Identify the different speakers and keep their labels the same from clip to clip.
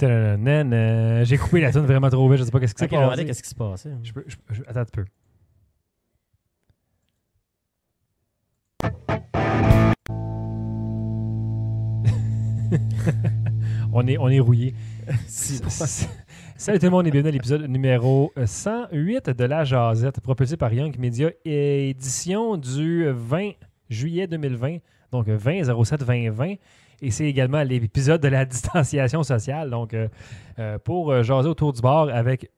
Speaker 1: naine. euh, j'ai coupé la tune vraiment trop vite. Je sais pas qu'est-ce qui s'est
Speaker 2: Ok, je me demandais
Speaker 1: passé.
Speaker 2: qu'est-ce qui se passait. hein?
Speaker 1: Je peux, je- je- attends un peu. on est, on est rouillé.
Speaker 2: Si-
Speaker 1: Salut tout le monde et bienvenue à l'épisode numéro 108 de La Jazette, propulsé par Young Media, édition du 20 juillet 2020, donc 20-07-2020. Et c'est également l'épisode de la distanciation sociale, donc euh, euh, pour euh, jaser autour du bar avec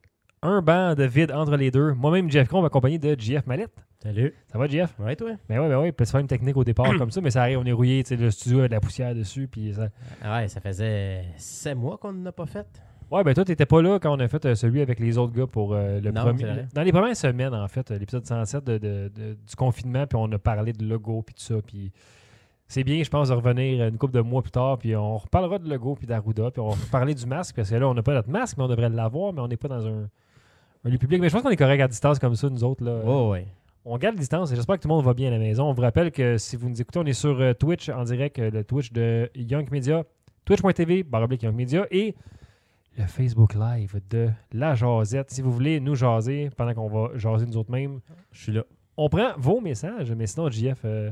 Speaker 1: un banc de vide entre les deux. Moi-même, Jeff Combe, accompagné de JF Mallette.
Speaker 2: Salut.
Speaker 1: Ça va, JF?
Speaker 2: Ouais, toi?
Speaker 1: Ben ouais, ben ouais, il peut se faire une technique au départ comme ça, mais ça arrive, on est rouillé, tu sais, le studio a de la poussière dessus, puis ça...
Speaker 2: Ah Ouais, ça faisait sept mois qu'on n'a pas fait.
Speaker 1: Ouais, ben toi, t'étais pas là quand on a fait euh, celui avec les autres gars pour euh, le
Speaker 2: Non,
Speaker 1: premier.
Speaker 2: c'est vrai.
Speaker 1: Dans les premières semaines, en fait, euh, l'épisode 107 de, de- de- du confinement, puis on a parlé de logo, puis tout ça. Puis c'est bien, je pense, de revenir une couple de mois plus tard, puis on reparlera de logo, puis d'Arruda, puis on va parler du masque, parce que là, on n'a pas notre masque, mais on devrait l'avoir, mais on n'est pas dans un, un lieu public. Mais je pense qu'on est correct à distance comme ça, nous autres. Là.
Speaker 2: Oh, ouais.
Speaker 1: On garde distance et j'espère que tout le monde va bien à la maison. On vous rappelle que si vous nous écoutez, on est sur euh, Twitch en direct, euh, le Twitch de Young Media, twitch.tv, baroblique Young Media et le Facebook Live de La Jazette. Si vous voulez nous jaser pendant qu'on va jaser nous autres mêmes,
Speaker 2: Je suis là.
Speaker 1: on prend vos messages. Mais sinon, JF, euh,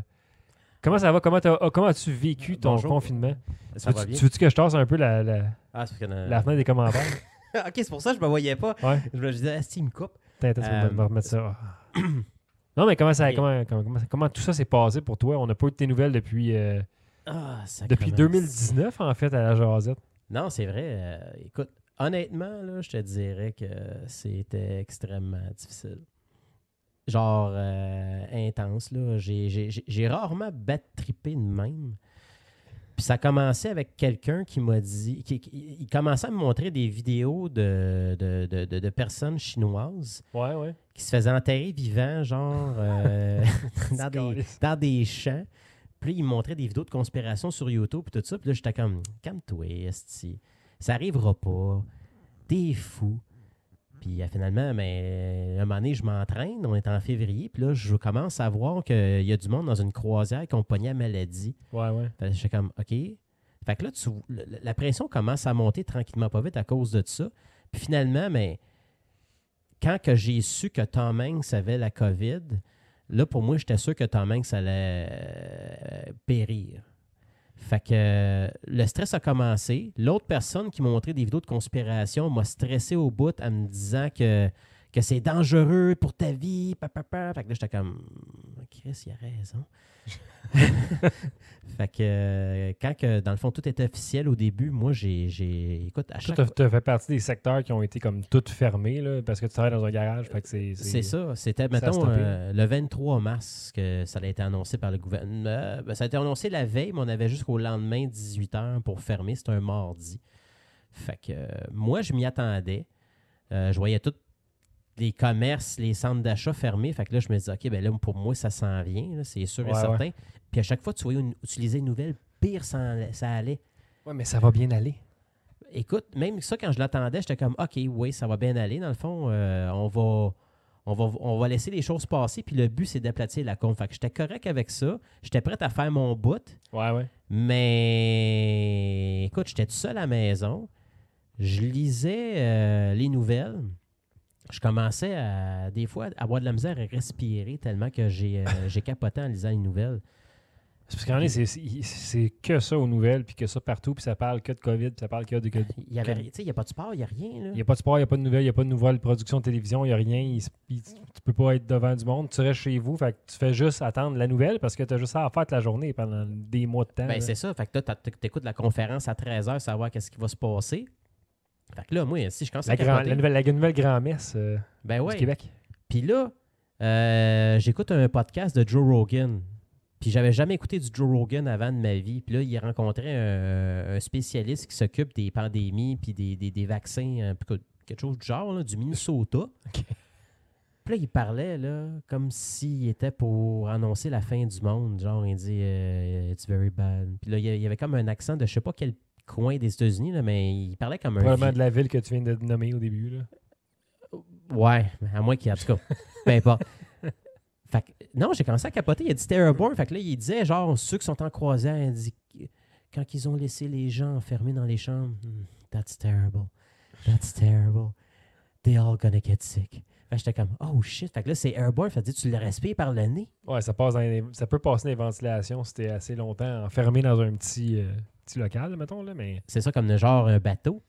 Speaker 1: comment ça va? Comment, t'as- ah, comment as-tu vécu ton
Speaker 2: Bonjour.
Speaker 1: confinement?
Speaker 2: Ça
Speaker 1: tu,
Speaker 2: va
Speaker 1: veux-
Speaker 2: bien.
Speaker 1: tu veux-tu que je tasse un peu la, la,
Speaker 2: Ah, c'est parce que.
Speaker 1: la fenêtre des commentaires?
Speaker 2: ok, c'est pour ça que je me voyais pas.
Speaker 1: ouais.
Speaker 2: Je me disais, ah, si, il me coupe.
Speaker 1: Attends, attends, tu vas
Speaker 2: Euh,
Speaker 1: me remettre ça. Ah. Non, mais comment, ça,
Speaker 2: Ok.
Speaker 1: comment, comment, comment- comment tout ça s'est passé pour toi? On n'a pas eu de tes nouvelles depuis, euh,
Speaker 2: Ah, ça
Speaker 1: depuis
Speaker 2: commence.
Speaker 1: 2019, en fait, à la Jazette.
Speaker 2: Non, c'est vrai. euh, écoute, honnêtement, là, je te dirais que c'était extrêmement difficile. Genre euh, intense, là. J'ai- J'ai j'ai- j'ai rarement battrippé de même. Puis ça commençait avec quelqu'un qui m'a dit. Qui, qui- il commençait à me montrer des vidéos de, de, de- de- de personnes chinoises
Speaker 1: Ouais, ouais.
Speaker 2: qui se faisaient enterrer vivants, genre euh, dans, des,
Speaker 1: Caliste.
Speaker 2: dans des champs. Puis là, il me montrait des vidéos de conspiration sur YouTube puis tout ça. Puis là, j'étais comme, calme-toi, esti. Ça arrivera pas. T'es fou. Puis euh, finalement, mais, à un moment donné, je m'entraîne. On est en février. Puis là, je commence à voir qu'il y a du monde dans une croisière qui ont pogné la maladie.
Speaker 1: Ouais, ouais.
Speaker 2: Fait que j'étais comme, OK. Fait que là, tu- le- le- la pression commence à monter tranquillement pas vite à cause de ça. Puis finalement, mais quand que j'ai su que Tom Hanks avait la COVID, là, pour moi, j'étais sûr que Tom Hanks allait euh, périr. Fait que euh, le stress a commencé. L'autre personne qui m'a montré des vidéos de conspiration m'a stressé au bout en me disant que, que c'est dangereux pour ta vie. pa, pa, pa. Fait que là, j'étais comme, Chris, il a raison. Fait que euh, quand que, dans le fond tout était officiel au début, moi j'ai j'ai- écoute à
Speaker 1: Toi,
Speaker 2: chaque
Speaker 1: t'as- t'as fait partie des secteurs qui ont été comme toutes fermés, là, parce que tu travailles dans un garage. Fait que c'est.
Speaker 2: c'est ça, c'était
Speaker 1: ça a
Speaker 2: mettons
Speaker 1: stoppé.
Speaker 2: euh, le 23 mars que ça a été annoncé par le gouvernement. Euh, ben, ça a été annoncé la veille, mais on avait jusqu'au lendemain 18h pour fermer, c'était un mardi. Fait que euh, moi je m'y attendais. Euh, je voyais tous les commerces, les centres d'achat fermés. Fait que là, je me disais, OK, ben là, pour moi, ça s'en vient, là, c'est sûr
Speaker 1: Ouais,
Speaker 2: et
Speaker 1: ouais.
Speaker 2: certain. Puis à chaque fois, tu voyais une- utiliser une nouvelle, pire ça, en- ça allait.
Speaker 1: Ouais, mais ça va bien aller.
Speaker 2: Écoute, même ça, quand je l'attendais, j'étais comme, OK, oui, ça va bien aller. Dans le fond, euh, on, va, on, va, on va laisser les choses passer. Puis le but, c'est d'aplatir la con. Fait que j'étais correct avec ça. J'étais prêt à faire mon bout.
Speaker 1: Ouais, ouais.
Speaker 2: Mais écoute, j'étais tout seul à la maison. Je lisais euh, les nouvelles. Je commençais à, des fois, à avoir de la misère à respirer tellement que j'ai euh, j'ai capoté en lisant les nouvelles.
Speaker 1: C'est parce qu'en est, c'est- c'est c'est que ça aux nouvelles, puis que ça partout, puis ça parle que de COVID, puis ça parle que de. que-
Speaker 2: Il n'y avait, tu sais, il y a pas de sport, il n'y a rien. Là.
Speaker 1: Il n'y a pas de sport, il n'y a pas de nouvelles, il n'y a pas de nouvelles productions de télévision, il n'y a rien. il se- il- tu peux pas être devant du monde. Tu restes chez vous, fait que tu fais juste attendre la nouvelle parce que tu as juste ça à faire toute la journée pendant des mois de temps.
Speaker 2: Ben,
Speaker 1: là.
Speaker 2: c'est ça. Fait que là, tu écoutes la conférence à 13h, savoir qu'est-ce qui va se passer. Fait que là, moi, si je commence
Speaker 1: la,
Speaker 2: à
Speaker 1: grand-
Speaker 2: capoter,
Speaker 1: la nouvelle, la nouvelle grand-messe euh,
Speaker 2: ben
Speaker 1: du
Speaker 2: ouais.
Speaker 1: Québec.
Speaker 2: Puis là, euh, j'écoute un podcast de Joe Rogan. Puis j'avais jamais écouté du Joe Rogan avant de ma vie. Puis là, il rencontrait un, un spécialiste qui s'occupe des pandémies puis des, des- des vaccins, euh, puis que- quelque chose du genre, là, du Minnesota. Puis là, il parlait là, comme s'il était pour annoncer la fin du monde. Genre, il dit euh, It's very bad. Puis là, il y a- il y avait comme un accent de je sais pas quel coin des États-Unis, là, mais il parlait comme un.
Speaker 1: Probablement de la ville que tu viens de nommer au début. Là.
Speaker 2: Ouais, à moins qu'il y ait, en tout cas, peu importe. Fait que, non, j'ai commencé à capoter. Il a dit Terrorborn. Fait que là, il disait, genre, ceux qui sont en croisière, il dit, quand ils ont laissé les gens enfermés dans les chambres, hmm, that's terrible. That's terrible. They all gonna get sick. Fait que j'étais comme, oh shit. Fait que là, c'est airborne. Fait que tu le respires par le nez.
Speaker 1: Ouais, ça, passe dans les- ça peut passer dans les ventilations si t'es assez longtemps enfermé dans un petit, euh, petit local, mettons. Là, mais
Speaker 2: C'est ça comme le genre un bateau.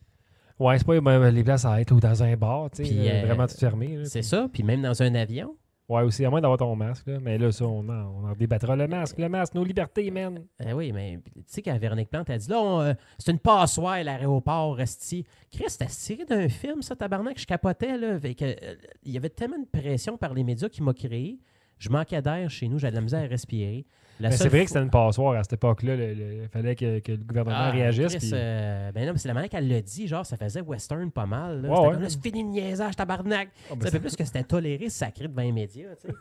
Speaker 1: ouais, c'est pas ben, les places à être ou dans un bar, tu sais,
Speaker 2: Puis,
Speaker 1: euh,
Speaker 2: euh,
Speaker 1: vraiment tout fermé. là.
Speaker 2: C'est ça. Puis même dans un avion.
Speaker 1: Ouais, aussi, à moins d'avoir ton masque. là. Mais là, ça, on en, on en débattra. Le masque, le masque, nos libertés, man.
Speaker 2: Eh oui, mais tu sais quand Véronique Plante a dit là, on, euh, c'est une passoire l'aéroport Resti. Chris, t'as tiré d'un film, ça, tabarnak, je capotais, là. Fait que, euh, il y avait tellement de pression par les médias qui m'a créé. Je manquais d'air chez nous, j'avais de la misère à respirer. La
Speaker 1: Mais
Speaker 2: seule
Speaker 1: Ben, c'est vrai
Speaker 2: fois-
Speaker 1: que c'était une passoire à cette époque-là. Il fallait que, que le gouvernement
Speaker 2: Ah,
Speaker 1: réagisse.
Speaker 2: Chris,
Speaker 1: puis-
Speaker 2: euh, ben non, mais c'est la manière qu'elle le dit, genre, ça faisait western pas mal. là.
Speaker 1: Ouais,
Speaker 2: C'était
Speaker 1: ouais.
Speaker 2: comme, là, c'est fini le niaisage, tabarnak.
Speaker 1: Ah, ben,
Speaker 2: Ça
Speaker 1: c'est-
Speaker 2: fait plus que c'était toléré, sacré devant les médias, tu sais.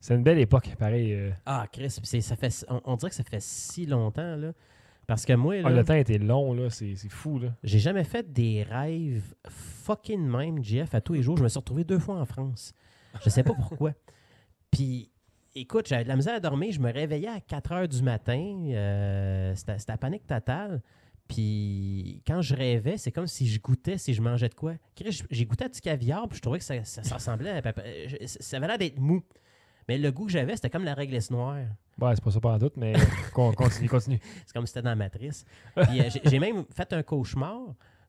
Speaker 1: c'est une belle époque, pareil. euh.
Speaker 2: Ah, Chris, c'est- ça fait, on, on dirait que ça fait si longtemps, là. Parce que moi,
Speaker 1: Ah,
Speaker 2: là,
Speaker 1: le temps était long, là. C'est c'est fou, là.
Speaker 2: J'ai jamais fait des rêves fucking même, Jeff, à tous les jours. Je me suis retrouvé deux fois en France. Je sais pas pourquoi. Puis, écoute, j'avais de la misère à dormir. Je me réveillais à 4 heures du matin. Euh, C'était c'était la panique totale. Puis, quand je rêvais, c'est comme si je goûtais, si je mangeais de quoi. Chris, J'ai goûté à du caviar, puis je trouvais que ça, ça, ça ressemblait à peu près- euh, je- Ça avait l'air d'être mou. Mais le goût que j'avais, c'était comme la réglisse noire.
Speaker 1: Ouais, c'est pas ça pendant doute, mais con- continue, continue.
Speaker 2: C'est comme si c'était dans la matrice. Puis, euh, j'ai- j'ai même fait un cauchemar.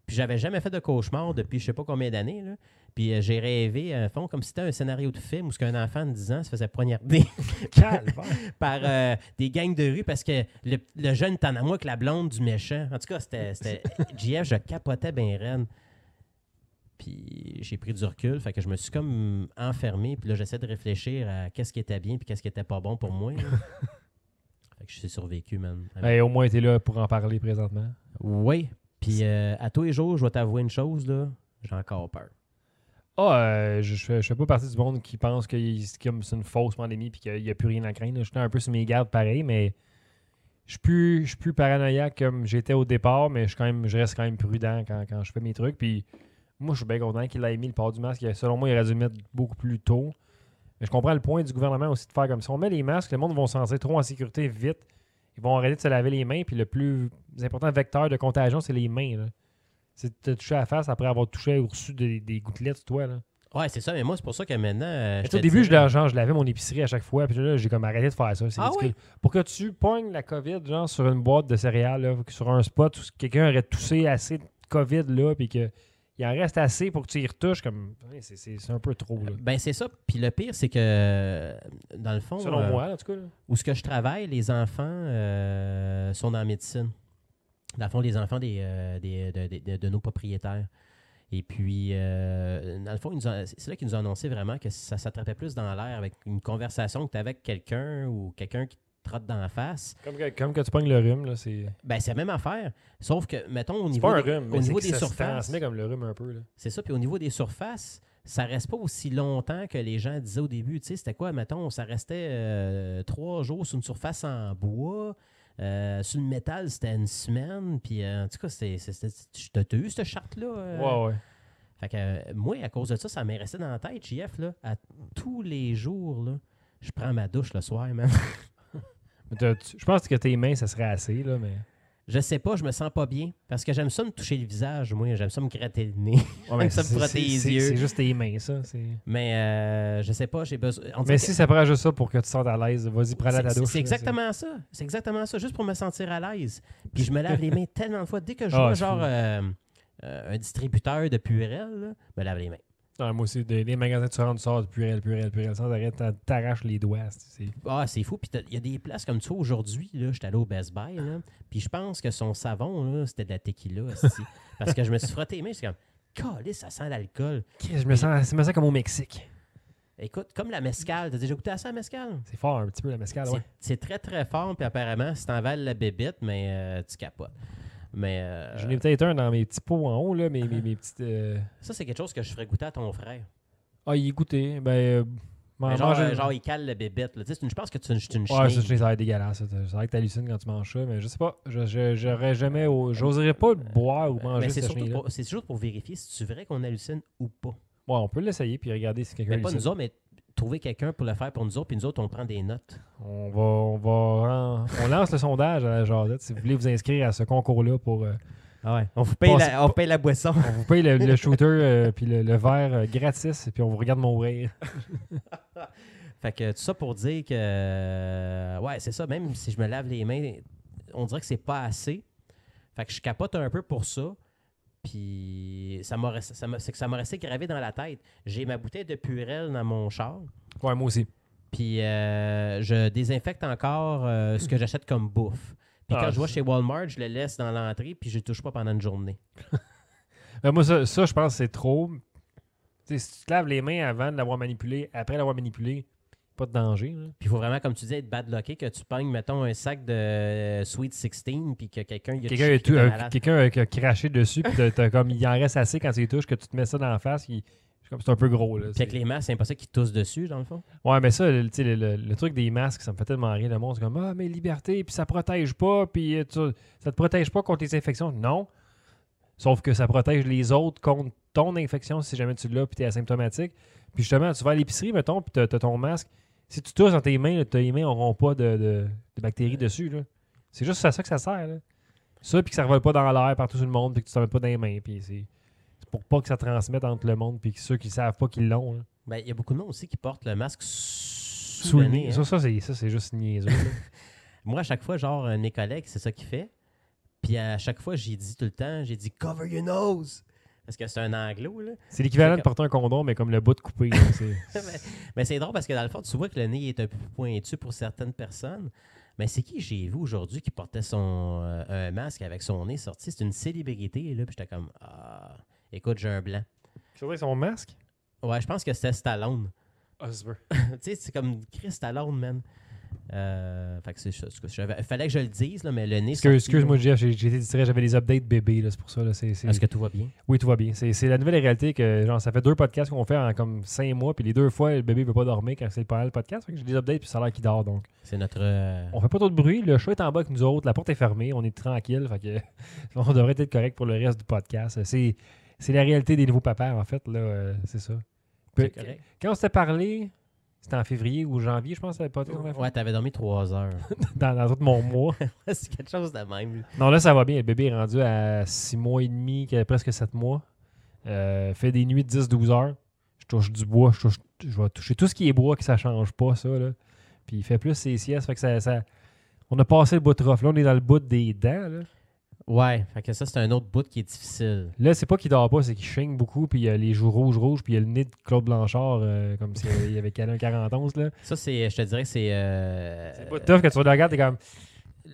Speaker 2: Puis j'avais jamais fait de cauchemar depuis je sais pas combien d'années. là. Puis euh, j'ai rêvé, à fond, comme si c'était un scénario de film où ce qu'un enfant de 10 ans se faisait poignarder
Speaker 1: Calvaire.
Speaker 2: par euh, des gangs de rue parce que le, le jeune était en amour que la blonde du méchant. En tout cas, c'était... c'était- JF, je capotais ben reine. Puis j'ai pris du recul, fait que je me suis comme enfermé. Puis là, j'essaie de réfléchir à qu'est-ce qui était bien puis qu'est-ce qui était pas bon pour moi. là. fait que j'ai survécu, man. à mes
Speaker 1: Hey, Ben, au moins, t'es là pour en parler présentement.
Speaker 2: oui. Puis euh, à tous les jours, je vais t'avouer une chose, là. J'ai encore peur.
Speaker 1: Ah, euh, je, je, fais- je fais pas partie du monde qui pense que il- c'est comme c'est une fausse pandémie puis qu'il n'y a plus rien à craindre. là. Je suis un peu sur mes gardes pareil, mais je suis plus, je suis plus paranoïaque comme j'étais au départ, mais je, suis quand même, je reste quand même prudent quand, quand je fais mes trucs. Puis moi, je suis bien content qu'il ait mis le port du masque. Selon moi, il aurait dû le mettre beaucoup plus tôt. Mais je comprends le point du gouvernement aussi de faire comme ça. On met les masques, le monde va se sentir trop en sécurité vite. Ils vont arrêter de se laver les mains. Puis le plus important vecteur de contagion, c'est les mains. là. C'est de te toucher à la face après avoir touché ou reçu des, des gouttelettes sur toi. Là.
Speaker 2: Ouais, c'est ça, mais moi, c'est pour ça que maintenant. euh,
Speaker 1: Mais
Speaker 2: je
Speaker 1: tu sais, au
Speaker 2: te
Speaker 1: début, je,
Speaker 2: dirais-
Speaker 1: la- genre, je lavais mon épicerie à chaque fois, puis là, j'ai comme arrêté de faire ça. C'est
Speaker 2: Ah
Speaker 1: ridicule.
Speaker 2: ouais?
Speaker 1: Pour que tu pognes la COVID, genre, sur une boîte de céréales, là, sur un spot où quelqu'un aurait toussé assez de COVID, là, puis que il en reste assez pour que tu y retouches, comme, hey, c'est- c'est c'est un peu trop, là.
Speaker 2: Ben, c'est ça. Puis le pire, c'est que, euh, dans le fond,
Speaker 1: Selon
Speaker 2: euh,
Speaker 1: moi, en tout cas. là.
Speaker 2: où ce que je travaille, les enfants euh, sont dans la médecine. Dans le fond, les enfants des, euh, des- de, de- de- de nos propriétaires. Et puis, euh, dans le fond, ils nous ont- c'est là qu'ils nous ont annoncé vraiment que ça s'attrapait plus dans l'air avec une conversation que tu avec quelqu'un ou quelqu'un qui te trotte dans la face.
Speaker 1: Comme, que, comme que tu pognes le rhume, là, c'est
Speaker 2: Ben, c'est la même affaire. Sauf que, mettons, au
Speaker 1: c'est
Speaker 2: niveau.
Speaker 1: pas un
Speaker 2: des-
Speaker 1: rhume,
Speaker 2: au
Speaker 1: mais c'est
Speaker 2: niveau
Speaker 1: que
Speaker 2: des
Speaker 1: ça se
Speaker 2: surfaces.
Speaker 1: transmet comme le rhume un peu, là.
Speaker 2: C'est ça. Puis au niveau des surfaces, ça reste pas aussi longtemps que les gens disaient au début. Tu sais, c'était quoi, mettons, ça restait euh, trois jours sur une surface en bois. euh, sur le métal, c'était une semaine. Puis euh, en tout cas, c'était- c'était- c'était- t'as eu cette charte-là. euh?
Speaker 1: Ouais, ouais.
Speaker 2: Fait que euh, moi, à cause de ça, ça m'est resté dans la tête, JF, là, à tous les jours, là. Je prends ma douche le soir, man.
Speaker 1: Mais t'as- tu- Je pense que tes mains, ça serait assez, là, mais...
Speaker 2: Je sais pas, je me sens pas bien. Parce que j'aime ça me toucher le visage, moi. J'aime ça me gratter le nez.
Speaker 1: Ouais, mais
Speaker 2: Ça me
Speaker 1: c'est-
Speaker 2: frotte
Speaker 1: c'est-
Speaker 2: les
Speaker 1: c'est-
Speaker 2: yeux.
Speaker 1: C'est juste tes mains, ça. c'est-
Speaker 2: Mais euh, je sais pas, j'ai besoin. on dirait
Speaker 1: Mais
Speaker 2: que-
Speaker 1: si ça prend juste ça pour que tu te sentes à l'aise, vas-y, prends-la à ta
Speaker 2: C'est-
Speaker 1: douche.
Speaker 2: C'est
Speaker 1: là,
Speaker 2: exactement ça. C'est exactement ça, juste pour me sentir à l'aise. Puis je me lave les mains tellement de fois. Dès que je
Speaker 1: Ah,
Speaker 2: vois
Speaker 1: c'est
Speaker 2: genre
Speaker 1: fou.
Speaker 2: euh, euh, un distributeur de Purel, là, je me lave les mains.
Speaker 1: Non, Ah, moi aussi, des, des magasins, tu rentres, tu sors, purel, purel, purel, sans arrêt, t'en- t'arraches les doigts. c'est- c'est-
Speaker 2: Ah, c'est fou. Puis t'as- il y a des places comme ça aujourd'hui. là, J'étais allé au Best Buy. là, puis je pense que son savon, là, c'était de la tequila. esti. parce que je me suis frotté les mains. C'est comme, calisse, ça sent l'alcool.
Speaker 1: Chris, Je me sens, je me sens comme au Mexique.
Speaker 2: Écoute, comme la mescale. T'as déjà goûté à ça, la mescale?
Speaker 1: C'est fort un petit peu la mescale, ouais.
Speaker 2: C'est- C'est très, très fort. Puis apparemment, c'est en la bébite, mais euh, tu capotes. Mais euh,
Speaker 1: J'en ai peut-être un dans mes petits pots en haut, là, mes, mes, mes petites. euh,
Speaker 2: ça, c'est quelque chose que je ferais goûter à ton frère.
Speaker 1: Ah, il est goûté. Ben, euh, m'en
Speaker 2: Mais genre,
Speaker 1: mange
Speaker 2: euh,
Speaker 1: une-
Speaker 2: genre, il cale le bébête. là. Tu sais, c'est une- Je pense que tu une, c'est une
Speaker 1: Ouais, ça,
Speaker 2: chenille.
Speaker 1: je sais, ça a l'air dégueulasse. ça. C'est vrai que t'hallucines quand tu manges ça, mais je sais pas. je- je- J'aurais jamais. au- J'oserais pas le boire ou
Speaker 2: Euh, Mais
Speaker 1: manger
Speaker 2: c'est
Speaker 1: ce
Speaker 2: surtout
Speaker 1: chenille là
Speaker 2: pour, c'est juste pour vérifier si c'est vrai qu'on hallucine ou pas.
Speaker 1: Ouais, on peut l'essayer puis regarder si quelqu'un
Speaker 2: Mais pas
Speaker 1: hallucine.
Speaker 2: nous autres, mais trouver quelqu'un pour le faire pour nous autres, puis nous autres, on prend des notes.
Speaker 1: On va, on va, en- on lance le sondage à la Jazette si vous voulez vous inscrire à ce concours-là pour euh,
Speaker 2: Ah ouais. On vous paye,
Speaker 1: Passez
Speaker 2: la, on vous paye la boisson.
Speaker 1: On vous paye le, le shooter euh, puis le, le verre euh, gratis, puis on vous regarde mourir.
Speaker 2: Fait que tout ça pour dire que, euh, ouais, c'est ça. Même si je me lave les mains, on dirait que c'est pas assez. Fait que je capote un peu pour ça. Puis ça m'a resté- ça m'a- c'est que ça m'a resté gravé dans la tête. J'ai ma bouteille de Purel dans mon char.
Speaker 1: Ouais, moi aussi.
Speaker 2: Puis euh, je désinfecte encore euh, ce que j'achète comme bouffe. Puis
Speaker 1: Mhm. Ah,
Speaker 2: quand je vois
Speaker 1: c'est-
Speaker 2: chez Walmart, je le laisse dans l'entrée, puis je ne touche pas pendant une journée.
Speaker 1: Ben, moi, ça, ça, je pense que c'est trop. Tu sais, si tu te laves les mains avant de l'avoir manipulé, après l'avoir manipulé, pas de danger. là.
Speaker 2: Puis il faut vraiment, comme tu dis, être bad lucké, que tu pognes, mettons, un sac de euh, Sweet 16, puis que quelqu'un y a
Speaker 1: Quelqu'un
Speaker 2: touché,
Speaker 1: est
Speaker 2: puis
Speaker 1: tout-
Speaker 2: t'es
Speaker 1: euh,
Speaker 2: malade.
Speaker 1: quelqu'un, euh, qui a craché dessus, puis t'as- t'as comme, il en reste assez quand tu les touches, que tu te mets ça dans la face. il- c'est comme- C'est un peu gros. Là,
Speaker 2: Puis avec les masques, c'est impossible qu'ils toussent dessus, dans le fond.
Speaker 1: Ouais, mais ça, le, tu sais, le, le- le truc des masques, ça me fait tellement rire. Le monde, c'est comme Ah, mais liberté, puis ça protège pas, puis euh, tu- ça te protège pas contre les infections. Non. Sauf que ça protège les autres contre ton infection si jamais tu l'as, puis t'es asymptomatique. Puis justement, tu vas à l'épicerie, mettons, puis t'as t'as ton masque. Si tu tousses dans tes mains, là, tes mains n'auront pas de, de- de bactéries dessus. là. C'est juste à ça que ça sert. là. Ça, puis que ça ne revole pas dans l'air partout sur le monde, puis que tu t'en mets pas dans les mains. Puis c'est c'est pour pas que ça transmette entre le monde, puis que ceux qui savent pas qu'ils l'ont. là
Speaker 2: Ben, il y a beaucoup de monde aussi qui portent le masque sous,
Speaker 1: sous le
Speaker 2: nez,
Speaker 1: nez.
Speaker 2: hein.
Speaker 1: Ça, ça, c'est, ça, c'est juste niaiseux. là.
Speaker 2: Moi, à chaque fois, genre, un de mes collègues, c'est ça qu'il fait. Puis à chaque fois, j'ai dit tout le temps, j'ai dit « cover your nose ». Parce que c'est un anglo, là.
Speaker 1: c'est l'équivalent
Speaker 2: C'est
Speaker 1: de porter un condom, mais comme le bout de coupé. là, c'est-
Speaker 2: Mais c'est drôle parce que dans le fond, tu vois que le nez est un peu plus pointu pour certaines personnes. Mais c'est qui j'ai vu aujourd'hui qui portait son euh, un masque avec son nez sorti? C'est une célébrité, là. Puis j'étais comme Ah, écoute, j'ai un blanc.
Speaker 1: Tu vois son masque?
Speaker 2: Ouais, je pense que c'était Stallone.
Speaker 1: Ah, c'est vrai.
Speaker 2: tu sais, c'est comme Chris Stallone, man. Euh, fait que c'est ça. Il fallait que je le dise, là, mais le nez. sorti,
Speaker 1: excuse-moi, Jeff, j'ai, j'ai été distrait. J'avais les updates bébés, là, c'est pour ça. là, c'est, c'est-
Speaker 2: là. Est-ce que tout va bien?
Speaker 1: Oui, tout va bien. C'est, c'est la nouvelle réalité que genre, ça fait deux podcasts qu'on fait en comme cinq mois, puis les deux fois, le bébé ne veut pas dormir quand c'est pas le podcast. Fait que j'ai des updates, puis ça a l'air qu'il dort. Donc,
Speaker 2: C'est notre. euh,
Speaker 1: on fait pas trop de bruit. Le chat est en bas avec nous autres. La porte est fermée. On est tranquille. Fait que on devrait être correct pour le reste du podcast. C'est, c'est la réalité des nouveaux papas, en fait. Là, euh, c'est ça.
Speaker 2: c'est
Speaker 1: Puis-
Speaker 2: correct.
Speaker 1: Quand on s'était parlé, c'était en février ou janvier, je pense, le podcast qu'on a fait.
Speaker 2: Ouais, t'avais dormi trois heures.
Speaker 1: dans, dans tout mon mois.
Speaker 2: c'est quelque chose de même.
Speaker 1: non, là, ça va bien. Le bébé est rendu à 6 mois et demi, qui a presque 7 mois. Euh, fait des nuits de 10-12 heures. Je touche du bois. Je, touche- je vais toucher tout ce qui est bois, que ça change pas, ça. Là. Puis il fait plus ses siestes. Fait que ça, ça- On a passé le bout de rough. Là, on est dans le bout des dents. Là,
Speaker 2: Ouais, fait que ça, c'est un autre bout qui est difficile.
Speaker 1: Là, c'est pas qu'il dort pas, c'est qu'il chigne beaucoup. Puis il a les joues rouges-rouges. Puis il a le nez de Claude Blanchard, euh, comme s'il avait- il avait calé un 41. Là.
Speaker 2: Ça, c'est, je te dirais que c'est. euh,
Speaker 1: C'est pas tough que tu le regardes, t'es comme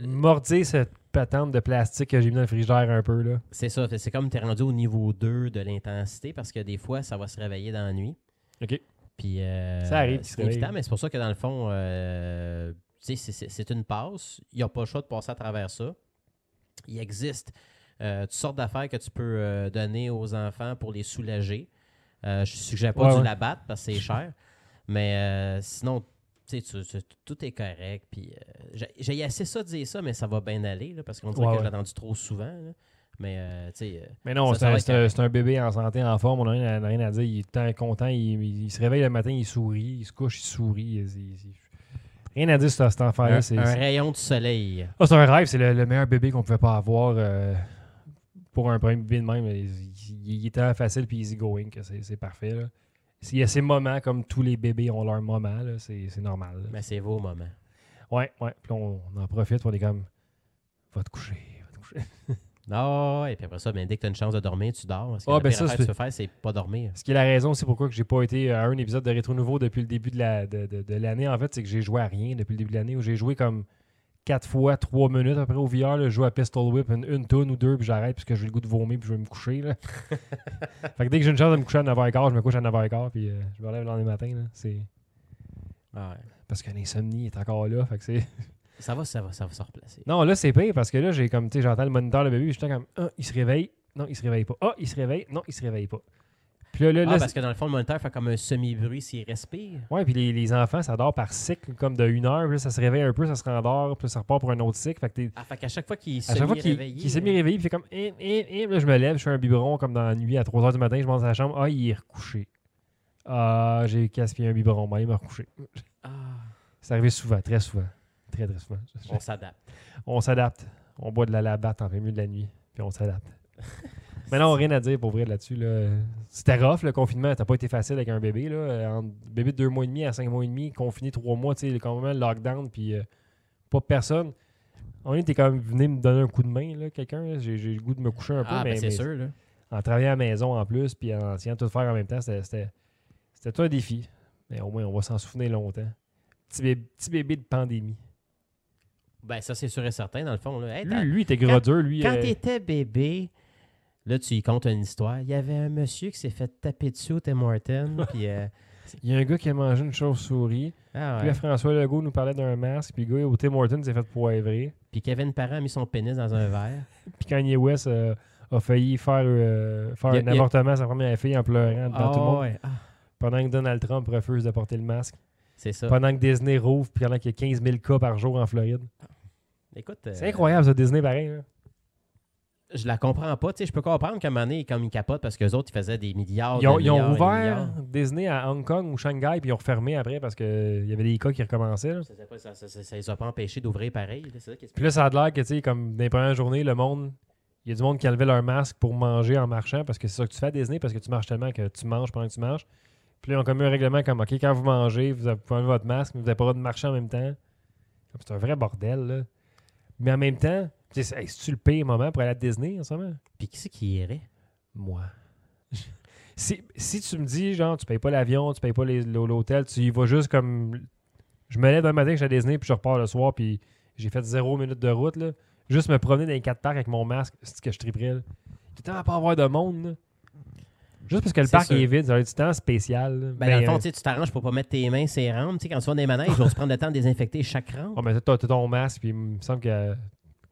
Speaker 1: mordir cette patente de plastique que j'ai mis dans le frigidaire un peu là.
Speaker 2: c'est ça. C'est comme tu es rendu au niveau 2 de l'intensité parce que des fois, ça va se réveiller dans la nuit.
Speaker 1: OK.
Speaker 2: Puis. euh,
Speaker 1: Ça arrive qu'il se
Speaker 2: C'est évident,
Speaker 1: réveille.
Speaker 2: mais c'est pour ça que dans le fond, euh, tu sais, c'est- c'est c'est une passe. Il n'y a pas le choix de passer à travers ça. Il existe euh, toutes sortes d'affaires que tu peux euh, donner aux enfants pour les soulager. Euh, je ne suggère pas
Speaker 1: Ouais,
Speaker 2: du
Speaker 1: ouais.
Speaker 2: labattre parce que c'est cher. Mais euh, sinon, tu sais, tu- tu- tout est correct. Puis euh, j'ai- j'ai assez ça de dire ça, mais ça va bien aller là, parce qu'on dirait
Speaker 1: Ouais,
Speaker 2: que je
Speaker 1: ouais.
Speaker 2: l'ai entendu trop souvent. là. Mais euh, tu sais, euh,
Speaker 1: Mais non,
Speaker 2: Ça,
Speaker 1: c'est
Speaker 2: ça va
Speaker 1: un,
Speaker 2: être
Speaker 1: c'est un- c'est un bébé en santé, en forme, on n'a rien, à- on a rien à dire. Il est tant content, il, il- il se réveille le matin, il sourit, il se couche, il sourit. il- il- il- Rien à dire sur cet enfant-là.
Speaker 2: un,
Speaker 1: C'est
Speaker 2: un
Speaker 1: c'est-
Speaker 2: rayon de soleil.
Speaker 1: Ah, c'est un rêve, c'est le, le meilleur bébé qu'on pouvait pas avoir euh, pour un premier bébé de même. Il, il- il est tellement facile puis easy going que c'est c'est parfait. là. Il y a ces moments comme tous les bébés ont leur moment, là, c'est c'est normal. là.
Speaker 2: Mais c'est vos moments.
Speaker 1: Ouais, ouais. Puis on, on en profite, puis on est comme, va te coucher, va te coucher.
Speaker 2: Non, et puis après ça, ben, dès que tu as une chance de dormir, tu dors. Parce que
Speaker 1: Ah,
Speaker 2: la
Speaker 1: ben
Speaker 2: pire
Speaker 1: ça,
Speaker 2: affaire que
Speaker 1: c'est-
Speaker 2: tu peux faire, c'est pas dormir.
Speaker 1: Ce qui est la raison aussi pourquoi que j'ai pas été euh, à un épisode de Rétro Nouveau depuis le début de la- de- de- de l'année, en fait, c'est que j'ai joué à rien depuis le début de l'année, où j'ai joué comme quatre fois trois minutes après au VR, là, je joue à Pistol Whip une, une tonne ou deux, puis j'arrête, puisque j'ai le goût de vomir, puis je vais me coucher. Là. fait que dès que j'ai une chance de me coucher à 9h15, je me couche à 9h15, puis euh, je me relève le lendemain matin. là. C'est
Speaker 2: Ah, Ouais.
Speaker 1: parce que l'insomnie est encore là, fait que c'est...
Speaker 2: Ça va, ça va, ça va se replacer.
Speaker 1: Non, là, c'est pire parce que là, j'ai comme, tu sais, j'entends le moniteur, le bébé, puis j'étais comme, ah, il se réveille. Non, il se réveille pas. Ah, il se réveille. Non, il se réveille pas. Puis là, là,
Speaker 2: Ah,
Speaker 1: là,
Speaker 2: parce que dans le fond, le moniteur fait comme un semi-bruit s'il respire.
Speaker 1: c'est- ouais, puis les, les enfants, ça dort par cycle, comme de une heure, puis là, ça se réveille un peu, ça se rendort, puis ça repart pour un autre cycle. Fait que t'es-
Speaker 2: Ah, fait qu'à chaque fois qu'il
Speaker 1: à
Speaker 2: s'est
Speaker 1: chaque fois
Speaker 2: mis
Speaker 1: qu'il
Speaker 2: réveillé.
Speaker 1: qu'il s'est mis réveillé, puis il fait comme, him, him, him. là, je me lève, je fais un biberon, comme dans la nuit, à 3 h du matin, je monte dans la chambre, ah, il est recouché. Ah, j'ai gaspillé un biberon, ben, il m'a recouché.
Speaker 2: Ah,
Speaker 1: C'est arrivé souvent, très souvent. Très, très souvent.
Speaker 2: on s'adapte.
Speaker 1: On s'adapte. On boit de la labatte en plein milieu de la nuit, puis on s'adapte. Mais non, rien à dire pour vrai là-dessus. Là. C'était rough le confinement. T'as pas été facile avec un bébé. Là. Entre bébé de deux mois et demi à cinq mois et demi, confiné trois mois, tu sais, quand même lockdown, puis euh, pas personne. On était quand même venu me donner un coup de main, là, quelqu'un. là. J'ai, j'ai le goût de me coucher un peu.
Speaker 2: Ah,
Speaker 1: mais,
Speaker 2: ben, c'est
Speaker 1: mais
Speaker 2: sûr, là.
Speaker 1: En travaillant à la maison en plus, puis en essayant de tout faire en même temps, c'était, c'était, c'était tout un défi. Mais au moins, on va s'en souvenir longtemps. Petit bébé, petit bébé de pandémie.
Speaker 2: Ben, ça, c'est sûr et certain, dans le fond. Là. Hey,
Speaker 1: Lui, lui, il était gros dur, lui.
Speaker 2: Quand
Speaker 1: euh,
Speaker 2: t'étais bébé, là, tu y comptes une histoire. Il y avait un monsieur qui s'est fait taper dessus au Tim Hortons. puis, euh,
Speaker 1: Il y a un gars qui a mangé une chauve-souris.
Speaker 2: ah
Speaker 1: Puis
Speaker 2: ouais.
Speaker 1: là, François Legault nous parlait d'un masque. Puis le gars, au Tim Hortons, s'est fait poivrer.
Speaker 2: Puis Kevin Parent a mis son pénis dans un verre.
Speaker 1: Puis Kanye West euh, a failli faire, euh, faire
Speaker 2: Il y a-
Speaker 1: un
Speaker 2: il y a-
Speaker 1: avortement à sa première fille en pleurant devant tout le
Speaker 2: Ah
Speaker 1: monde.
Speaker 2: ouais, ah,
Speaker 1: Pendant que Donald Trump refuse de porter le masque.
Speaker 2: c'est ça.
Speaker 1: Pendant que Disney rouvre. Puis pendant qu'il y a 15 000 cas par jour en Floride.
Speaker 2: Écoute, euh,
Speaker 1: C'est incroyable, ça, Disney, pareil. hein.
Speaker 2: je la comprends pas. Tu sais, je peux comprendre qu'à un moment donné, comme ils capotent parce qu'eux autres, ils faisaient des milliards.
Speaker 1: Ils ont,
Speaker 2: Ah, des
Speaker 1: ils ont
Speaker 2: milliards, des
Speaker 1: rouvert
Speaker 2: milliards.
Speaker 1: Disney à Hong Kong ou Shanghai. Puis ils ont refermé après parce qu'il y avait des cas qui recommençaient. là.
Speaker 2: Ça, c'est pas- ça- ça- ça- ça les a pas empêchés d'ouvrir pareil. là, c'est ça qui est-
Speaker 1: Puis là, ça a l'air que, tu sais, comme dans les premières journées, le monde, il y a du monde qui enlevait leur masque pour manger en marchant parce que c'est ça que tu fais à Disney, parce que tu marches tellement que tu manges pendant que tu marches. Puis là, ils ont comme eu un règlement comme, OK, quand vous mangez, vous avez- vous pouvez enlever votre masque, mais vous n'avez pas le droit de marcher en même temps. Comme C'est un vrai bordel, là. Mais en même temps, tu sais, c'est- hey, c'est-tu le pire moment pour aller à Disney en ce moment?
Speaker 2: Puis qui c'est qui irait?
Speaker 1: Moi. si, si tu me dis, genre, tu payes pas l'avion, tu payes pas les- l'hôtel, tu y vas juste comme. Je me lève un matin, je suis à Disney, puis je repars le soir, puis j'ai fait zéro minute de route, là. Juste me promener dans les quatre parcs avec mon masque, c'est ce que je triperais, là. Tout le temps à pas avoir de monde, là. Juste parce que le
Speaker 2: C'est
Speaker 1: parc
Speaker 2: sûr.
Speaker 1: est vide, ça a du temps spécial. là.
Speaker 2: Ben, dans
Speaker 1: Mais,
Speaker 2: le fond,
Speaker 1: euh,
Speaker 2: tu sais, tu t'arranges pour pas mettre tes mains sur les rampes. Tu sais, quand tu vas dans les manèges, ils vont se prendre le temps de désinfecter chaque rampe.
Speaker 1: oh, mais t'as t'as ton masque, puis il me semble que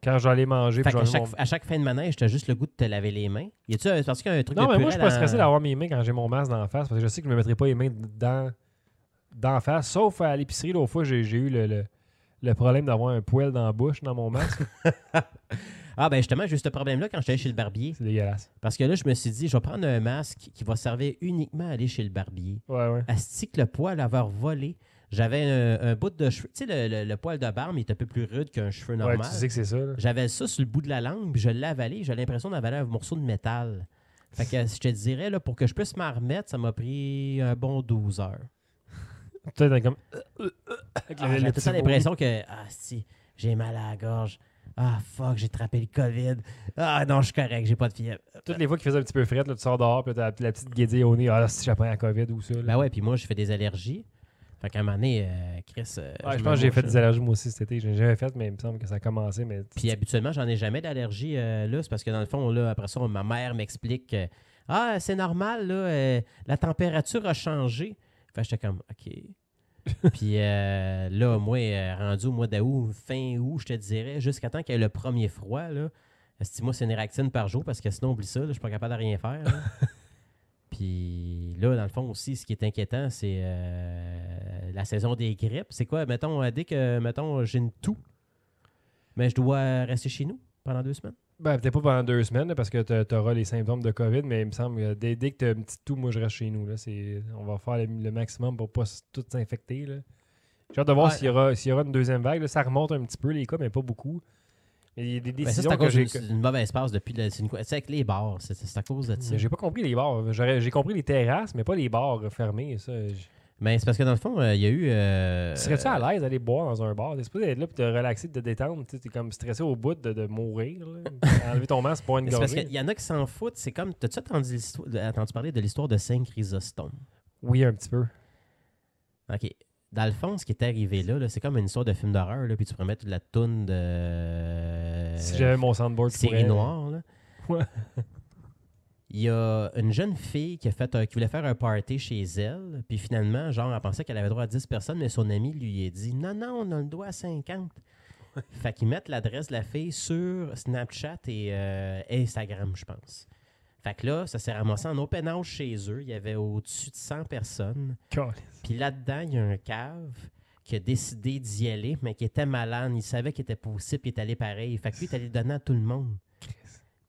Speaker 1: quand j'allais manger,
Speaker 2: Fait
Speaker 1: puis
Speaker 2: qu'à
Speaker 1: j'allais
Speaker 2: chaque,
Speaker 1: mon...
Speaker 2: à chaque fin de manège, t'as juste le goût de te laver les mains. Y a-tu un- parce qu'il y a un truc
Speaker 1: Non,
Speaker 2: de
Speaker 1: mais moi,
Speaker 2: purée
Speaker 1: je suis pas
Speaker 2: dans-
Speaker 1: stressé d'avoir mes mains quand j'ai mon masque dans la face, parce que je sais que je me mettrai pas les mains dans, dans la face. Sauf à l'épicerie, l'autre fois, j'ai j'ai eu le, le- le problème d'avoir un poêle dans la bouche, dans mon masque.
Speaker 2: Ah, ben justement, j'ai eu ce problème-là quand j'étais chez le barbier.
Speaker 1: C'est dégueulasse.
Speaker 2: Parce que là, je me suis dit, je vais prendre un masque qui va servir uniquement à aller chez le barbier.
Speaker 1: Ouais, ouais.
Speaker 2: Asti que le poil avoir volé. J'avais un, un bout de cheveux. Tu sais, le, le- le poil de barbe, il est un peu plus rude qu'un cheveu normal.
Speaker 1: Ouais, tu sais que c'est ça. là.
Speaker 2: J'avais ça sur le bout de la langue, puis je l'ai avalé. J'ai l'impression d'avaler un morceau de métal. Fait que je te dirais, là, pour que je puisse m'en remettre, ça m'a pris un bon 12 heures.
Speaker 1: Tout le temps, comme. euh, Avec le-
Speaker 2: Ah,
Speaker 1: le
Speaker 2: J'avais tout
Speaker 1: petit
Speaker 2: le temps l'impression que ah, si, j'ai mal à la gorge. Ah, fuck, j'ai attrapé le COVID. Ah, non, je suis correct, j'ai pas de fièvre.
Speaker 1: bruit. Toutes les fois qu'il faisait un petit peu frais, là, tu sors dehors, puis là, t'as la, la petite guédille au nez. Ah, là, si j'apprends la COVID ou ça. là.
Speaker 2: Ben ouais, puis moi, je fais des allergies. Fait qu'à un moment donné, euh, Chris. euh,
Speaker 1: Ouais, je
Speaker 2: me
Speaker 1: pense que j'ai
Speaker 2: mouche,
Speaker 1: fait
Speaker 2: là.
Speaker 1: des allergies moi aussi cet été. J'ai jamais fait, mais il me semble que ça a commencé. Mais
Speaker 2: Puis habituellement, j'en ai jamais d'allergie euh, là. C'est parce que dans le fond, là, après ça, ma mère m'explique euh, Ah, c'est normal, là, euh, la température a changé. Fait que j'étais comme OK. Puis euh, là, moi, euh, rendu au mois d'août, fin août, je te dirais, jusqu'à temps qu'il y ait le premier froid, là. esti, moi, c'est une réactine par jour parce que sinon, oublie ça, là, je suis pas capable de rien faire. là. Puis là, dans le fond aussi, ce qui est inquiétant, c'est euh, la saison des grippes. C'est quoi, mettons, euh, dès que, mettons, j'ai une toux, mais Ben, je dois rester chez nous pendant deux semaines.
Speaker 1: Ben, peut-être pas pendant deux semaines, là, parce que tu auras les symptômes de COVID, mais il me semble que dès, dès que tu as un petit tout, moi, je reste chez nous. Là. C'est- On va faire le, le maximum pour pas s- tout s'infecter. là. J'ai hâte de voir
Speaker 2: Ouais.
Speaker 1: s'il y, aura, s'il y aura une deuxième vague. là. Ça remonte un petit peu, les cas, mais pas beaucoup. Mais Il y a des
Speaker 2: Ben, ça,
Speaker 1: décisions
Speaker 2: c'est à
Speaker 1: que
Speaker 2: cause
Speaker 1: j'ai...
Speaker 2: d'une d'une mauvaise passe depuis le. C'est une- c'est avec les bars. C'est c'est à cause de ça.
Speaker 1: que- J'ai pas compris les bars. J'aurais- J'ai compris les terrasses, mais pas les bars fermés. Ça. J-
Speaker 2: Mais c'est parce que dans le fond, euh, il y a eu. euh,
Speaker 1: Tu Serais-tu à l'aise d'aller boire dans un bar? T'es supposé être là puis te relaxer, de te détendre. Tu es comme stressé au bout de, de mourir. là. Enlever ton masque pour une
Speaker 2: C'est parce
Speaker 1: gorgée.
Speaker 2: qu'il y en a qui s'en foutent. C'est comme. T'as-tu entendu, l'histoire- entendu parler de l'histoire de Saint Chrysostome?
Speaker 1: Oui, un petit peu.
Speaker 2: OK. Dans le fond, ce qui est arrivé là, là, c'est comme une histoire de film d'horreur, là, puis tu promets toute la toune de.
Speaker 1: si j'avais mon soundboard, je
Speaker 2: série
Speaker 1: pourrais-
Speaker 2: noire. là.
Speaker 1: Ouais.
Speaker 2: Il y a une jeune fille qui, a fait un- qui voulait faire un party chez elle, puis finalement, genre, elle pensait qu'elle avait droit à 10 personnes, mais son ami lui a dit Non, non, on a le droit à 50. Fait qu'ils mettent l'adresse de la fille sur Snapchat et euh, Instagram, je pense. Fait que là, ça s'est ramassé en open house chez eux. Il y avait au-dessus de 100 personnes. Puis là-dedans, il y a un cave qui a décidé d'y aller, mais qui était malade. Il savait qu'il était possible, il est allé pareil. Fait que lui, il est allé donner à tout le monde.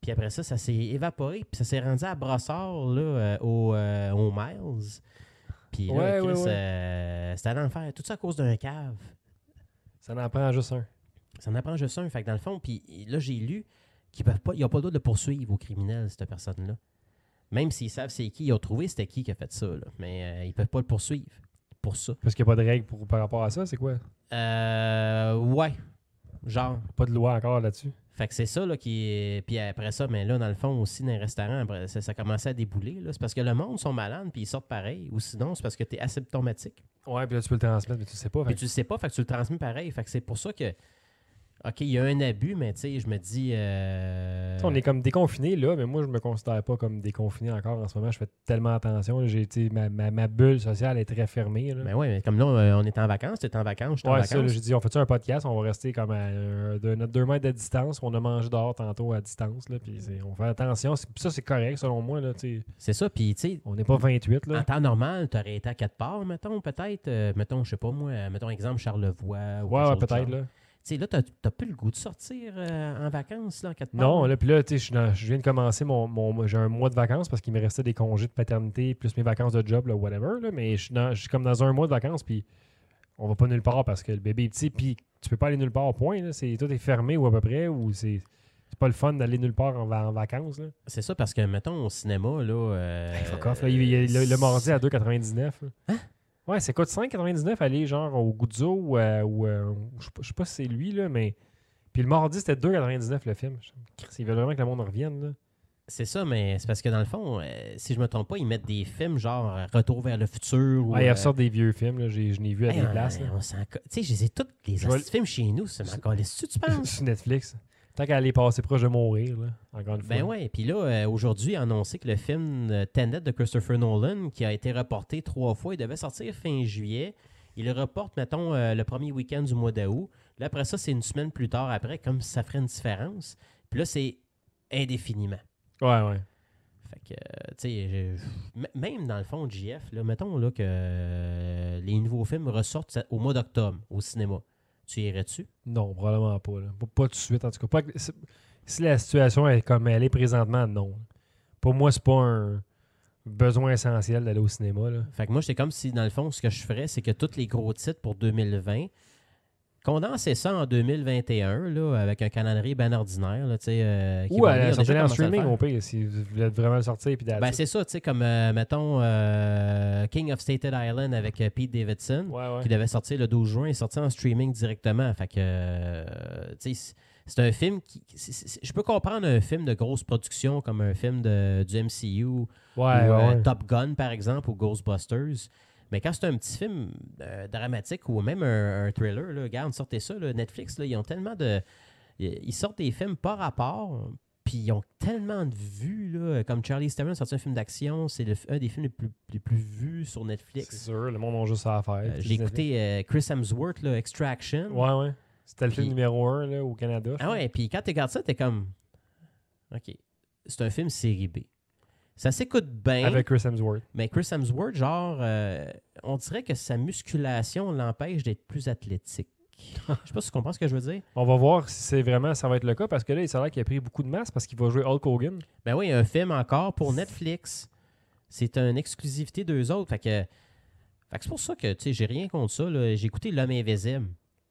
Speaker 2: Puis après ça, ça s'est évaporé, puis ça s'est rendu à Brossard, là, euh, au, euh, au Miles. Puis là,
Speaker 1: Ouais,
Speaker 2: Chris,
Speaker 1: ouais, ouais.
Speaker 2: euh, c'était à l'enfer. Tout ça à cause d'un cave.
Speaker 1: Ça en prend juste un.
Speaker 2: Ça en apprend juste un. Fait que dans le fond, puis là, j'ai lu qui peuvent pas, ils n'ont pas le droit de le poursuivre au criminel, cette personne-là. Même s'ils savent c'est qui, ils ont trouvé c'était qui qui a fait ça, là. mais euh, ils ne peuvent pas le poursuivre pour ça.
Speaker 1: Parce qu'il n'y a pas de règle pour- par rapport à ça, c'est quoi?
Speaker 2: Euh, ouais, genre.
Speaker 1: Pas de loi encore là-dessus.
Speaker 2: Fait que c'est ça là, qui est... Puis après ça, mais là, dans le fond, aussi, dans les restaurants, après, ça, ça commençait à débouler. là. C'est parce que le monde sont malades, puis ils sortent pareil. Ou sinon, c'est parce que tu es asymptomatique.
Speaker 1: Ouais, puis là, tu peux le transmettre, mais tu sais pas.
Speaker 2: Puis tu le sais pas, fait que tu le transmets pareil. Fait que c'est pour ça que... OK, il y a un abus, mais tu sais, je me dis... euh,
Speaker 1: On est comme déconfiné là, mais moi, je me considère pas comme déconfiné encore en ce moment. Je fais tellement attention. là. J'ai été ma, ma- ma bulle sociale est très fermée. là.
Speaker 2: Ben ouais, mais comme là, on- on est en vacances, tu es en vacances, je suis en
Speaker 1: Ouais, c'est ça, là,
Speaker 2: vacances.
Speaker 1: j'ai dit, on fait-tu un podcast? On va rester comme à euh, de notre deux mètres de distance. On a mangé dehors tantôt à distance. Là, puis c'est- on fait attention. C'est- Ça, c'est correct selon moi. Là, tu sais.
Speaker 2: C'est ça, puis tu sais,
Speaker 1: on n'est pas 28. Là.
Speaker 2: En temps normal, tu aurais été à quatre parts, mettons, peut-être. euh, mettons, je sais pas moi, euh, mettons exemple Charlevoix. Ou
Speaker 1: ouais, ouais, peut-être.
Speaker 2: Tu
Speaker 1: Ah, Là.
Speaker 2: sais, là, t'as t'as plus le goût de sortir euh, en vacances, là, en quatre parts.
Speaker 1: Non, là, puis là, tu sais, je suis dans- je viens de commencer mon. mon- j'ai un mois de vacances parce qu'il me restait des congés de paternité plus mes vacances de job, là, whatever. Là, mais je suis, dans- je suis comme dans un mois de vacances, puis on va pas nulle part parce que le bébé est petit, puis tu peux pas aller nulle part, point. Là, c'est, tout est fermé ou à peu près, ou c'est, c'est pas le fun d'aller nulle part en, va- en vacances. Là.
Speaker 2: C'est ça, parce que, mettons, au cinéma, là. euh,
Speaker 1: Hey, fuck off, là, il- il- le, le mardi à 2,99. là. Ouais, ça coûte 5,99 aller genre au Guzzo ou, à- ou, euh, ou je sais pas- je sais pas si c'est lui, là, mais. Puis le mardi, c'était 2,99 le film. Je- Chris, Ils veulent vraiment que le monde revienne. Là.
Speaker 2: C'est ça, mais c'est parce que, dans le fond, euh, si je me trompe pas, ils mettent des films genre euh, Retour vers le futur. ou,
Speaker 1: Ouais, ils
Speaker 2: euh,
Speaker 1: ressortent des vieux films, là. J'ai- je n'ai vu à
Speaker 2: hey,
Speaker 1: des
Speaker 2: on-
Speaker 1: places. là.
Speaker 2: on s'en co- Tu sais, j'ai tous les
Speaker 1: Je vais-
Speaker 2: hosties de films chez nous, c'est encore les tu penses?
Speaker 1: Sur Netflix. Tant qu'elle est passée proche de mourir, là. Encore une fois.
Speaker 2: Ben ouais, puis là, euh, aujourd'hui, a annoncé que le film euh, Tenet de Christopher Nolan, qui a été reporté trois fois, il devait sortir fin juillet. Il le reporte, mettons, euh, le premier week-end du mois d'août. Là, après ça, c'est une semaine plus tard après, comme ça ferait une différence. Puis là, c'est indéfiniment.
Speaker 1: Ouais, ouais.
Speaker 2: Fait que, euh, tu sais, j'ai- m- même dans le fond, JF, là, mettons là, que euh, les nouveaux films ressortent au mois d'octobre au cinéma. Tu irais-tu?
Speaker 1: Non, probablement pas. là. Pas, pas tout de suite, en tout cas. Pas que- si- si la situation est comme elle est présentement, non. Pour moi, c'est pas un besoin essentiel d'aller au cinéma, là.
Speaker 2: Fait que moi, c'est comme si, dans le fond, ce que je ferais, c'est que tous les gros titres pour 2020, condenser ça en 2021, là, avec un calendrier bien ordinaire, là, tu sais, euh, qui
Speaker 1: Ou
Speaker 2: va
Speaker 1: à la
Speaker 2: venir, déjà
Speaker 1: sortie en
Speaker 2: commencer à le
Speaker 1: streaming,
Speaker 2: faire.
Speaker 1: au pire, si vous voulez vraiment le sortir. Puis
Speaker 2: Ben, c'est ça, tu sais, comme, euh, mettons, euh, King of Staten Island avec euh, Pete Davidson,
Speaker 1: Ouais, ouais.
Speaker 2: qui devait sortir le 12 juin, est sorti en streaming directement. Fait que, euh, tu sais, c'est- c'est un film qui... c'est- c'est- je peux comprendre un film de grosse production comme un film de, du MCU
Speaker 1: Ouais,
Speaker 2: ou,
Speaker 1: ouais,
Speaker 2: euh,
Speaker 1: ouais.
Speaker 2: Top Gun, par exemple, ou Ghostbusters. Mais quand c'est un petit film euh, dramatique ou même un, un thriller, là, regarde, sortez ça, là, Netflix, là, ils ont tellement de. Ils ils sortent des films par rapport, puis ils ont tellement de vues. là, comme Charlie Theron a sorti un film d'action, c'est le- un des films les plus, les plus vus sur
Speaker 1: C'est
Speaker 2: Netflix.
Speaker 1: sûr, le monde a juste ça à faire.
Speaker 2: Euh,
Speaker 1: puis
Speaker 2: J'ai
Speaker 1: Netflix.
Speaker 2: écouté euh, Chris Hemsworth, là, Extraction.
Speaker 1: Ouais, ouais. C'était le film
Speaker 2: Puis-
Speaker 1: numéro un, là, au Canada. je
Speaker 2: Ah
Speaker 1: pense.
Speaker 2: ouais, puis quand tu regardes ça, t'es comme. OK, c'est un film série B. Ça s'écoute bien.
Speaker 1: Avec Chris Hemsworth.
Speaker 2: Mais Chris Hemsworth, genre, euh, on dirait que sa musculation l'empêche d'être plus athlétique. Je sais pas si tu comprends ce que je veux dire.
Speaker 1: On va voir si c'est vraiment ça va être le cas parce que là, il s'avère qu'il a pris beaucoup de masse parce qu'il va jouer Hulk Hogan.
Speaker 2: Ben oui, un film encore pour Netflix. C'est une exclusivité d'eux autres. Fait que, fait que c'est pour ça que, tu sais, j'ai rien contre ça. là. J'ai écouté L'Homme Invisible,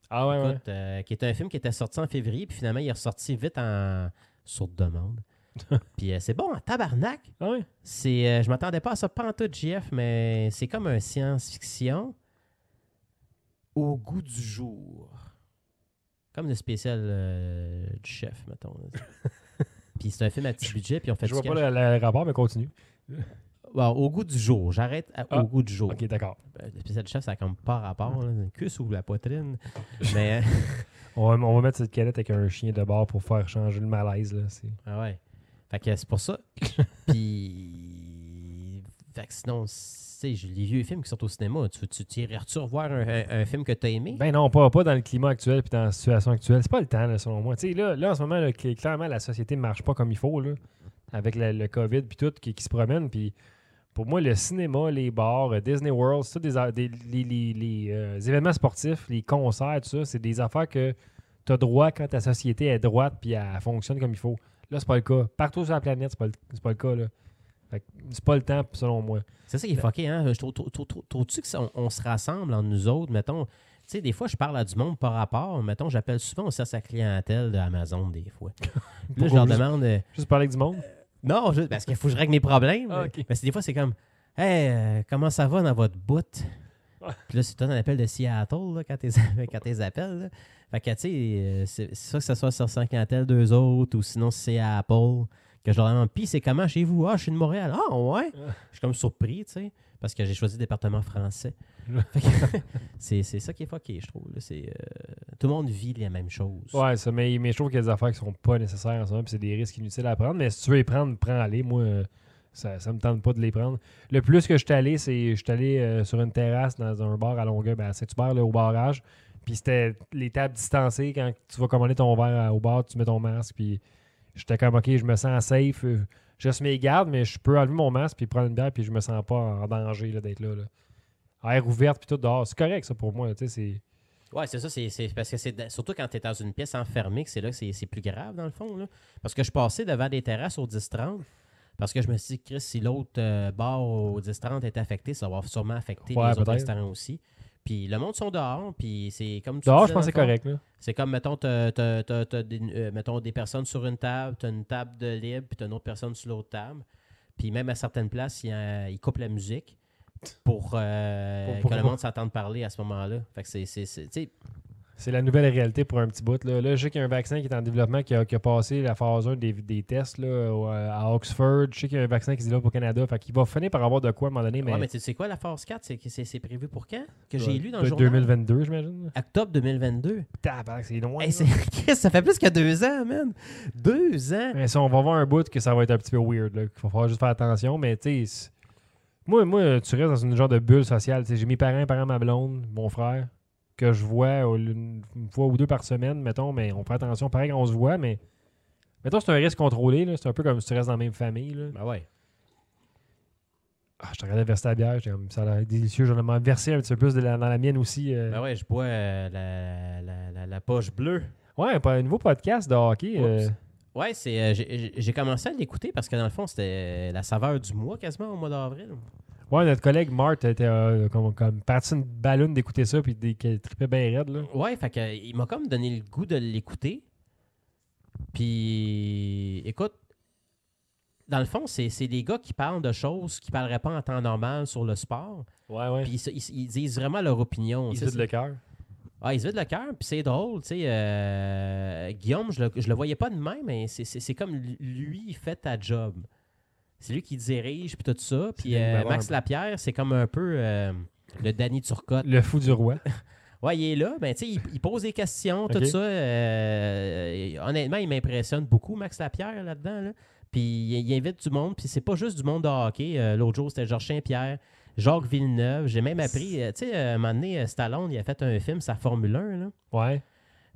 Speaker 1: Ah ouais, ouais.
Speaker 2: écoute, euh, qui est un film qui était sorti en février, puis finalement, il est ressorti vite en... sur demande. puis euh, c'est bon, en tabarnak.
Speaker 1: Ah ouais.
Speaker 2: C'est, euh, je m'attendais pas à ça, pas en tout, JF, mais c'est comme un science-fiction au goût du jour. Comme le spécial euh, du chef, mettons. puis c'est un film à petit budget, puis on fait
Speaker 1: Je
Speaker 2: du
Speaker 1: vois pas
Speaker 2: cash.
Speaker 1: le, le rapport, mais continue.
Speaker 2: Bon, au goût du jour, j'arrête à-
Speaker 1: Ah,
Speaker 2: au goût du jour.
Speaker 1: Ok, d'accord.
Speaker 2: Euh, Le spécial du chef, ça a comme pas rapport. Là. Une cuisse ou la poitrine. mais,
Speaker 1: On va, on va mettre cette canette avec un chien de bord pour faire changer le malaise. Là. c'est-
Speaker 2: ah ouais. Fait que c'est pour ça. puis. Fait que sinon, tu sais, j'ai les vieux films qui sortent au cinéma. Tu tu- tu irais-tu revoir un, un- un film que t'as aimé?
Speaker 1: Ben non, pas, pas dans le climat actuel puis dans la situation actuelle. C'est pas le temps, là, selon moi. Tu sais, là, là, en ce moment, là, cl- clairement, la société ne marche pas comme il faut, là, avec la- le COVID puis tout qui, qui se promène. Puis pour moi, le cinéma, les bars, euh, Disney World, c'est tout des, a- des- les, les- les, euh, événements sportifs, les concerts, tout ça, c'est des affaires que tu as droit quand ta société est droite puis elle fonctionne comme il faut. Là, c'est pas le cas. Partout sur la planète, c'est pas le, c'est pas le cas. Là. Fait que c'est pas le temps, selon moi. ben
Speaker 2: C'est ça qui est fucké, hein? Je trouve- trouve- trouve- trouve- Trouves-tu qu'on on se rassemble entre nous autres, mettons? Tu Tu sais, des fois, je parle à du monde par rapport. Mettons, j'appelle souvent au service à clientèle d'Amazon, des fois. Puis là, je leur
Speaker 1: Pourquoi
Speaker 2: demande. euh,
Speaker 1: Juste parler avec du monde.
Speaker 2: non, je- parce qu'il faut que je règle mes problèmes.
Speaker 1: Ah, ok.
Speaker 2: Parce que des fois, c'est comme Hey, euh, comment ça va dans votre bout? Puis là, c'est tout un appel de Seattle là, quand t'es quand t'es appels. là. Fait que, tu sais, euh, c'est c'est ça que ça soit sur 100 clientèle, deux autres, ou sinon si c'est à Apple, que je leur demande Puis c'est comment chez vous? Ah, je suis de Montréal. Ah, ouais. Je suis comme surpris, tu sais, parce que j'ai choisi le département français. Fait que c'est c'est ça qui est fucké, je trouve. là. C'est, euh, tout le monde vit les mêmes choses.
Speaker 1: Ouais, ça, mais, mais je trouve qu'il y a des affaires qui sont pas nécessaires en ce moment, puis c'est des risques inutiles à prendre. Mais si tu veux les prendre, prends-les. Moi, euh, ça, ça me tente pas de les prendre. Le plus que je suis allé, c'est je suis allé euh, sur une terrasse dans un bar à Longueuil, ben, à Saint-Hubert, là, au barrage. Puis c'était les tables distancées. Quand tu vas commander ton verre à- au bar, tu mets ton masque. Puis j'étais comme, OK, je me sens safe. euh, Je reste mes gardes, mais je peux enlever mon masque, puis prendre une bière, puis je me sens pas en danger là, d'être là, là. Air ouverte, puis tout dehors. C'est correct, ça, pour moi. là, Tu sais, c'est.
Speaker 2: Ouais, c'est ça, c'est c'est parce que c'est dans- surtout quand tu es dans une pièce enfermée que c'est là que c'est c'est plus grave, dans le fond. Là. Parce que je passais devant des terrasses au 10-30, parce que je me suis dit, Chris, si l'autre euh, bar au 10-30 est affecté, ça va sûrement affecter
Speaker 1: Ouais,
Speaker 2: les autres
Speaker 1: peut-être.
Speaker 2: restaurants aussi. Puis le monde sont dehors, puis c'est comme tu
Speaker 1: Dehors,
Speaker 2: disais,
Speaker 1: je pense
Speaker 2: dans
Speaker 1: que
Speaker 2: le
Speaker 1: c'est
Speaker 2: fond,
Speaker 1: correct, là.
Speaker 2: C'est comme, mettons, t'as, t'as- t'as- t'as des, euh, mettons, des personnes sur une table, tu as une table de libre, puis tu une autre personne sur l'autre table. Puis même à certaines places, ils, euh, ils coupent la musique pour, euh,
Speaker 1: Pour- pour-
Speaker 2: que le
Speaker 1: pour-
Speaker 2: monde s'entende parler à ce moment-là. Fait que c'est- c'est- c'est- tu sais,
Speaker 1: C'est la nouvelle réalité pour un petit bout. Là, Là, je sais qu'il y a un vaccin qui est en développement qui a, qui a passé la phase 1 des, des tests là, au- euh, à Oxford. Je sais qu'il y a un vaccin qui est là pour le Canada. Fait qu'il va finir par avoir de quoi à un moment donné. Mais
Speaker 2: Ah Ouais, mais tu sais quoi, la phase 4, c'est, que c'est, c'est prévu pour quand? Que j'ai
Speaker 1: Ouais,
Speaker 2: lu dans le
Speaker 1: de-
Speaker 2: journal.
Speaker 1: 2022, j'imagine.
Speaker 2: Octobre 2022.
Speaker 1: Tabarnak, c'est loin.
Speaker 2: Hey,
Speaker 1: là.
Speaker 2: c'est- Chris, ça fait plus que deux ans, man. Deux ans.
Speaker 1: Mais ça, on va voir un bout que ça va être un petit peu weird. Là, qu'il va falloir juste faire attention. Mais tu sais, c'est- moi, moi, tu restes dans une genre de bulle sociale. Tu sais, J'ai mes parents, parents, ma blonde, mon frère, que je vois au- une une fois ou deux par semaine, mettons. Mais on fait attention. Pareil qu'on se voit, mais. Mettons, c'est un risque contrôlé. là. C'est un peu comme si tu restes dans la même famille. Là.
Speaker 2: Ben ouais.
Speaker 1: Ah, je te regardais verser la bière, j'étais comme, ça a l'air délicieux. J'en ai versé un petit peu plus de la- dans la mienne aussi. euh.
Speaker 2: Ben ouais, je bois euh, la, la, la, la poche bleue.
Speaker 1: Ouais, pas un nouveau podcast de hockey. euh,
Speaker 2: Oups. Ouais, c'est, euh, j'ai, j'ai- j'ai commencé à l'écouter parce que dans le fond, c'était euh, la saveur du mois quasiment au mois d'avril.
Speaker 1: Ouais, notre collègue Marthe était euh, comme, comme parti une ballonne d'écouter ça, puis des- qu'elle tripait bien raide. Là.
Speaker 2: Ouais, fait que, euh, il m'a comme donné le goût de l'écouter. Puis, écoute, dans le fond, c'est, c'est des gars qui parlent de choses qui ne parleraient pas en temps normal sur le sport.
Speaker 1: Ouais, ouais.
Speaker 2: Puis ils, se- ils- ils disent vraiment leur opinion.
Speaker 1: Ils
Speaker 2: tu sais,
Speaker 1: vident
Speaker 2: c'est-
Speaker 1: le cœur.
Speaker 2: Ah, ils se vident le cœur, puis c'est drôle. tu sais, euh, Guillaume, je le, je le voyais pas de même, mais c'est- c'est c'est comme lui- lui, il fait ta job. C'est lui qui dirige, puis tout ça. Puis
Speaker 1: des
Speaker 2: euh,
Speaker 1: numéros un
Speaker 2: Max
Speaker 1: peu.
Speaker 2: Lapierre, c'est comme un peu euh, le Danny Turcotte.
Speaker 1: Le fou du roi.
Speaker 2: Ouais, il est là, mais tu sais, il, il pose des questions, tout
Speaker 1: Ok.
Speaker 2: ça. euh, honnêtement, il m'impressionne beaucoup, Max Lapierre, là-dedans. là. Puis il, il invite du monde, puis c'est pas juste du monde de hockey. Euh, L'autre jour, c'était Georges Saint-Pierre, Jacques Villeneuve. J'ai même appris, euh, tu sais, euh, un moment donné, euh, Stallone, il a fait un film, sa Formule 1. Là.
Speaker 1: Ouais.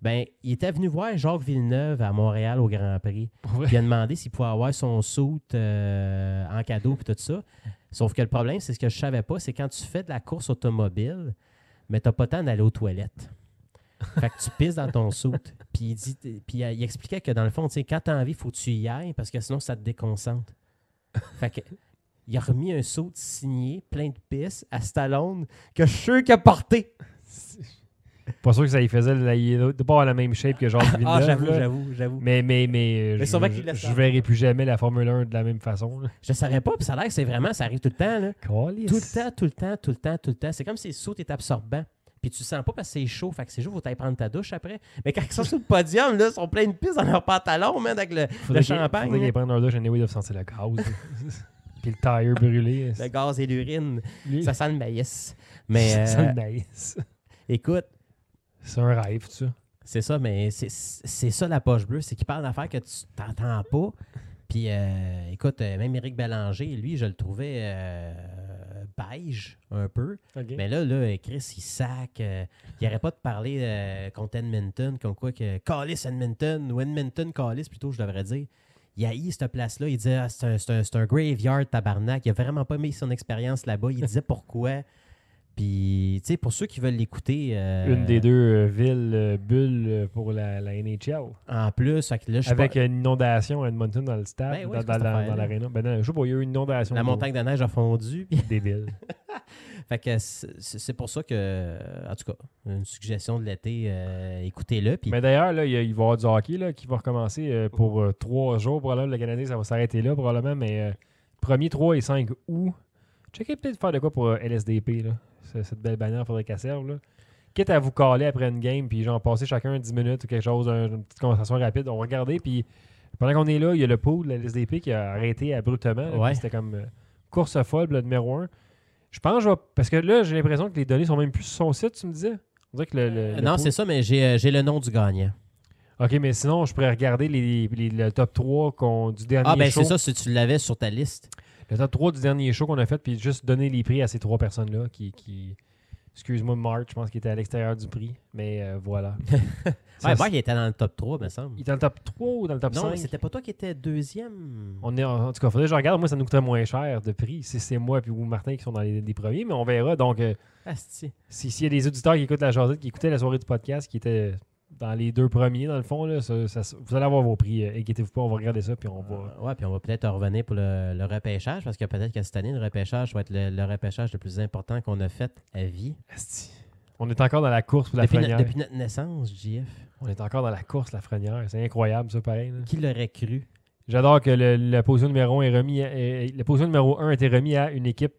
Speaker 2: Ben, il était venu voir Jacques Villeneuve à Montréal au Grand Prix. Puis Il a demandé s'il pouvait avoir son suit euh, en cadeau puis tout ça. Sauf que le problème, c'est ce que je savais pas, c'est quand tu fais de la course automobile, mais t'as pas le temps d'aller aux toilettes. Fait que tu pisses dans ton suit. Puis il, dit, puis euh, il expliquait que dans le fond, tu sais, quand t'as envie, faut que tu y ailles parce que sinon, ça te déconcentre. Fait que il a remis un saut signé, plein de pisses, à Stallone, que je suis sûr qu'il a porté.
Speaker 1: Pas sûr que ça y faisait la- il doit pas avoir la même shape que Georges Villeneuve.
Speaker 2: Ah, j'avoue,
Speaker 1: là.
Speaker 2: j'avoue, j'avoue.
Speaker 1: Mais, mais, mais, euh,
Speaker 2: Mais
Speaker 1: je,
Speaker 2: sûrement qu'il
Speaker 1: je,
Speaker 2: laisse
Speaker 1: je
Speaker 2: ça.
Speaker 1: verrai plus jamais la Formule 1 de la même façon. là.
Speaker 2: Je savais pas, puis ça a l'air que c'est vraiment, ça arrive tout le temps, là. Tout le temps, tout le temps, tout le temps, tout le temps. C'est comme si le saut est absorbant. Puis tu le sens pas parce que c'est chaud. Fait que c'est chaud, faut t'aller prendre ta douche après. Mais quand ils sont sur le podium, là, ils sont pleins de pisse dans leurs pantalons, man, avec le,
Speaker 1: Faudrait
Speaker 2: le
Speaker 1: qu'il-
Speaker 2: champagne, hein.
Speaker 1: Faudrait
Speaker 2: là.
Speaker 1: qu'ils prennent leur douche, anyway, ils doivent sentir le gaz. puis le tire brûlé. hein.
Speaker 2: le gaz et l'urine.
Speaker 1: Lui-
Speaker 2: Ça sent le maïs. Mais
Speaker 1: Ça
Speaker 2: euh,
Speaker 1: sonne nice.
Speaker 2: écoute,
Speaker 1: C'est un rêve, ça.
Speaker 2: c'est ça, mais c'est- c'est ça la poche bleue. C'est qu'ils parlent d'affaires que tu t'entends pas. Puis euh, écoute, euh, même Éric Bélanger, lui, je le trouvais euh, beige un peu. Mais là, là, euh, Chris, il sac. euh, il n'arrête pas de parler euh, contre Edmonton, comme quoi que Callis Edmonton ou Edmonton Callis, plutôt, je devrais dire. Il haït cette place-là. Il disait, ah, c'est un, c'est un- c'est un graveyard tabarnak. Il a vraiment pas mis son expérience là-bas. Il disait pourquoi. Puis, tu sais, pour ceux qui veulent l'écouter. euh,
Speaker 1: Une des deux euh, villes euh, bulles euh, pour la, la NHL.
Speaker 2: En plus, fait que là, je suis
Speaker 1: Avec
Speaker 2: pas-
Speaker 1: une inondation à Edmonton dans le stade,
Speaker 2: Ben oui,
Speaker 1: dans,
Speaker 2: c'est quoi
Speaker 1: dans-
Speaker 2: cette
Speaker 1: dans-
Speaker 2: affaire-là?
Speaker 1: dans l'aréna. Ben non, je sais pas, il y a eu une inondation.
Speaker 2: la
Speaker 1: de-
Speaker 2: montagne de neige a fondu. puis-
Speaker 1: Débile.
Speaker 2: fait que c'est- c'est pour ça que, en tout cas, une suggestion de l'été, euh, écoutez-le. puis-
Speaker 1: Mais d'ailleurs, là, il y a- il va y avoir du hockey là, qui va recommencer euh, pour euh, trois jours. Probablement, le Canadien, ça va s'arrêter là, probablement. Mais euh, premier 3 et 5 août, checkez peut-être faire de quoi pour euh, LSDP. Là. Ce- Cette belle bannière, faudrait qu'elle serve. Là. Quitte à vous caler après une game, puis genre passer chacun 10 minutes ou quelque chose, un- une petite conversation rapide. On va regarder, puis pendant qu'on est là, il y a le pool de la LSDP qui a arrêté abruptement. là, puis
Speaker 2: Ouais.
Speaker 1: C'était comme euh, course folle, le numéro 1. Je pense que je vais- Parce que là, j'ai l'impression que les données sont même plus sur son site, tu me disais? On dirait que le, le- le
Speaker 2: non,
Speaker 1: pool-
Speaker 2: c'est ça, mais j'ai euh, j'ai le nom du gagnant.
Speaker 1: OK, mais sinon, je pourrais regarder les, les- le top 3 qu'on- du dernier
Speaker 2: Ah, ben
Speaker 1: show.
Speaker 2: c'est ça, si tu l'avais sur ta liste.
Speaker 1: Le top 3 du dernier show qu'on a fait, puis juste donner les prix à ces trois personnes-là qui. qui- Excuse-moi, Mark, je pense qu'il était à l'extérieur du prix, mais euh, voilà. Ça,
Speaker 2: Ouais,
Speaker 1: c'est-
Speaker 2: Marc, il était dans le top 3, me semble.
Speaker 1: Il est dans le top 3 ou dans le top
Speaker 2: Non, mais
Speaker 1: 5
Speaker 2: c'était pas toi qui étais deuxième.
Speaker 1: on est, en en tout cas, faudrait que je regarde. Moi, ça nous coûterait moins cher de prix si c'est moi et vous, Martin, qui sont dans les, les premiers, mais on verra. Donc, euh,
Speaker 2: Asti.
Speaker 1: si- s'il y a des auditeurs qui écoutent la jasette, qui écoutaient la soirée du podcast, qui étaient dans les deux premiers, dans le fond, là, ça- ça- vous allez avoir vos prix. euh, Inquiétez-vous pas, on va regarder ça, puis on va.
Speaker 2: Euh, ouais, puis on va peut-être revenir pour le, le repêchage, parce que peut-être que cette année, le repêchage va être le, le repêchage le plus important qu'on a fait à vie.
Speaker 1: Asti. On est encore dans la course pour la
Speaker 2: depuis, no-
Speaker 1: frenière.
Speaker 2: depuis notre naissance, JF.
Speaker 1: On est encore dans la course, la frenière. C'est incroyable, ça, pareil. là.
Speaker 2: Qui l'aurait cru?
Speaker 1: J'adore que le, la position numéro 1 est remis à- est- la position numéro 1 a été remis à une équipe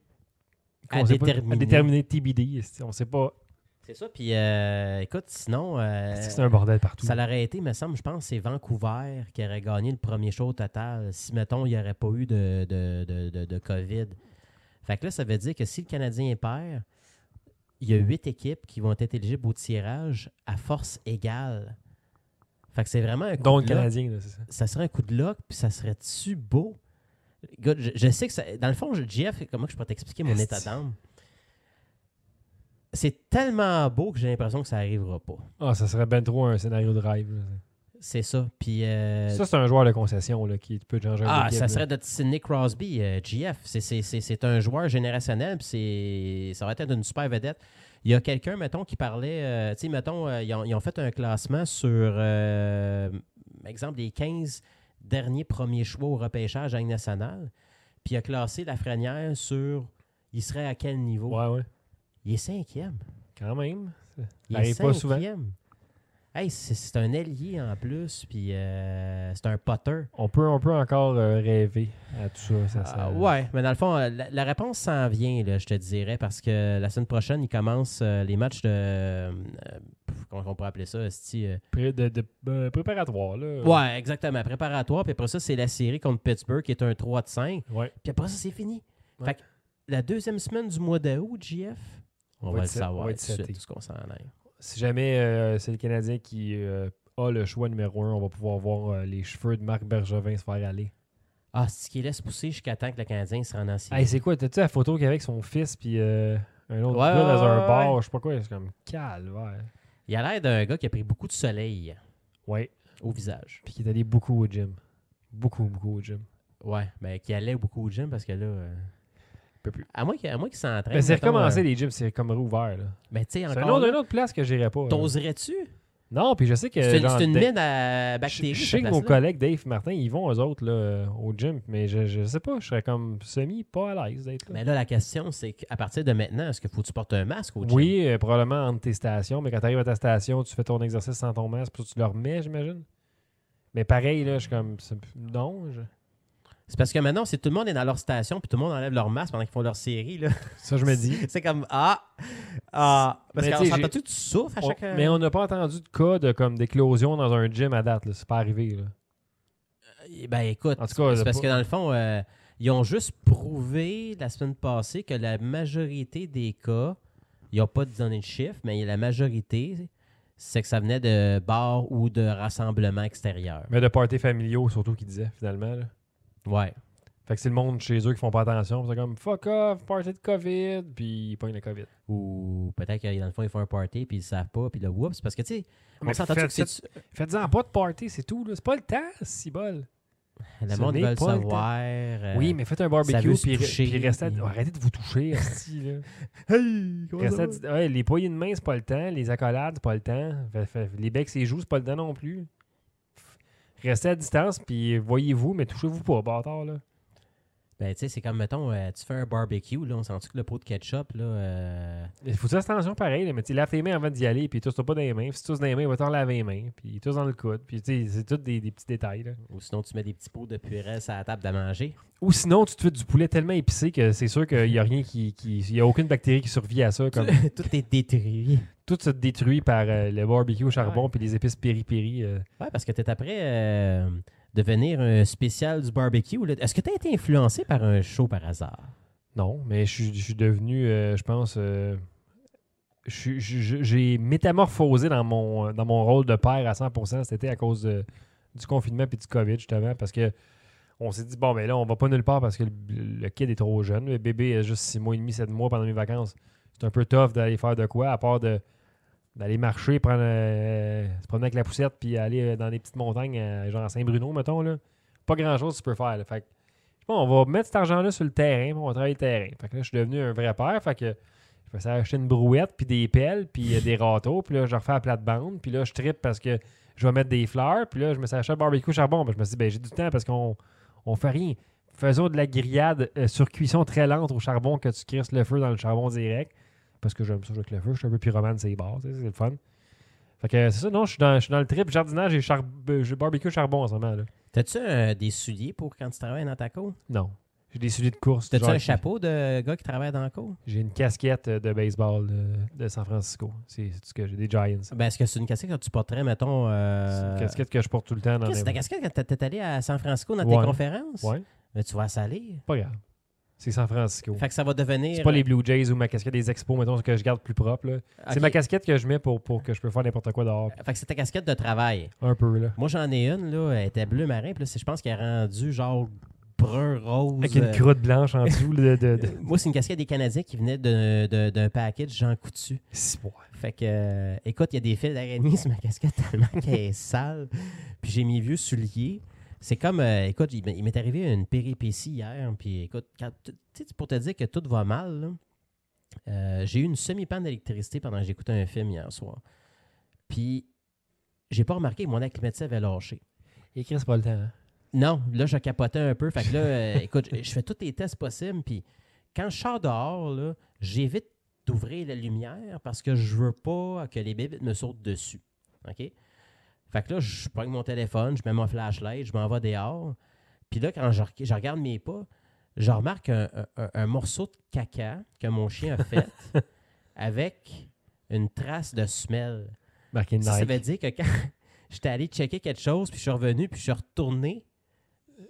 Speaker 1: qu'on
Speaker 2: À
Speaker 1: sait pas-
Speaker 2: déterminer.
Speaker 1: à déterminer TBD. esti. On sait pas.
Speaker 2: C'est ça, puis euh, écoute, sinon, euh,
Speaker 1: Esti, C'est un bordel partout.
Speaker 2: ça l'aurait été, me semble, je pense, c'est Vancouver qui aurait gagné le premier show au total, si, mettons, il n'y aurait pas eu de, de, de- de- de COVID. Fait que là, ça veut dire que si le Canadien perd, il y a huit équipes qui vont être éligibles au tirage à force égale. Fait que c'est vraiment un coup
Speaker 1: Dont le
Speaker 2: de luck.
Speaker 1: Canadien, là, c'est ça.
Speaker 2: ça serait un coup de lock, puis ça serait-tu beau? Écoute, je, je sais que ça- Dans le fond, je- Jeff, comment je peux t'expliquer mon
Speaker 1: Esti.
Speaker 2: état d'âme? C'est tellement beau que j'ai l'impression que ça arrivera pas.
Speaker 1: Ah, ça serait ben trop un scénario de rêve. là.
Speaker 2: C'est ça. Puis. euh,
Speaker 1: Ça, c'est un joueur de concession là, qui peut changer un
Speaker 2: ah,
Speaker 1: équipe,
Speaker 2: ça
Speaker 1: là.
Speaker 2: serait de Sidney Crosby, euh, GF. C'est- c'est- C'est c'est un joueur générationnel, puis c'est- ça aurait été une super vedette. Il y a quelqu'un, mettons, qui parlait, euh, tu sais, mettons, euh, ils, ont, ils ont fait un classement sur, euh, exemple, les 15 derniers premiers choix au repêchage à Ligue nationale, puis il a classé Lafrenière sur, il serait à quel niveau?
Speaker 1: Ouais, ouais.
Speaker 2: Il est cinquième.
Speaker 1: Quand même.
Speaker 2: Il
Speaker 1: Ça
Speaker 2: est
Speaker 1: arrive pas souvent.
Speaker 2: cinquième. Hey, c'est- c'est un ailier en plus, puis euh, c'est un potter.
Speaker 1: On peut, on peut encore euh, rêver à tout ça. ça, ça-
Speaker 2: Ah, ouais, mais dans le fond, euh, la, la réponse s'en vient, là, je te dirais, parce que la semaine prochaine, ils commencent euh, les matchs de. euh, pff, comment on pourrait appeler ça esti, euh,
Speaker 1: Pré- de, de- euh, préparatoire. Là.
Speaker 2: Ouais, exactement, préparatoire. Puis après ça, c'est la série contre Pittsburgh qui est un 3 de 5.
Speaker 1: Ouais.
Speaker 2: Puis après ça, c'est fini.
Speaker 1: Ouais.
Speaker 2: Fait que la deuxième semaine du mois d'août, JF, on,
Speaker 1: On va
Speaker 2: va, le
Speaker 1: être set- on
Speaker 2: savoir
Speaker 1: va
Speaker 2: tout
Speaker 1: être
Speaker 2: de suite,
Speaker 1: seté.
Speaker 2: tout ce qu'on s'en aille.
Speaker 1: Si jamais euh, c'est le Canadien qui euh, a le choix numéro un, on va pouvoir voir euh, les cheveux de Marc Bergevin se faire aller.
Speaker 2: Ah, c'est ce qui laisse pousser jusqu'à temps que le Canadien se rende en série.
Speaker 1: Hey, c'est quoi? T'as-tu la photo qu'il y avait avec son fils puis euh, un autre
Speaker 2: Ouais,
Speaker 1: gars
Speaker 2: ouais,
Speaker 1: dans un
Speaker 2: ouais,
Speaker 1: bar?
Speaker 2: ouais.
Speaker 1: Je sais pas quoi, c'est comme calvaire.
Speaker 2: Il a l'air d'un gars qui a pris beaucoup de soleil
Speaker 1: Ouais.
Speaker 2: au visage.
Speaker 1: Puis qui est allé beaucoup au gym. Beaucoup, beaucoup au gym.
Speaker 2: Ouais, mais qui allait beaucoup au gym parce que là. euh,
Speaker 1: Peut plus.
Speaker 2: À moins qu'il à moins qu'il s'entraîne.
Speaker 1: Ben, c'est
Speaker 2: mettons,
Speaker 1: recommencé
Speaker 2: euh,
Speaker 1: les gyms, c'est comme rouvert. là.
Speaker 2: Mais tu sais,
Speaker 1: C'est
Speaker 2: encore.
Speaker 1: un
Speaker 2: là,
Speaker 1: autre, euh, une autre place que j'irais pas. là.
Speaker 2: T'oserais-tu
Speaker 1: Non, puis je sais que.
Speaker 2: C'est une,
Speaker 1: genre,
Speaker 2: c'est une
Speaker 1: Dave-
Speaker 2: mine à
Speaker 1: Je
Speaker 2: bactéries.
Speaker 1: je
Speaker 2: cette
Speaker 1: sais que nos
Speaker 2: place-là.
Speaker 1: collègues Dave et Martin, ils vont eux autres là, euh, au gym, mais je, je sais pas, je serais comme semi pas à l'aise d'être là.
Speaker 2: Mais là, la question, c'est qu'à partir de maintenant, est-ce qu'il faut que tu portes un masque au gym?
Speaker 1: Oui, euh, probablement entre tes stations, mais quand tu arrives à ta station, tu fais ton exercice sans ton masque, puis tu le remets, j'imagine. Mais pareil, là, je suis comme. c'est- Non, je-
Speaker 2: C'est parce que maintenant, c'est tout le monde est dans leur station, puis tout le monde enlève leur masque pendant qu'ils font leur série. là.
Speaker 1: ça, je me dis.
Speaker 2: c'est comme Ah! Ah! Parce
Speaker 1: Mais
Speaker 2: qu'on
Speaker 1: tu sais,
Speaker 2: s'entend tu que tu souffres à
Speaker 1: On-
Speaker 2: chaque. euh,
Speaker 1: mais on n'a pas entendu de cas de comme d'éclosion dans un gym à date, là. c'est pas arrivé. Là.
Speaker 2: Euh, Ben écoute,
Speaker 1: En tout cas,
Speaker 2: c'est
Speaker 1: là,
Speaker 2: parce
Speaker 1: pas-
Speaker 2: que dans le fond, euh, ils ont juste prouvé la semaine passée que la majorité des cas, ils n'ont pas donné de chiffre, mais la majorité, c'est que ça venait de bars ou de rassemblements extérieurs.
Speaker 1: mais de parties familiaux surtout qu'ils disaient finalement. là.
Speaker 2: Ouais.
Speaker 1: Fait que c'est le monde chez eux qui font pas attention, puis c'est comme fuck off, party de COVID, puis ils pognent le COVID.
Speaker 2: Ah, Ou peut-être que dans le fond, ils font un party puis ils ne savent pas, puis là, oups, parce que tu sais, on
Speaker 1: Mais
Speaker 2: s'entend que
Speaker 1: faites-
Speaker 2: c'est-
Speaker 1: Faites-en pas de party, c'est tout. là. C'est pas le temps, si bol.
Speaker 2: le
Speaker 1: ce
Speaker 2: monde
Speaker 1: n'est
Speaker 2: veut le
Speaker 1: pas le temps.
Speaker 2: savoir. euh,
Speaker 1: oui, mais faites un
Speaker 2: ça
Speaker 1: barbecue,
Speaker 2: veut se
Speaker 1: puis,
Speaker 2: toucher.
Speaker 1: puis restez à- arrêtez de vous toucher, esti, là.
Speaker 2: Hey, comment
Speaker 1: Restez
Speaker 2: ça
Speaker 1: à
Speaker 2: va?
Speaker 1: di- ouais, les poignées de main, c'est pas le temps. Les accolades, c'est pas le temps. Fait- fait- les becs, c'est joues, c'est pas le temps non plus. F- Restez à distance, puis voyez-vous, mais touchez-vous pas, bâtard, là.
Speaker 2: Ben, tu sais, c'est comme, mettons, euh, tu fais un barbecue, là, on sent que le pot de ketchup, là. euh,
Speaker 1: Il faut faire attention pareil, là, mais tu sais, lave tes mains avant d'y aller, puis tous pas dans les mains. Puis si tous dans les mains, il va t'en laver les mains, puis tous dans le coude. Puis tu sais, c'est tous des, des petits détails. là.
Speaker 2: ou sinon, tu mets des petits pots de purée à la table de manger.
Speaker 1: Ou sinon, tu te fais du poulet tellement épicé que c'est sûr qu'il n'y a rien qui. qui- Il y a aucune bactérie qui survit à ça. Comme,
Speaker 2: Tout est détruit.
Speaker 1: tout se détruit par euh, le barbecue au charbon puis les épices péri-péri. euh.
Speaker 2: Ouais, parce que tu es après euh, devenir un spécial du barbecue. là. Est-ce que tu as été influencé par un show par hasard?
Speaker 1: Non, mais je suis- je suis devenu, euh, je pense, euh, je suis- je- je- j'ai métamorphosé dans mon, dans mon rôle de père à 100 C'était à cause de- du confinement puis du COVID, justement, parce que on s'est dit, bon, ben là, on va pas nulle part parce que le, le kid est trop jeune. Le bébé a juste 6 mois et demi, 7 mois pendant mes vacances. C'est un peu tough d'aller faire de quoi, à part de d'aller marcher, prendre, euh, se promener avec la poussette puis aller euh, dans des petites montagnes, euh, genre à Saint-Bruno, mettons. Là. Pas grand-chose que tu peux faire. là. Fait que Bon, on va mettre cet argent-là sur le terrain, puis on va travailler le terrain. Fait que là, je suis devenu un vrai père. Fait que je me suis acheté une brouette, puis des pelles, puis euh, des râteaux, puis là, je refais la plate-bande, puis là, je trippe parce que je vais mettre des fleurs, puis là, je me suis acheté un barbecue charbon. Ben, je me suis dit, ben, j'ai du temps parce qu'on on fait rien. Faisons de la grillade euh, sur cuisson très lente au charbon que tu crisses le feu dans le charbon direct. Parce que j'aime ça jouer avec le feu. Je suis un peu pyromane, c'est barres, tu sais, c'est le fun. Fait que euh, c'est ça, non, je suis dans, je suis dans le trip jardinage et char- euh, j'ai barbecue charbon en ce moment. Là.
Speaker 2: T'as-tu euh, des souliers pour quand tu travailles dans ta cour?
Speaker 1: Non. J'ai des souliers de course.
Speaker 2: T'as-tu
Speaker 1: genre
Speaker 2: un
Speaker 1: qui-
Speaker 2: chapeau de gars qui travaille dans la cour?
Speaker 1: J'ai une casquette euh, de baseball de, de San Francisco. C'est c'est ce que j'ai. Des Giants.
Speaker 2: Ben, est-ce que c'est une casquette que tu porterais, mettons.
Speaker 1: C'est
Speaker 2: Euh...
Speaker 1: une casquette que je porte tout le temps dans
Speaker 2: Qu'est-ce que
Speaker 1: les
Speaker 2: C'est ta casquette quand t'es- t'es allé à San Francisco dans
Speaker 1: Ouais.
Speaker 2: tes conférences?
Speaker 1: Ouais,
Speaker 2: Ben, tu vas salir.
Speaker 1: pas grave. C'est San Francisco.
Speaker 2: Fait que euh, ça va devenir.
Speaker 1: C'est pas les Blue Jays ou ma casquette des Expos, mettons, que je garde plus propre. là. C'est
Speaker 2: euh, Ok.
Speaker 1: ma casquette que je mets pour, pour que je peux faire n'importe quoi dehors.
Speaker 2: Fait que c'est ta casquette de travail.
Speaker 1: Un peu, là.
Speaker 2: Moi, j'en ai une, là. Elle était bleu marin. Puis là, c'est- je pense qu'elle est rendue genre brun rose.
Speaker 1: Avec une
Speaker 2: euh,
Speaker 1: croûte blanche en dessous là, de. de, de...
Speaker 2: Moi, c'est une casquette des Canadiens qui venait de- de- d'un package Jean Coutu.
Speaker 1: Six mois.
Speaker 2: Fait que, euh, écoute, il y a des fils d'araignée sur ma casquette tellement qu'elle est sale. Puis j'ai mes vieux souliers. C'est comme, euh, écoute, il m'est il m'est arrivé une péripétie hier. Puis écoute, quand tu- tu sais, pour te dire que tout va mal, là, euh, j'ai eu une semi-panne d'électricité pendant que j'écoutais un film hier soir. Puis j'ai pas remarqué que mon acclimatisé avait lâché.
Speaker 1: Et Chris, pas le temps. hein.
Speaker 2: Non, là, je capotais un peu. Fait que là, euh, écoute, je je fais tous les tests possibles. Puis quand je sors dehors, là, j'évite d'ouvrir la lumière parce que je veux pas que les bébés me sautent dessus. OK? Fait que là, je prends mon téléphone, je mets mon flashlight, je m'en vais dehors. Puis là, quand je, re- je regarde mes pas, je remarque un, un- un- un morceau de caca que mon chien a fait avec une trace de semelle.
Speaker 1: Marqué
Speaker 2: Ça, ça
Speaker 1: Nike.
Speaker 2: veut dire que quand j'étais allé checker quelque chose, puis je suis revenu, puis je suis retourné,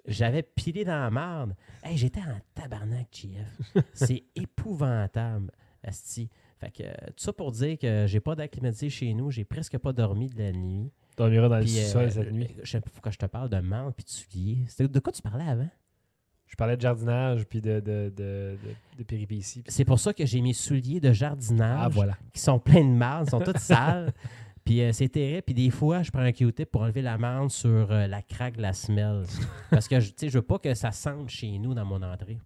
Speaker 2: j'avais pilé dans la marde. Hey, j'étais en tabarnak, GF. C'est épouvantable, Asti. Fait que, euh, tout ça pour dire que j'ai pas d'acclimatisé chez nous, j'ai presque pas dormi de la nuit.
Speaker 1: On ira dans le
Speaker 2: Puis, euh,
Speaker 1: sous-sol cette nuit.
Speaker 2: Je sais pas pourquoi je te parle de marde puis de souliers. C'était- De quoi tu parlais avant?
Speaker 1: Je parlais de jardinage puis de, de, de, de, de péripéties.
Speaker 2: C'est pour ça que j'ai mes souliers de jardinage
Speaker 1: Ah, voilà.
Speaker 2: qui sont pleins de marde, sont toutes sales. Puis euh, c'est terrible. Puis des fois, je prends un Q-tip pour enlever la marde sur euh, la craque de la semelle. Parce que je- tu sais, je veux pas que ça sente chez nous dans mon entrée.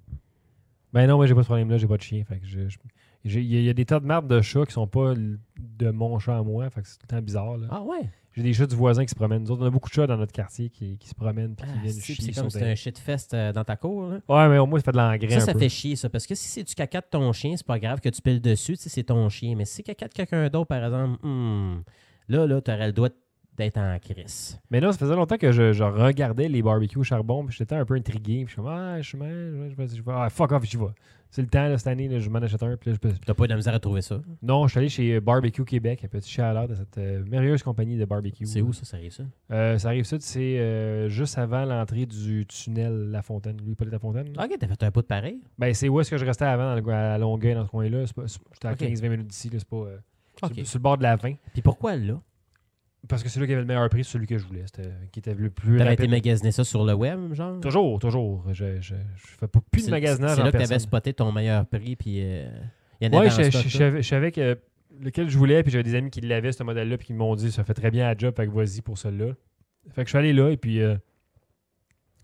Speaker 1: Ben non, moi j'ai pas ce problème-là, j'ai pas de chien. Fait que je- je- j'ai- il y, a- il y a des tas de marques de chats qui sont pas l- de mon chat à moi. Fait que c'est tout le temps bizarre. là.
Speaker 2: Ah ouais?
Speaker 1: J'ai des chats du voisin qui se promènent. Nous autres, on a beaucoup de chats dans notre quartier qui, qui se promènent puis qui
Speaker 2: Ah,
Speaker 1: viennent
Speaker 2: si,
Speaker 1: chier
Speaker 2: puis c'est
Speaker 1: sur
Speaker 2: comme si c'était
Speaker 1: des-
Speaker 2: un shit fest euh, dans ta cour. là.
Speaker 1: Ouais, mais au moins ça fait de l'engrais.
Speaker 2: Ça,
Speaker 1: un
Speaker 2: ça
Speaker 1: peu.
Speaker 2: fait chier, ça. Parce que si c'est du caca de ton chien, c'est pas grave que tu piles dessus, tu sais, c'est ton chien. Mais si c'est caca de quelqu'un d'autre, par exemple, hmm, là, là, t'aurais le droit d'être en crise.
Speaker 1: Mais non, ça faisait longtemps que je, je regardais les barbecues au charbon, puis j'étais un peu intrigué. Puis je suis comme, ah, je suis mal, je vais, je vais- ah, fuck off, j'y vais. C'est le temps, là, cette année, là, je m'en achète un. Puis là, je peux-
Speaker 2: T'as pas eu de la misère à trouver ça.
Speaker 1: Non, je suis allé chez Barbecue Québec, un petit chaleur de cette euh, merveilleuse compagnie de barbecue.
Speaker 2: C'est où ça, ça arrive ça?
Speaker 1: Euh, ça arrive sud, c'est euh, juste avant l'entrée du tunnel La Fontaine, lui, pas La Fontaine.
Speaker 2: Ok, t'as fait un pot de pareil.
Speaker 1: Ben, c'est où est-ce que je restais avant, dans le- à Longueuil, dans ce coin-là. C'est pas- c'est- J'étais à
Speaker 2: Ok.
Speaker 1: 15-20 minutes d'ici, là, c'est pas. euh,
Speaker 2: Ok.
Speaker 1: sur, sur le bord de la 20.
Speaker 2: Puis pourquoi là?
Speaker 1: Parce que celui qui avait le meilleur prix, c'est celui que je voulais, c'était- euh, qui était le plus
Speaker 2: T'avais
Speaker 1: rapide.
Speaker 2: été magasiner ça sur le web, genre?
Speaker 1: Toujours, toujours. Je, je, je fais pas plus de
Speaker 2: C'est-
Speaker 1: magasinage
Speaker 2: C'est
Speaker 1: en
Speaker 2: là que t'avais
Speaker 1: personne.
Speaker 2: spoté ton meilleur prix, puis euh, il y en avait
Speaker 1: Ouais,
Speaker 2: en
Speaker 1: je,
Speaker 2: stock,
Speaker 1: je- je
Speaker 2: là.
Speaker 1: savais- je savais que lequel je voulais, puis j'avais des amis qui l'avaient, ce modèle-là, puis qui m'ont dit ça fait très bien à job, fait que vas-y pour celui-là. Fait que je suis allé là, et puis euh,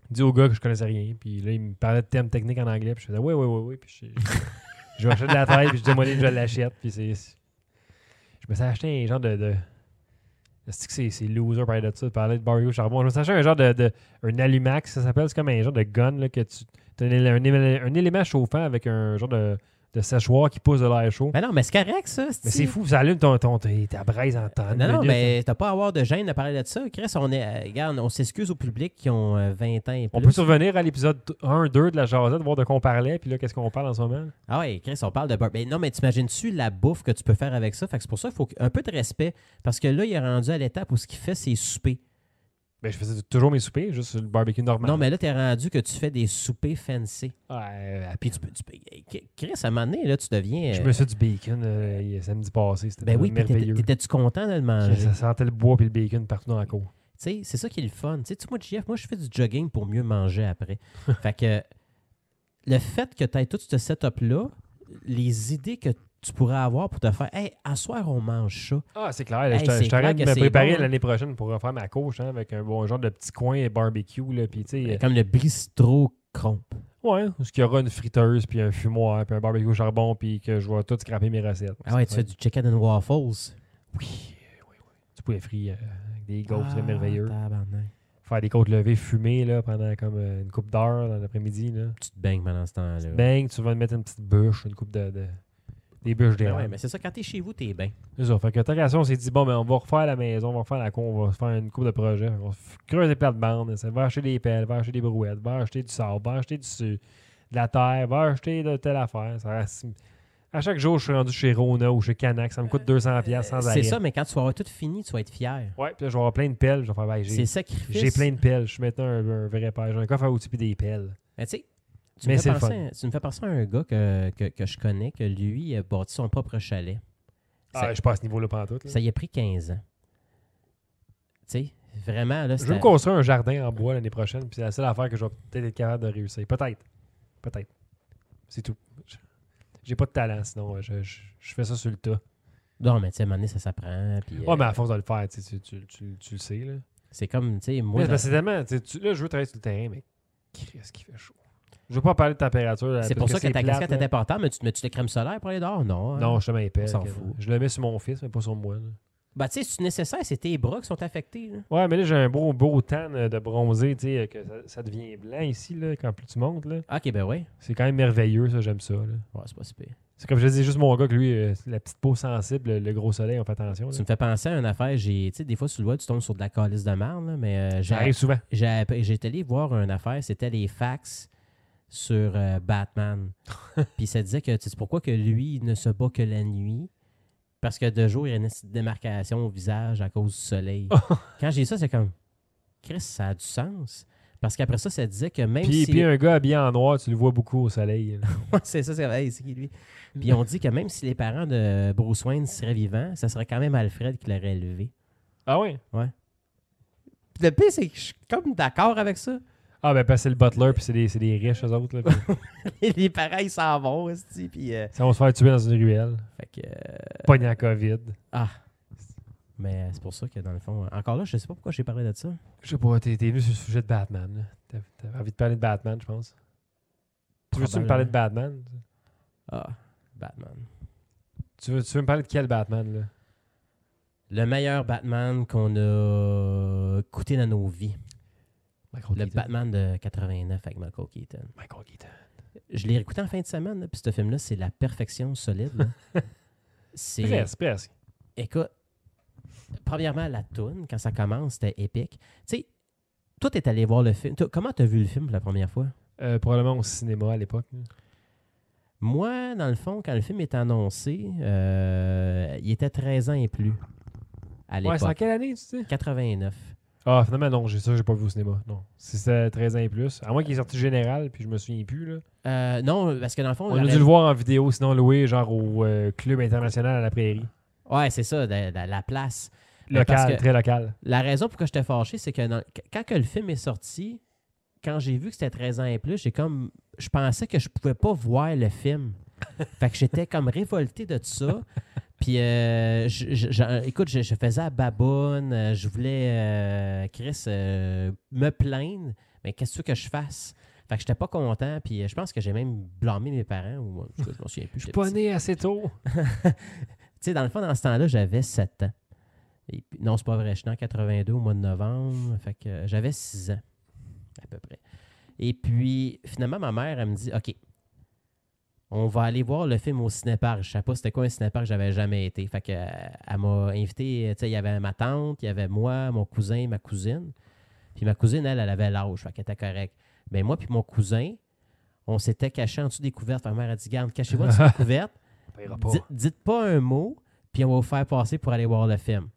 Speaker 1: dit au gars que je connaissais rien, puis là, il me parlait de termes techniques en anglais, puis je faisais ouais, ouais, ouais, ouais, puis je, je, je m'achète de la tête, puis je dis moi, je l'achète, puis c'est. Je me suis acheté un genre de. de Est-ce que C'est c'est loser parler de ça, de parler de Barrio Charbon. Je me suis acheté un genre de, de- un allumax, ça s'appelle. C'est comme un genre de gun là, que tu. t'as Un, éle- un éle- un élément chauffant avec un genre de, de séchoir qui pousse de l'air chaud.
Speaker 2: Ben non, mais c'est correct, ça.
Speaker 1: Mais
Speaker 2: c'ti.
Speaker 1: c'est fou, hein, ça allume ton, ton, ta ta braise en temps. de
Speaker 2: Non, non,
Speaker 1: minutes.
Speaker 2: mais t'as pas à avoir de gêne à parler de ça. Chris, on est. euh, regarde, on s'excuse au public qui ont euh, 20 ans et
Speaker 1: On
Speaker 2: plus.
Speaker 1: peut survenir à l'épisode 1-2 de la jasette, voir de quoi on parlait, puis là, qu'est-ce qu'on parle en ce moment.
Speaker 2: Ah ouais, Chris, on parle de beurre. Mais non, mais t'imagines-tu la bouffe que tu peux faire avec ça? Fait que c'est pour ça qu'il faut un peu de respect. Parce que là, il est rendu à l'étape où ce qu'il fait, c'est souper.
Speaker 1: Ben, je faisais toujours mes soupers, juste sur le barbecue normal.
Speaker 2: Non, mais là, t'es rendu que tu fais des soupers fancy.
Speaker 1: Ouais, à
Speaker 2: Puis tu peux. tu peux- Hey, Chris, à un moment donné, là, tu deviens.
Speaker 1: Je
Speaker 2: euh,
Speaker 1: me suis du bacon euh, il- samedi passé. C'était
Speaker 2: Ben oui, puis t'étais-
Speaker 1: merveilleux.
Speaker 2: t'étais-tu content de le manger?
Speaker 1: Ça sentait le bois et le bacon partout dans la cour.
Speaker 2: Tu sais, c'est ça qui est le fun. Tu sais, tu- moi, JF, moi, je fais du jogging pour mieux manger après. fait que le fait que tu aies tout ce setup-là, les idées que tu pourrais avoir pour te faire, hey, à soir, on mange ça.
Speaker 1: Ah, c'est clair. là, je
Speaker 2: Hey, c'est
Speaker 1: t'a- je
Speaker 2: clair
Speaker 1: t'arrête
Speaker 2: que
Speaker 1: de me
Speaker 2: c'est
Speaker 1: préparer
Speaker 2: bon, hein.
Speaker 1: l'année prochaine pour refaire ma couche hein, avec un bon genre de petit coin barbecue. Là, puis, tu sais,
Speaker 2: Comme le bistrot crompe.
Speaker 1: euh, ouais, où il y aura une friteuse, puis un fumoir, puis un barbecue au charbon, puis que je vais tout scraper mes recettes.
Speaker 2: Ah ouais, tu fais du chicken and waffles.
Speaker 1: Oui, oui, oui. Du poulet frit euh, avec des gaufres, c'est merveilleux.
Speaker 2: Ah, tabarnak.
Speaker 1: Faire des côtes levées fumées là, pendant comme euh, une coupe d'heure dans l'après-midi. là.
Speaker 2: Tu te baignes pendant ce temps-là.
Speaker 1: Bang, tu vas te mettre une petite bûche, une coupe de. de- Des bûches
Speaker 2: Ben
Speaker 1: d'érable.
Speaker 2: ouais, mais c'est ça, quand t'es chez vous, t'es bien.
Speaker 1: C'est ça. Fait que tant qu'à ça, on s'est dit, bon, ben, on va refaire la maison, on va refaire la con, on va se faire une coupe de projet. On va f- creuser des plates-bandes, ça va acheter des pelles, va acheter des brouettes, va acheter du sable, va acheter du su- de la terre, va acheter de telle affaire. Ça reste- à chaque jour, je suis rendu chez Rona ou chez Canac, ça me coûte 200$ piastres sans arrêt.
Speaker 2: Euh, C'est ça, mais quand tu vas avoir tout fini, tu vas être fier.
Speaker 1: Ouais, puis là, je vais avoir plein de pelles, je vais faire, ben, j'ai-
Speaker 2: C'est sacrifice.
Speaker 1: j'ai plein de pelles, je suis maintenant un, un vrai père, j'ai un coffre à outils puis des pelles.
Speaker 2: Mais Ben, tu sais, tu,
Speaker 1: Mais
Speaker 2: me fais
Speaker 1: c'est le
Speaker 2: penser
Speaker 1: fun.
Speaker 2: à- tu me fais penser à un gars que, que, que je connais, que lui a bâti son propre chalet. Ça-
Speaker 1: Ah, je passe ce niveau-là pendant tout. là.
Speaker 2: Ça y a pris 15 ans. Tu sais, vraiment, là,
Speaker 1: Je vais
Speaker 2: c'était-
Speaker 1: me construire un jardin en bois l'année prochaine, puis c'est la seule affaire que je vais peut-être être capable de réussir. Peut-être. Peut-être. C'est tout. Je- J'ai pas de talent, sinon euh, je, je- je fais ça sur le tas.
Speaker 2: Non, mais tu sais, à un moment donné, ça s'apprend. puis, euh,
Speaker 1: Ouais, mais à force de le faire, tu, sais, tu, tu- tu- tu le sais. Là.
Speaker 2: C'est comme, tu sais, moi.
Speaker 1: Mais c'est
Speaker 2: dans-
Speaker 1: parce que c'est tellement. tu sais, tu- là, je veux travailler sur le terrain, mais qu'est-ce qui fait chaud? Je veux pas parler de température. là,
Speaker 2: C'est
Speaker 1: parce
Speaker 2: pour ça que
Speaker 1: c'est
Speaker 2: ta
Speaker 1: plate,
Speaker 2: casquette
Speaker 1: là.
Speaker 2: est importante, mais tu te mets-tu des crèmes solaires pour aller dehors? Non. hein.
Speaker 1: Non, je te mets épais.
Speaker 2: On s'en
Speaker 1: que-
Speaker 2: fout.
Speaker 1: Je le mets sur mon fils, mais pas sur moi. là.
Speaker 2: Bah, tu sais, c'est nécessaire, c'est tes bras qui sont affectés. là.
Speaker 1: Ouais, mais là, j'ai un beau, beau tan euh, de bronzé, tu sais, que ça, ça devient blanc ici, là, quand plus tu montes. là.
Speaker 2: Ah, Ok, ben ouais.
Speaker 1: C'est quand même merveilleux, ça, j'aime ça. là.
Speaker 2: Ouais, c'est pas si pire.
Speaker 1: C'est comme je dis juste mon gars que lui, euh, la petite peau sensible, le, le gros soleil, on fait attention. là.
Speaker 2: Tu me fais penser à une affaire, j'ai, tu sais, des fois, sur le web, tu tombes sur de la calice de marne, là, mais euh, j'ai-
Speaker 1: Ça arrive souvent.
Speaker 2: j'ai app- j'étais allé voir une affaire, c'était les fax sur euh, Batman. Puis ça disait que tu sais pourquoi que lui il ne se bat que la nuit parce que de jour il y a une petite démarcation au visage à cause du soleil. Quand j'ai ça c'est comme Chris ça a du sens parce qu'après ça ça disait que même
Speaker 1: Puis,
Speaker 2: si
Speaker 1: puis un gars habillé en noir, tu le vois beaucoup au soleil. là.
Speaker 2: Ouais, c'est ça c'est hey, c'est qui lui. Puis on dit que même si les parents de Bruce Wayne seraient vivants, ça serait quand même Alfred qui l'aurait élevé.
Speaker 1: ah ouais?
Speaker 2: Puis le pire c'est que je suis comme d'accord avec ça.
Speaker 1: Ah ben parce que c'est le butler, puis c'est des, c'est des riches, eux autres. là, puis
Speaker 2: les parents ils s'en vont, esti, puis euh,
Speaker 1: ça va se faire tuer dans une ruelle.
Speaker 2: fait que euh,
Speaker 1: Pogné en COVID.
Speaker 2: Mais euh, c'est pour ça que dans le fond, euh, encore là, je sais pas pourquoi j'ai parlé de ça.
Speaker 1: Je sais pas, t'es t'es venu sur le sujet de Batman. là. T'as- T'as envie de parler de Batman, je pense. Tu veux-tu me parler de Batman?
Speaker 2: Ah, Batman.
Speaker 1: Tu veux, tu veux me parler de quel Batman, là?
Speaker 2: Le meilleur Batman qu'on a coûté dans nos vies.
Speaker 1: Michael
Speaker 2: Le
Speaker 1: Keaton.
Speaker 2: Batman de 89 avec Michael Keaton.
Speaker 1: Michael Keaton.
Speaker 2: Je l'ai réécouté en fin de semaine, là, puis ce film-là, c'est la perfection solide. là. c'est.
Speaker 1: Presque, presque.
Speaker 2: Écoute, premièrement, la toune, quand ça commence, c'était épique. Tu sais, toi, t'es allé voir le film. Toi, Comment t'as vu le film pour la première fois?
Speaker 1: Euh, probablement au cinéma à l'époque. là.
Speaker 2: Moi, dans le fond, quand le film est annoncé, euh, il était 13 ans et plus à
Speaker 1: Ouais,
Speaker 2: l'époque.
Speaker 1: c'est en quelle année, tu sais?
Speaker 2: 89.
Speaker 1: Ah, finalement, non, j'ai ça, j'ai pas vu au cinéma. Non. Si c'était 13 ans et plus. À moins qu'il est sorti général, puis je me souviens plus. Là.
Speaker 2: Euh, non, parce que dans le fond...
Speaker 1: On
Speaker 2: la
Speaker 1: a dû
Speaker 2: raison-
Speaker 1: le voir en vidéo, sinon loué, genre au euh, Club international à la prairie.
Speaker 2: Ouais, c'est ça, la, la- la place. Mais parce
Speaker 1: Local,
Speaker 2: que-
Speaker 1: très local.
Speaker 2: La raison pourquoi j'étais fâché, c'est que dans- qu- quand que le film est sorti, quand j'ai vu que c'était 13 ans et plus, j'ai comme... Je pensais que je pouvais pas voir le film. fait que j'étais comme révolté de ça. Puis, euh, je- je- je- écoute, je, je faisais à baboune. euh, Je voulais, euh, Chris, euh, me plaindre. Mais qu'est-ce que tu veux que je fasse? Fait que j'étais pas content. Puis, euh, je pense que j'ai même blâmé mes parents. Ou, en tout cas, je m'en souviens plus.
Speaker 1: Je suis
Speaker 2: j'étais
Speaker 1: pas
Speaker 2: petit.
Speaker 1: né assez tôt.
Speaker 2: Tu sais, dans le fond, dans ce temps-là, j'avais 7 ans. Et puis- non, c'est pas vrai. J'étais en 82 au mois de novembre. Fait que euh, j'avais 6 ans, à peu près. Et puis, finalement, ma mère, elle me dit OK, on va aller voir le film au cinéparc. Je sais pas c'était quoi un cinéparc, j'avais jamais été. Fait que, euh, elle m'a invité. Tu sais, il y avait ma tante, il y avait moi, mon cousin, ma cousine. Puis ma cousine, elle, elle avait l'âge. Fait qu'elle était correcte. Mais moi, puis mon cousin, on s'était cachés en dessous des couvertes. Ma mère a dit Garde, cachez-vous en dessous des couvertes. Dites, dites pas un mot, puis on va vous faire passer pour aller voir le film.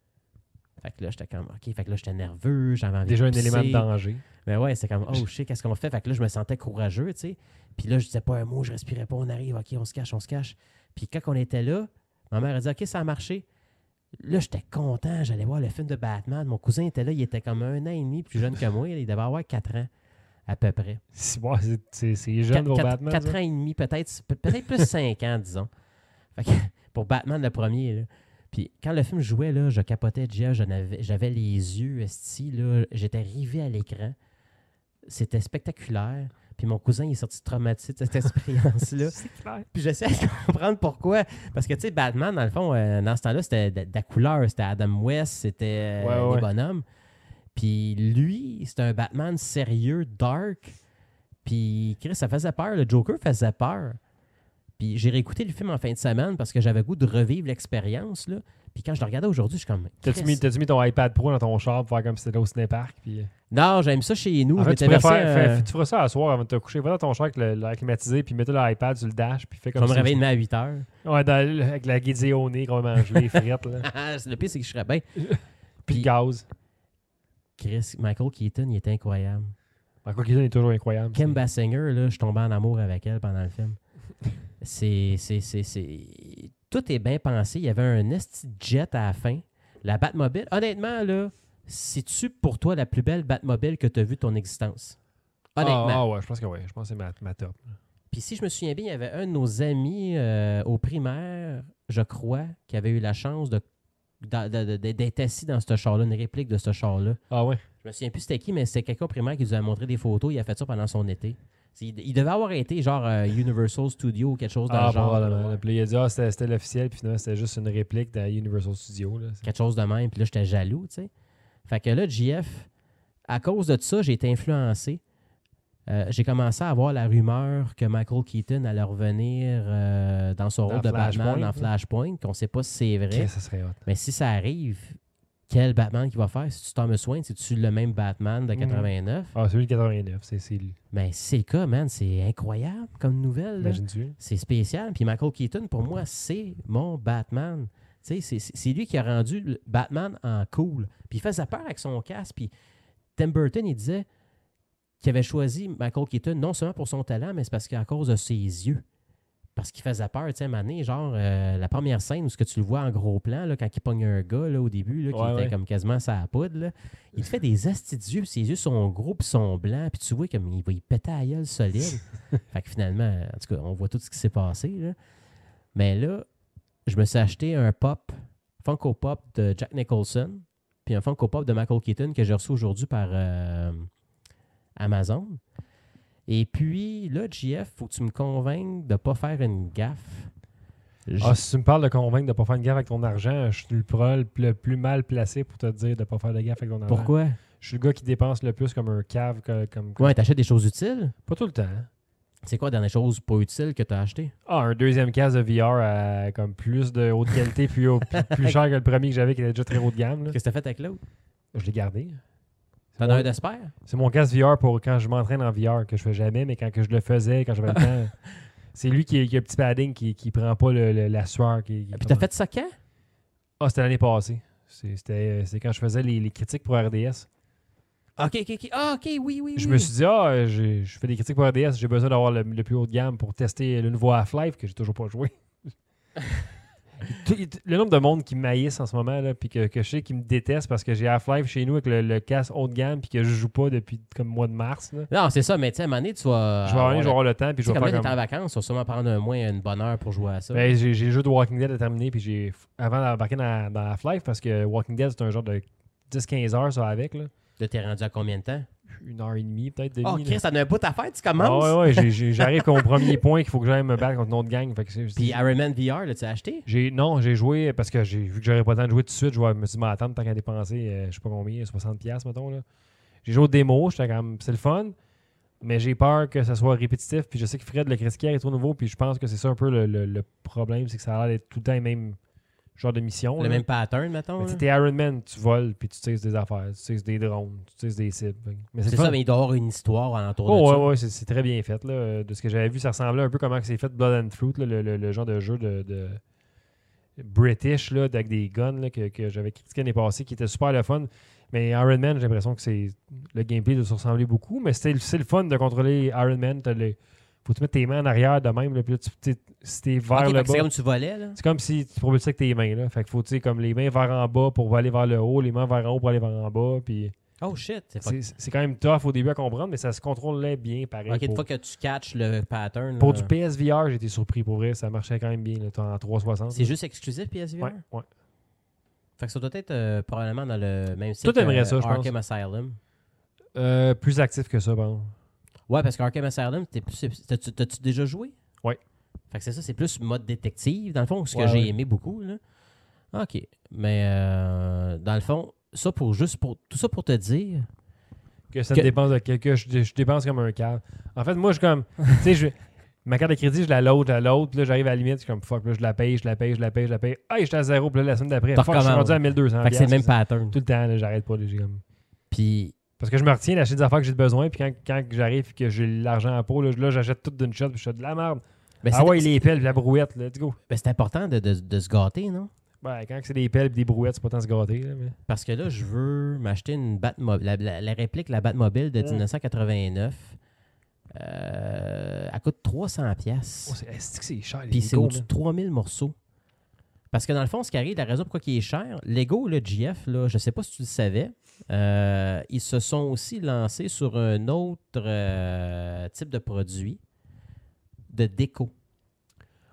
Speaker 2: Fait que là, j'étais comme, OK, fait que là, j'étais nerveux, j'avais envie
Speaker 1: Déjà un
Speaker 2: de pisser.
Speaker 1: élément de danger.
Speaker 2: Mais ouais, c'est comme, oh, je sais, qu'est-ce qu'on fait? Fait que là, je me sentais courageux, tu sais. Puis là, je disais pas un mot, je respirais pas, on arrive, OK, on se cache, on se cache. Puis quand on était là, ma mère a dit, OK, ça a marché. Là, j'étais content, j'allais voir le film de Batman. Mon cousin était là, il était comme un an et demi plus jeune que moi, il devait avoir quatre ans, à peu près.
Speaker 1: Si, ouais, c'est- c'est c'est jeune pour
Speaker 2: 4,
Speaker 1: Batman. ça.
Speaker 2: ans et demi, peut-être, peut- peut-être plus 5 ans, disons. Fait que, pour Batman, le premier. là. Puis quand le film jouait, là, je capotais déjà, j'en avais- j'avais les yeux esti, là, j'étais rivé à l'écran. C'était spectaculaire. Puis mon cousin il est sorti traumatisé de cette expérience-là.
Speaker 1: C'est clair.
Speaker 2: Puis j'essaie de comprendre pourquoi. Parce que, tu sais, Batman, dans le fond, euh, dans ce temps-là, c'était de, de la couleur. C'était Adam West, c'était euh,
Speaker 1: Ouais,
Speaker 2: les
Speaker 1: ouais.
Speaker 2: bonhommes. Puis lui, c'était un Batman sérieux, dark. Puis Chris, ça faisait peur. Le Joker faisait peur. Puis j'ai réécouté le film en fin de semaine parce que j'avais le goût de revivre l'expérience. là. Puis quand je le regardais aujourd'hui, je suis comme.
Speaker 1: T'as-tu
Speaker 2: Chris,
Speaker 1: mis, t'as-tu mis ton iPad Pro dans ton char pour faire comme si c'était au cinépark? Puis... euh,
Speaker 2: Non, j'aime ça chez nous.
Speaker 1: En
Speaker 2: je
Speaker 1: fait,
Speaker 2: m'étais
Speaker 1: tu, préfères,
Speaker 2: versé un-
Speaker 1: fais- tu feras ça à soir avant de te coucher. Va dans ton char avec le- l'air climatisé, puis mets-toi l'iPad sur le dash, puis fais
Speaker 2: Je
Speaker 1: comme
Speaker 2: vais
Speaker 1: ça.
Speaker 2: me réveiller demain à 8 heures.
Speaker 1: Ouais, dans le- avec la guédille au nez, qu'on va manger les frites, là,
Speaker 2: le pire, c'est que je serais bien.
Speaker 1: puis
Speaker 2: Puis-
Speaker 1: le gaz.
Speaker 2: Chris, Michael Keaton, il était incroyable.
Speaker 1: Michael Keaton est toujours incroyable.
Speaker 2: Kim Basinger, là, je suis tombé en amour avec elle pendant le film. C'est. c'est- c'est- c'est- Tout est bien pensé. Il y avait un esti de jet à la fin. La Batmobile, honnêtement, là, c'est-tu pour toi la plus belle Batmobile que tu as vue de ton existence?
Speaker 1: Ah,
Speaker 2: Honnêtement.
Speaker 1: Ah, ouais, je pense que ouais. Je pense que c'est ma, ma top.
Speaker 2: Puis si je me souviens bien, il y avait un de nos amis euh, au primaire, je crois, qui avait eu la chance de d'a- de- de- de- d'être assis dans ce char-là, une réplique de ce char-là.
Speaker 1: Ah ouais.
Speaker 2: Je me souviens plus c'était qui, mais c'était quelqu'un au primaire qui nous a montré des photos. Il a fait ça pendant son été. C'est- Il, il devait avoir été genre euh, Universal Studio ou quelque chose dans
Speaker 1: Ah,
Speaker 2: le genre.
Speaker 1: probablement.
Speaker 2: là.
Speaker 1: Puis là, il a dit, ah, c'était c'était l'officiel, puis finalement, c'était juste une réplique dans Universal Studios. Là.
Speaker 2: quelque chose de même. Puis là, j'étais jaloux, tu sais. Fait que là, JF, à cause de ça, j'ai été influencé. Euh, j'ai commencé à avoir la rumeur que Michael Keaton allait revenir euh, dans son
Speaker 1: Dans
Speaker 2: rôle de Batman
Speaker 1: Flashpoint,
Speaker 2: dans
Speaker 1: là.
Speaker 2: Flashpoint, qu'on sait pas si c'est vrai.
Speaker 1: Qu'est-ce que ça serait hot.
Speaker 2: Mais si ça arrive, quel Batman qu'il va faire? Si tu t'en me soignes, c'est-tu le même Batman de
Speaker 1: Mhm.
Speaker 2: 89?
Speaker 1: Ah, celui de 89, c'est- c'est lui.
Speaker 2: Mais si Ben, c'est le cas, man, c'est incroyable comme nouvelle. là.
Speaker 1: Imagine-tu?
Speaker 2: C'est spécial. Puis Michael Keaton, pour moi, c'est mon Batman. Tu sais, C'est c'est- c'est lui qui a rendu le Batman en cool. Puis il faisait peur avec son casque. Puis Tim Burton, il disait qu'il avait choisi Michael Keaton non seulement pour son talent, mais c'est parce qu'à cause de ses yeux. Parce qu'il faisait peur, tu sais, à un moment donné, genre euh, la première scène où ce que tu le vois en gros plan, là, quand il pogne un gars là, au début, là, qui
Speaker 1: Ouais,
Speaker 2: était
Speaker 1: ouais.
Speaker 2: comme quasiment sa poudre, là, il te fait des astis de yeux, puis ses yeux sont gros, puis sont blancs, puis tu vois comme il va y péter à gueule solide. Fait que finalement, en tout cas, on voit tout ce qui s'est passé. Là. Mais là, je me suis acheté un pop, Funko Pop de Jack Nicholson, puis un Funko Pop de Michael Keaton que j'ai reçu aujourd'hui par euh, Amazon. Et puis là, JF, faut que tu me convainques de ne pas faire une gaffe. Je-
Speaker 1: Ah, si tu me parles de convaincre de ne pas faire une gaffe avec ton argent, je suis le prol le plus mal placé pour te dire de ne pas faire de gaffe avec ton argent.
Speaker 2: Pourquoi?
Speaker 1: Je suis le gars qui dépense le plus comme un cave. que- Comme, comme-
Speaker 2: Ouais, t'achètes des choses utiles?
Speaker 1: Pas tout le temps. hein.
Speaker 2: C'est quoi la dernière chose pas utile que t'as acheté?
Speaker 1: Ah, un deuxième casque de VR à comme plus de haute qualité, plus, haut- plus, plus cher que le premier que j'avais qui était déjà très haut de gamme. là.
Speaker 2: Qu'est-ce que t'as fait avec l'autre?
Speaker 1: Je l'ai gardé.
Speaker 2: T'en as un d'espère?
Speaker 1: C'est mon casque VR pour quand je m'entraîne en VR, que je fais jamais, mais quand que je le faisais, quand j'avais le temps. C'est lui qui, qui a un petit padding qui, qui prend pas le- le- la sueur. Qui, qui-
Speaker 2: Puis t'as fait ça quand?
Speaker 1: Ah, c'était l'année passée. C'est- C'était euh, c'est quand je faisais les, les critiques pour RDS.
Speaker 2: Ok, ok, ok. Ah, ok, oui, oui, oui.
Speaker 1: Je me suis dit, ah, euh, j'ai- je fais des critiques pour RDS, j'ai besoin d'avoir le, le plus haut de gamme pour tester le nouveau Half-Life que j'ai toujours pas joué. Tout- tout- le nombre de monde qui maïssent en ce moment, là, puis que, que je sais qui me déteste parce que j'ai Half-Life chez nous avec le, le casque haut de gamme, puis que je joue pas depuis comme le mois de mars. là.
Speaker 2: Non, c'est ça, mais tu sais, à un moment donné, tu vas.
Speaker 1: je vais
Speaker 2: avoir
Speaker 1: aller, je vais
Speaker 2: la-
Speaker 1: avoir le temps, puis
Speaker 2: Ah, Tu
Speaker 1: je
Speaker 2: sais,
Speaker 1: vais
Speaker 2: quand
Speaker 1: faire
Speaker 2: t'es en
Speaker 1: comme.
Speaker 2: vacances, tu vas sûrement prendre un mois, une bonne heure pour jouer à ça.
Speaker 1: Ben, j'ai j'ai le jeu de Walking Dead à terminer, puis j'ai f- avant d'embarquer dans, dans Half-Life, parce que Walking Dead, c'est un genre de 10-15 heures, ça, avec. Là.
Speaker 2: Là, t'es rendu à combien de temps?
Speaker 1: Je une heure et demie, peut-être.
Speaker 2: Oh,
Speaker 1: demie, là.
Speaker 2: Chris, t'en as un bout à faire, tu
Speaker 1: Ah
Speaker 2: commences.
Speaker 1: ouais, ouais, j'ai- j'ai- j'arrive qu'au premier point qu'il faut que j'aille me battre contre une autre gang. Fait que c'est-
Speaker 2: Puis Iron Man VR, là, tu as acheté?
Speaker 1: j'ai, non, j'ai joué parce que j'ai vu que j'aurais pas le temps de jouer tout de suite. Je vais- me suis dit, attendre tant qu'à dépenser, euh, je sais pas combien, 60$, mettons. Là. J'ai joué aux démos, j'étais comme, c'est le fun, mais j'ai peur que ça soit répétitif. Puis je sais que Fred le Cresquière est trop nouveau, puis je pense que c'est ça un peu le, le- le problème, c'est que ça a l'air d'être tout le temps le même genre de mission.
Speaker 2: Le
Speaker 1: là.
Speaker 2: même pattern, mettons.
Speaker 1: Mais tu
Speaker 2: là.
Speaker 1: sais, t'es Iron Man, tu voles, puis tu tires des affaires, tu tires des drones, tu tires des cibles. Fait que- Mais c'est, le
Speaker 2: C'est
Speaker 1: fun.
Speaker 2: ça, mais il doit y avoir une histoire alentour de
Speaker 1: Oh,
Speaker 2: ça.
Speaker 1: ouais, ouais, c'est, c'est très bien fait. Là. Euh, De ce que j'avais vu, ça ressemblait un peu comment que c'est fait Blood and Fruit, là, le, le- le genre de jeu de, de- British là, avec des guns là, que, que j'avais critiqué l'année passée, qui était super le fun. Mais Iron Man, j'ai l'impression que c'est le gameplay doit se ressembler beaucoup, mais c'est, c'est le fun de contrôler Iron Man. T'as le- faut que tu mettes tes mains en arrière de même, là, puis là, tu, t'es- si t'es vers
Speaker 2: Ok, fait
Speaker 1: le
Speaker 2: que C'est
Speaker 1: bas.
Speaker 2: comme tu volais, là.
Speaker 1: C'est comme si tu propulsais avec tes mains. Là. Fait que faut, tu sais, comme les mains vers en bas pour aller vers le haut, les mains vers en haut pour aller vers en bas. Puis
Speaker 2: Oh shit. c'est fuck-
Speaker 1: c'est, c'est quand même tough au début à comprendre, mais ça se contrôlait bien pareil.
Speaker 2: Ok, une
Speaker 1: pour-
Speaker 2: fois que tu catches le pattern.
Speaker 1: pour
Speaker 2: là,
Speaker 1: du PSVR, j'étais surpris pour vrai. Ça marchait quand même bien là, en 360.
Speaker 2: C'est juste exclusif PSVR?
Speaker 1: Ouais, ouais.
Speaker 2: Fait que ça doit être euh, probablement dans le même site
Speaker 1: Toi, t'aimerais
Speaker 2: que,
Speaker 1: ça, je pense.
Speaker 2: Arkham Asylum.
Speaker 1: Euh, plus actif que ça, bon.
Speaker 2: Ouais, parce qu'Arkham Asylum, t'es plus- c'est- t'as-tu t'as-tu déjà joué?
Speaker 1: Ouais.
Speaker 2: Fait que c'est ça, c'est plus mode détective, dans le fond, ce
Speaker 1: Ouais,
Speaker 2: que j'ai
Speaker 1: ouais.
Speaker 2: aimé beaucoup. Là. OK. Mais euh, dans le fond, ça pour juste pour. Tout ça pour te dire.
Speaker 1: Que ça
Speaker 2: Que-
Speaker 1: dépense de quelque je, je dépense comme un cave. En fait, moi, je suis comme. tu sais, je- ma carte de crédit, je la load, je la load, puis là, j'arrive à la limite, je suis comme fuck, là, je la paye, je la paye, je la paye, je la paye. Ah, j'étais à zéro, puis là, la semaine d'après,
Speaker 2: T'en
Speaker 1: fuck, je suis rendu
Speaker 2: recommences.
Speaker 1: à 1200.
Speaker 2: fait que c'est le même
Speaker 1: piastres,
Speaker 2: pattern.
Speaker 1: Tout le temps, là, j'arrête pas. là, j'ai comme-
Speaker 2: Puis
Speaker 1: Parce que je me retiens d'acheter des affaires que j'ai besoin, puis quand, quand j'arrive et que j'ai l'argent en pot, là, je- là, j'achète tout d'une shot, puis je fais de la merde.
Speaker 2: ben,
Speaker 1: ah
Speaker 2: c'est-
Speaker 1: ouais, les pelles, puis la brouette, là, let's go.
Speaker 2: ben, c'est important de, de- de se gâter, non?
Speaker 1: Ouais, quand c'est des pelles et des brouettes, c'est pas tant se gâter. Là, mais...
Speaker 2: Parce que là, je veux m'acheter une Batmobile, la, la- la réplique de la Batmobile de
Speaker 1: Mm.
Speaker 2: 1989. Euh, elle coûte 300 pièces.
Speaker 1: Oh, c'est est-ce que c'est cher, les
Speaker 2: Puis c'est
Speaker 1: Lego,
Speaker 2: au-dessus
Speaker 1: man?
Speaker 2: de 3000 morceaux. Parce que dans le fond, ce qui arrive, la raison pourquoi il est cher, Lego, le GF, là, je ne sais pas si tu le savais, euh, ils se sont aussi lancés sur un autre euh, type de produit de déco,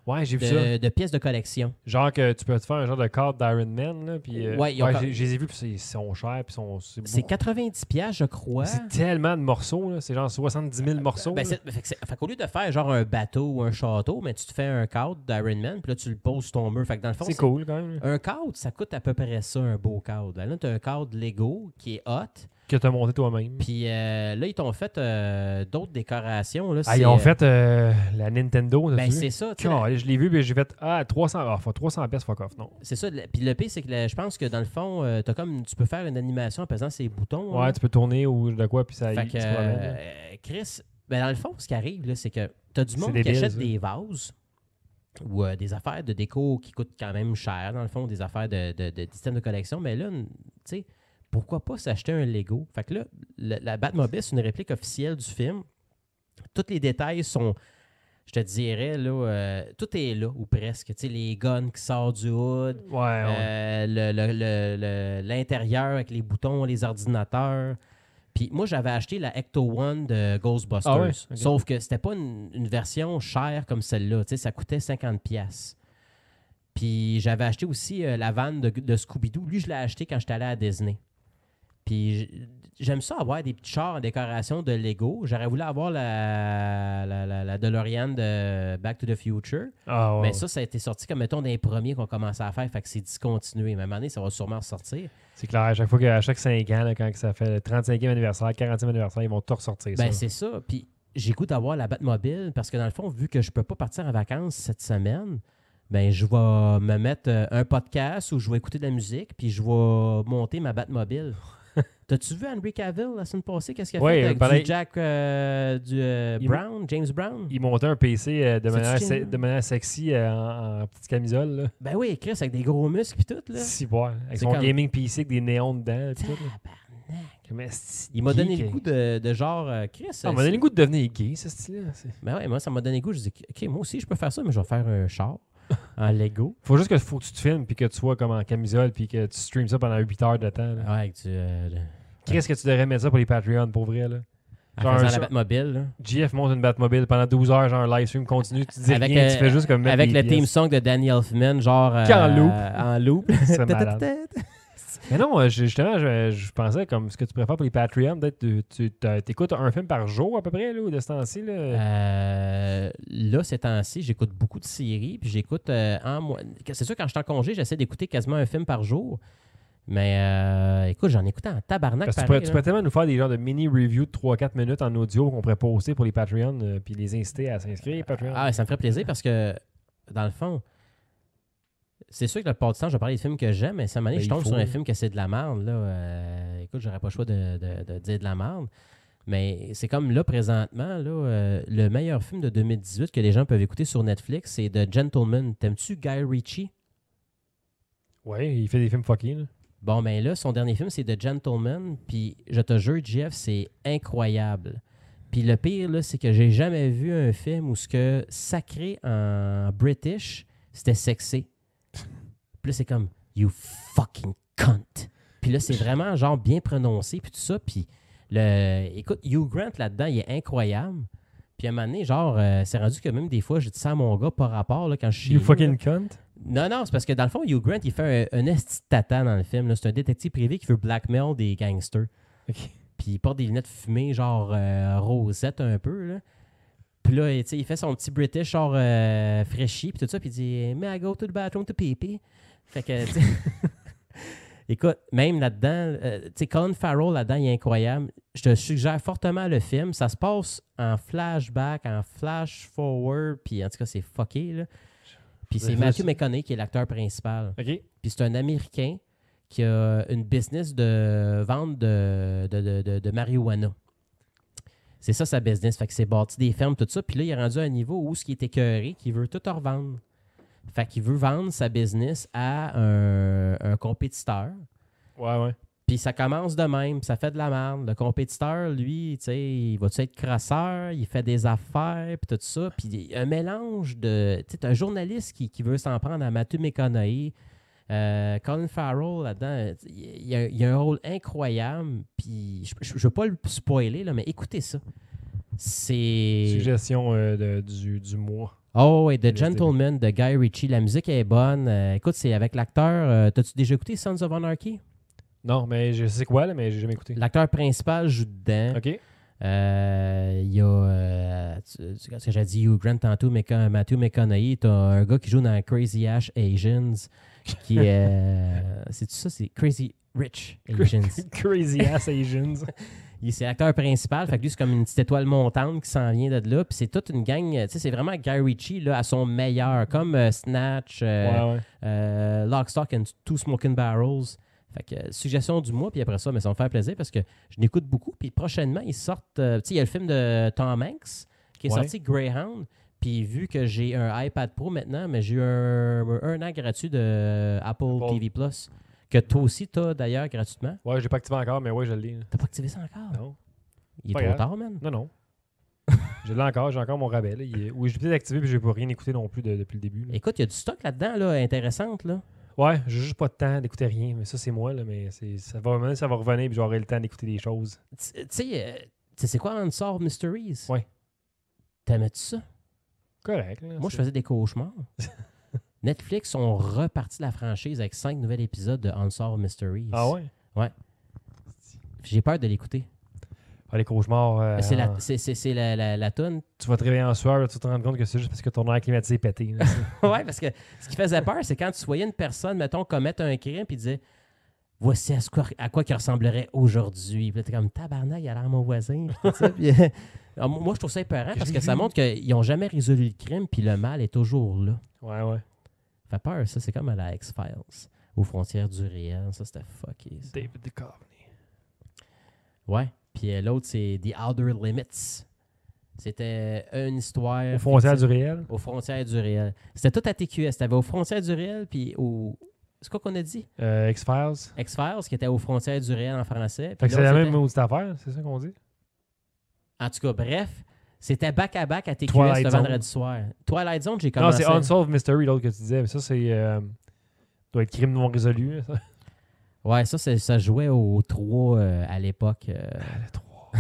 Speaker 1: Ouais, j'ai vu ça.
Speaker 2: de, de pièces de collection.
Speaker 1: Genre que tu peux te faire un genre de carte d'Iron Man, là, puis... euh,
Speaker 2: Ouais, ils ont quand-
Speaker 1: j'ai- je les ai vus, puis c'est- ils sont chers, puis sont... C'est
Speaker 2: C'est
Speaker 1: beaucoup.
Speaker 2: 90 pièces, je crois.
Speaker 1: C'est tellement de morceaux, là. C'est genre 70 000 morceaux,
Speaker 2: Ben,
Speaker 1: là.
Speaker 2: c'est- fait que c'est- fait qu'au lieu de faire genre un bateau ou un château, mais tu te fais un cadre d'Iron Man, puis là tu le poses sur ton mur. Fait que dans le fond,
Speaker 1: C'est
Speaker 2: c'est-
Speaker 1: cool, quand même. là.
Speaker 2: un cadre, ça coûte à peu près ça, un beau cadre. Ben, Là, tu as un cadre Lego qui est hot,
Speaker 1: Que t'as monté toi-même.
Speaker 2: Puis euh, là, ils t'ont fait euh, d'autres décorations. Là,
Speaker 1: Ah,
Speaker 2: c'est,
Speaker 1: ils ont
Speaker 2: euh,
Speaker 1: fait euh, la Nintendo,
Speaker 2: Ben,
Speaker 1: t'as-tu vu?
Speaker 2: c'est ça. tu sais, la-
Speaker 1: Calais, Je l'ai vu, puis j'ai fait... Ah, 300... Ah, faut 300 pièces, fuck off, non.
Speaker 2: C'est ça. la- Puis le pire, c'est que la- je pense que dans le fond, euh, t'as comme, tu peux faire une animation en pesant ces boutons. hein. là.
Speaker 1: Ouais, tu peux tourner ou de quoi, puis ça...
Speaker 2: Fait
Speaker 1: il-
Speaker 2: que,
Speaker 1: tu te promènes, là.
Speaker 2: euh, Chris, ben dans le fond, ce qui arrive, là, c'est que tu as du
Speaker 1: C'est
Speaker 2: monde qui
Speaker 1: débile,
Speaker 2: achète
Speaker 1: ça.
Speaker 2: des vases ou euh, des affaires de déco qui coûtent quand même cher, dans le fond, des affaires de, de, de, système de collection. Mais là, n- tu sais, pourquoi pas s'acheter un Lego? Fait que là, le- la Batmobile, c'est une réplique officielle du film. Tous les détails sont, je te dirais, là, euh, tout est là, ou presque. Tu sais, les guns qui sortent du hood,
Speaker 1: Ouais, ouais.
Speaker 2: euh, le- le- le- le- l'intérieur avec les boutons, les ordinateurs. Puis moi, j'avais acheté la Ecto One de Ghostbusters.
Speaker 1: Ah ouais? Ok.
Speaker 2: Sauf que c'était pas une, une version chère comme celle-là. Tu sais, ça coûtait 50$. piastres. Puis j'avais acheté aussi euh, la vanne de, de Scooby-Doo. Lui, je l'ai acheté quand j'étais allé à Disney. Puis j- j'aime ça avoir des petits chars en décoration de Lego. J'aurais voulu avoir la, la, la, la DeLorean de Back to the Future.
Speaker 1: Ah, ouais,
Speaker 2: Mais
Speaker 1: ouais.
Speaker 2: ben, ça, ça a été sorti comme, mettons, des premiers qu'on commençait à faire. Fait que c'est discontinué. Même année, ça va sûrement ressortir.
Speaker 1: C'est clair, à chaque fois que, à chaque 5 ans, là, quand que ça fait le 35e anniversaire, 40e anniversaire, ils vont tout ressortir ça.
Speaker 2: Ben, c'est ça. Puis j'ai goût d'avoir la Batmobile parce que, dans le fond, vu que je peux pas partir en vacances cette semaine, ben, je vais me mettre euh, un podcast où je vais écouter de la musique puis je vais monter ma Batmobile. T'as-tu vu Henry Cavill la semaine passée? Qu'est-ce qu'il a
Speaker 1: Ouais,
Speaker 2: fait
Speaker 1: euh,
Speaker 2: avec
Speaker 1: pareil.
Speaker 2: du Jack euh, du, euh,
Speaker 1: Il-
Speaker 2: Brown, James Brown?
Speaker 1: Ils montaient un PC euh, de,
Speaker 2: C'est-tu
Speaker 1: manière, se-
Speaker 2: génial?
Speaker 1: de manière sexy euh, en, en petite camisole. Là.
Speaker 2: Ben oui, Chris, avec des gros muscles puis tout, là.
Speaker 1: Si, ouais. Avec
Speaker 2: C'est
Speaker 1: son
Speaker 2: comme-
Speaker 1: gaming PC avec des néons dedans. puis tout, là.
Speaker 2: Tabarnak.
Speaker 1: Comme esti
Speaker 2: Il m'a donné
Speaker 1: geek,
Speaker 2: le
Speaker 1: hein.
Speaker 2: goût de, de genre, euh, Chris.
Speaker 1: Ah, il m'a
Speaker 2: euh,
Speaker 1: donné le goût de devenir gay, ce style-là. C'est-
Speaker 2: Ben ouais, moi, ça m'a donné goût. Je dis, OK, moi aussi, je peux faire ça, mais je vais faire un char en Lego.
Speaker 1: Faut juste que, faut que tu te filmes puis que tu sois comme en camisole puis que tu streams ça pendant 8 heures de temps.
Speaker 2: Ouais,
Speaker 1: là.
Speaker 2: avec du. euh, le-
Speaker 1: Qu'est-ce que tu devrais mettre ça pour les Patreons, pour vrai? Là?
Speaker 2: en
Speaker 1: Genre un
Speaker 2: faisant la
Speaker 1: char-
Speaker 2: Batmobile, là.
Speaker 1: GF monte une Batmobile pendant 12 heures, genre live stream continue, tu dis
Speaker 2: Avec,
Speaker 1: rien,
Speaker 2: euh,
Speaker 1: tu fais juste comme mettre
Speaker 2: Avec
Speaker 1: des
Speaker 2: le team
Speaker 1: pièces.
Speaker 2: song de Danny Elfman, genre.
Speaker 1: Qui en loop.
Speaker 2: En euh, loop.
Speaker 1: C'est malade. Mais non, euh, je- justement, je, je pensais comme ce que tu préfères pour les Patreons, peut-être tu- tu t'as- t'écoutes un film par jour à peu près, là, ou de ce temps-ci. là.
Speaker 2: Euh, là, ces temps-ci, j'écoute beaucoup de séries, puis j'écoute euh, en moi. C'est sûr, quand je suis en congé, j'essaie d'écouter quasiment un film par jour. Mais euh, écoute, j'en écoute en tabarnak.
Speaker 1: Parce que tu pourrais,
Speaker 2: pareil,
Speaker 1: tu
Speaker 2: là.
Speaker 1: pourrais tellement nous faire des genres de mini-reviews de 3-4 minutes en audio qu'on pourrait poster pour les Patreons, euh, puis les inciter à s'inscrire, Patreon.
Speaker 2: Ah, ça me ferait plaisir parce que, dans le fond, c'est sûr que la plupart du temps, je vais parler des films que j'aime, mais ça m'a
Speaker 1: Ben,
Speaker 2: je
Speaker 1: il
Speaker 2: tombe
Speaker 1: faut,
Speaker 2: sur un
Speaker 1: là.
Speaker 2: film que c'est de la merde. Là. Euh, écoute, j'aurais pas le choix de, de- de dire de la merde. Mais c'est comme là, présentement, là, euh, le meilleur film de 2018 que les gens peuvent écouter sur Netflix, c'est The Gentleman. T'aimes-tu Guy Ritchie?
Speaker 1: Ouais, il fait des films fucking. là.
Speaker 2: Bon, ben là, son dernier film, c'est The Gentleman. Puis je te jure, Jeff, c'est incroyable. Puis le pire, là, c'est que j'ai jamais vu un film où ce que sacré en British, c'était sexy. Puis là, c'est comme You fucking cunt. Puis là, c'est vraiment genre bien prononcé, puis tout ça. Puis le, écoute, Hugh Grant là-dedans, il est incroyable. Puis à un moment donné, genre, euh, c'est rendu que même des fois, je dis ça à mon gars par rapport, là, quand je suis.
Speaker 1: You
Speaker 2: chez nous, là.
Speaker 1: fucking cunt.
Speaker 2: Non, non, c'est parce que dans le fond, Hugh Grant, il fait un, un esti de tatan dans le film. là. C'est un détective privé qui veut blackmail des gangsters.
Speaker 1: Ok.
Speaker 2: Puis il porte des lunettes fumées, genre euh, rosette un peu. Là. Puis là, tu sais, il fait son petit British, genre euh, fraîchi, puis tout ça. Puis il dit May I go to the bathroom to pee pee? Fait que, tu sais, Écoute, même là-dedans, euh, tu sais, Colin Farrell là-dedans, il est incroyable. Je te suggère fortement le film. Ça se passe en flashback, en flash forward, puis en tout cas, c'est fucké, là. Puis c'est
Speaker 1: Je-
Speaker 2: Matthew McConaughey qui est l'acteur principal.
Speaker 1: Ok.
Speaker 2: Puis c'est un Américain qui a une business de vente de, de, de- de- de marijuana. C'est ça sa business. Fait que c'est bâti des fermes, tout ça. Puis là, il est rendu à un niveau où ce qui est écœuré, qu'il veut tout revendre. Fait qu'il veut vendre sa business à un, un compétiteur.
Speaker 1: Ouais, ouais.
Speaker 2: Puis ça commence de même, ça fait de la merde. Le compétiteur, lui, tu sais, il va-tu être crasseur, il fait des affaires, puis tout ça. Puis il y a un mélange de. Tu sais, t'as un journaliste qui, qui veut s'en prendre à Matthew McConaughey. Euh, Colin Farrell, là-dedans, euh, il y, a- il y a un rôle incroyable. Puis je- je ne veux pas le spoiler, là, mais écoutez ça. C'est.
Speaker 1: Suggestion euh, de- du, du mois.
Speaker 2: Oh, et The
Speaker 1: Je sais.
Speaker 2: Gentleman de Guy Ritchie. La musique est bonne. Euh, écoute, c'est avec l'acteur. euh, T'as-tu déjà écouté Sons of Anarchy?
Speaker 1: Non, mais je sais quoi, là, mais j'ai jamais écouté.
Speaker 2: L'acteur principal joue dedans.
Speaker 1: Ok.
Speaker 2: Euh, Il y a, euh, tu- tu- parce que j'ai dit Hugh Grant tantôt, mais quand Matthew McConaughey, t'as un gars qui joue dans Crazy Ash Asians, qui est, c'est ça, c'est Crazy Rich Asians.
Speaker 1: Crazy ass Asians.
Speaker 2: Il c'est l'acteur principal, fait que lui c'est comme une petite étoile montante qui s'en vient de là, puis c'est toute une gang, euh, tu sais, c'est vraiment Guy Ritchie là à son meilleur, comme euh, Snatch, euh,
Speaker 1: ouais, ouais.
Speaker 2: euh, Lock, Stock and Two Smoking Barrels. Fait que, euh, suggestion du mois, puis après ça, mais ça me fait plaisir parce que je l'écoute beaucoup. Puis prochainement, ils sortent. euh, tu sais, il y a le film de Tom Hanks qui est
Speaker 1: Ouais.
Speaker 2: sorti Greyhound. Puis vu que j'ai un iPad Pro maintenant, mais j'ai eu un, un an gratuit de euh, Apple,
Speaker 1: Apple.
Speaker 2: TV Plus, que toi aussi, t'as d'ailleurs gratuitement.
Speaker 1: Ouais, je l'ai pas activé encore, mais ouais, je l'ai. là.
Speaker 2: T'as pas activé ça encore?
Speaker 1: Non.
Speaker 2: Il est
Speaker 1: pas
Speaker 2: trop
Speaker 1: grave.
Speaker 2: tard, man.
Speaker 1: Non, non. je l'ai encore, j'ai encore mon rabais. Là. Il est- Oui, je l'ai peut-être activé, puis je n'ai pas rien écouté non plus de- depuis le début. là.
Speaker 2: Écoute, il y a du stock là-dedans, là, intéressante, là.
Speaker 1: Ouais, j'ai juste pas de temps d'écouter rien, mais ça, c'est moi, là, mais c'est- ça va, maintenant, ça va revenir, puis j'aurai le temps d'écouter des choses.
Speaker 2: Tu tu sais, euh, tu sais, c'est quoi Unsolved Mysteries?
Speaker 1: Ouais.
Speaker 2: T'aimais-tu ça?
Speaker 1: Correct. là,
Speaker 2: Moi, je
Speaker 1: c'est-
Speaker 2: faisais des cauchemars. Netflix ont reparti la franchise avec cinq nouveaux épisodes de Unsolved Mysteries.
Speaker 1: Ah ouais?
Speaker 2: J'ai peur de l'écouter.
Speaker 1: Ah, les cauchemars. euh,
Speaker 2: C'est la,
Speaker 1: en-
Speaker 2: c'est, c'est- c'est la, la, la toune.
Speaker 1: Tu vas te réveiller en soir, tu vas te rendre compte que c'est juste parce que ton air climatisé est pété. là.
Speaker 2: ouais, parce que ce qui faisait peur, c'est quand tu voyais une personne, mettons, commettre un crime, puis disait Voici à, ce quoi, à quoi qu'il ressemblerait aujourd'hui. Puis là, t'es comme Tabarnak, il a l'air mon voisin. puis tout ça. Puis, euh, alors, moi, je trouve ça épeurant
Speaker 1: Que
Speaker 2: parce
Speaker 1: j'ai
Speaker 2: que ça
Speaker 1: vu.
Speaker 2: montre qu'ils n'ont jamais résolu le crime, puis le mal est toujours là.
Speaker 1: ouais, ouais.
Speaker 2: Fait peur, ça, c'est comme à la X-Files, aux frontières du réel. Ça, c'était fucké. ça.
Speaker 1: David Duchovny.
Speaker 2: Ouais. Puis euh, l'autre, c'est The Outer Limits. C'était une histoire.
Speaker 1: Au frontières du
Speaker 2: fictive-
Speaker 1: réel.
Speaker 2: Aux frontières du réel. C'était tout à TQS. T'avais aux frontières du réel, puis au. C'est quoi qu'on a dit?
Speaker 1: Euh, X-Files.
Speaker 2: X-Files, qui était aux frontières du réel en français.
Speaker 1: Fait
Speaker 2: Puis
Speaker 1: que c'est la
Speaker 2: l'autre,
Speaker 1: même
Speaker 2: c'était-
Speaker 1: maudite affaire, c'est ça qu'on dit?
Speaker 2: En tout cas, bref, c'était back-à-back à TQS
Speaker 1: Twilight
Speaker 2: le
Speaker 1: Zone.
Speaker 2: vendredi soir. Twilight Zone, j'ai
Speaker 1: Non,
Speaker 2: commencé.
Speaker 1: c'est Unsolved Mystery, l'autre que tu disais. Mais ça, c'est. euh, doit être crime non résolu. Ça.
Speaker 2: Ouais, ça, c'est- ça jouait au 3 euh, à l'époque. euh.
Speaker 1: Le 3.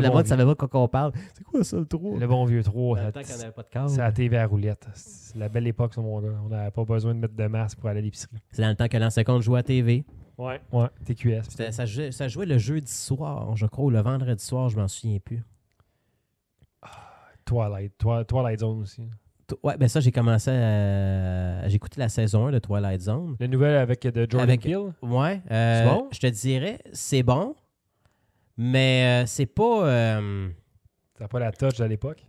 Speaker 1: Le,
Speaker 2: monde
Speaker 1: bon,
Speaker 2: ne
Speaker 1: vieux,
Speaker 2: savait pas de quoi qu'on parle. C'est quoi ça, le 3?
Speaker 1: le bon vieux 3.
Speaker 2: Dans
Speaker 1: ça-
Speaker 2: le temps qu'on
Speaker 1: C'est
Speaker 2: n'avait pas de câble.
Speaker 1: c'est à la TV à roulette. C'est la belle époque, ça, mon gars. On n'avait pas besoin de mettre de masque pour aller à l'épicerie.
Speaker 2: C'est dans le temps que l'ancien compte jouait à TV.
Speaker 1: Ouais, ouais, TQS.
Speaker 2: C'était- Ça, jouait- ça jouait le jeudi soir, je crois, ou le vendredi soir, je m'en souviens plus.
Speaker 1: Twilight, Twi- Twilight Zone aussi.
Speaker 2: T- Ouais, ben ça, j'ai commencé à. J'ai écouté la saison 1 de Twilight Zone.
Speaker 1: La nouvelle avec euh, de Jordan
Speaker 2: Avec-
Speaker 1: Peele.
Speaker 2: Ouais. euh,
Speaker 1: C'est bon?
Speaker 2: Je te dirais, c'est bon, mais euh, c'est pas. euh,
Speaker 1: Ça n'a pas la touch à l'époque.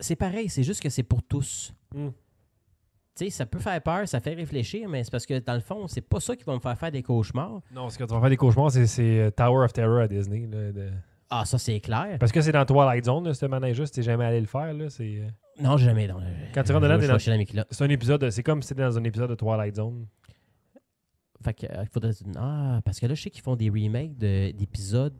Speaker 2: c'est pareil, c'est juste que c'est pour tous.
Speaker 1: Mm.
Speaker 2: Tu sais, ça peut faire peur, ça fait réfléchir, mais c'est parce que dans le fond, c'est pas ça qui va me faire faire des cauchemars.
Speaker 1: Non, ce que tu vas faire des cauchemars, c'est- c'est euh, Tower of Terror à Disney. là, de-
Speaker 2: Ah, ça, c'est clair.
Speaker 1: Parce que c'est dans Twilight Zone, là, ce manège-là, si t'es jamais allé le faire. là, C'est euh,
Speaker 2: Non, jamais. Non,
Speaker 1: Quand tu rentres dedans, t'es
Speaker 2: t'es
Speaker 1: dans-
Speaker 2: dans... mes culottes.
Speaker 1: c'est un épisode, c'est comme si t'étais dans un épisode de Twilight Zone.
Speaker 2: Fait que, euh, il faudrait... Ah, parce que là, je sais qu'ils font des remakes de- d'épisodes,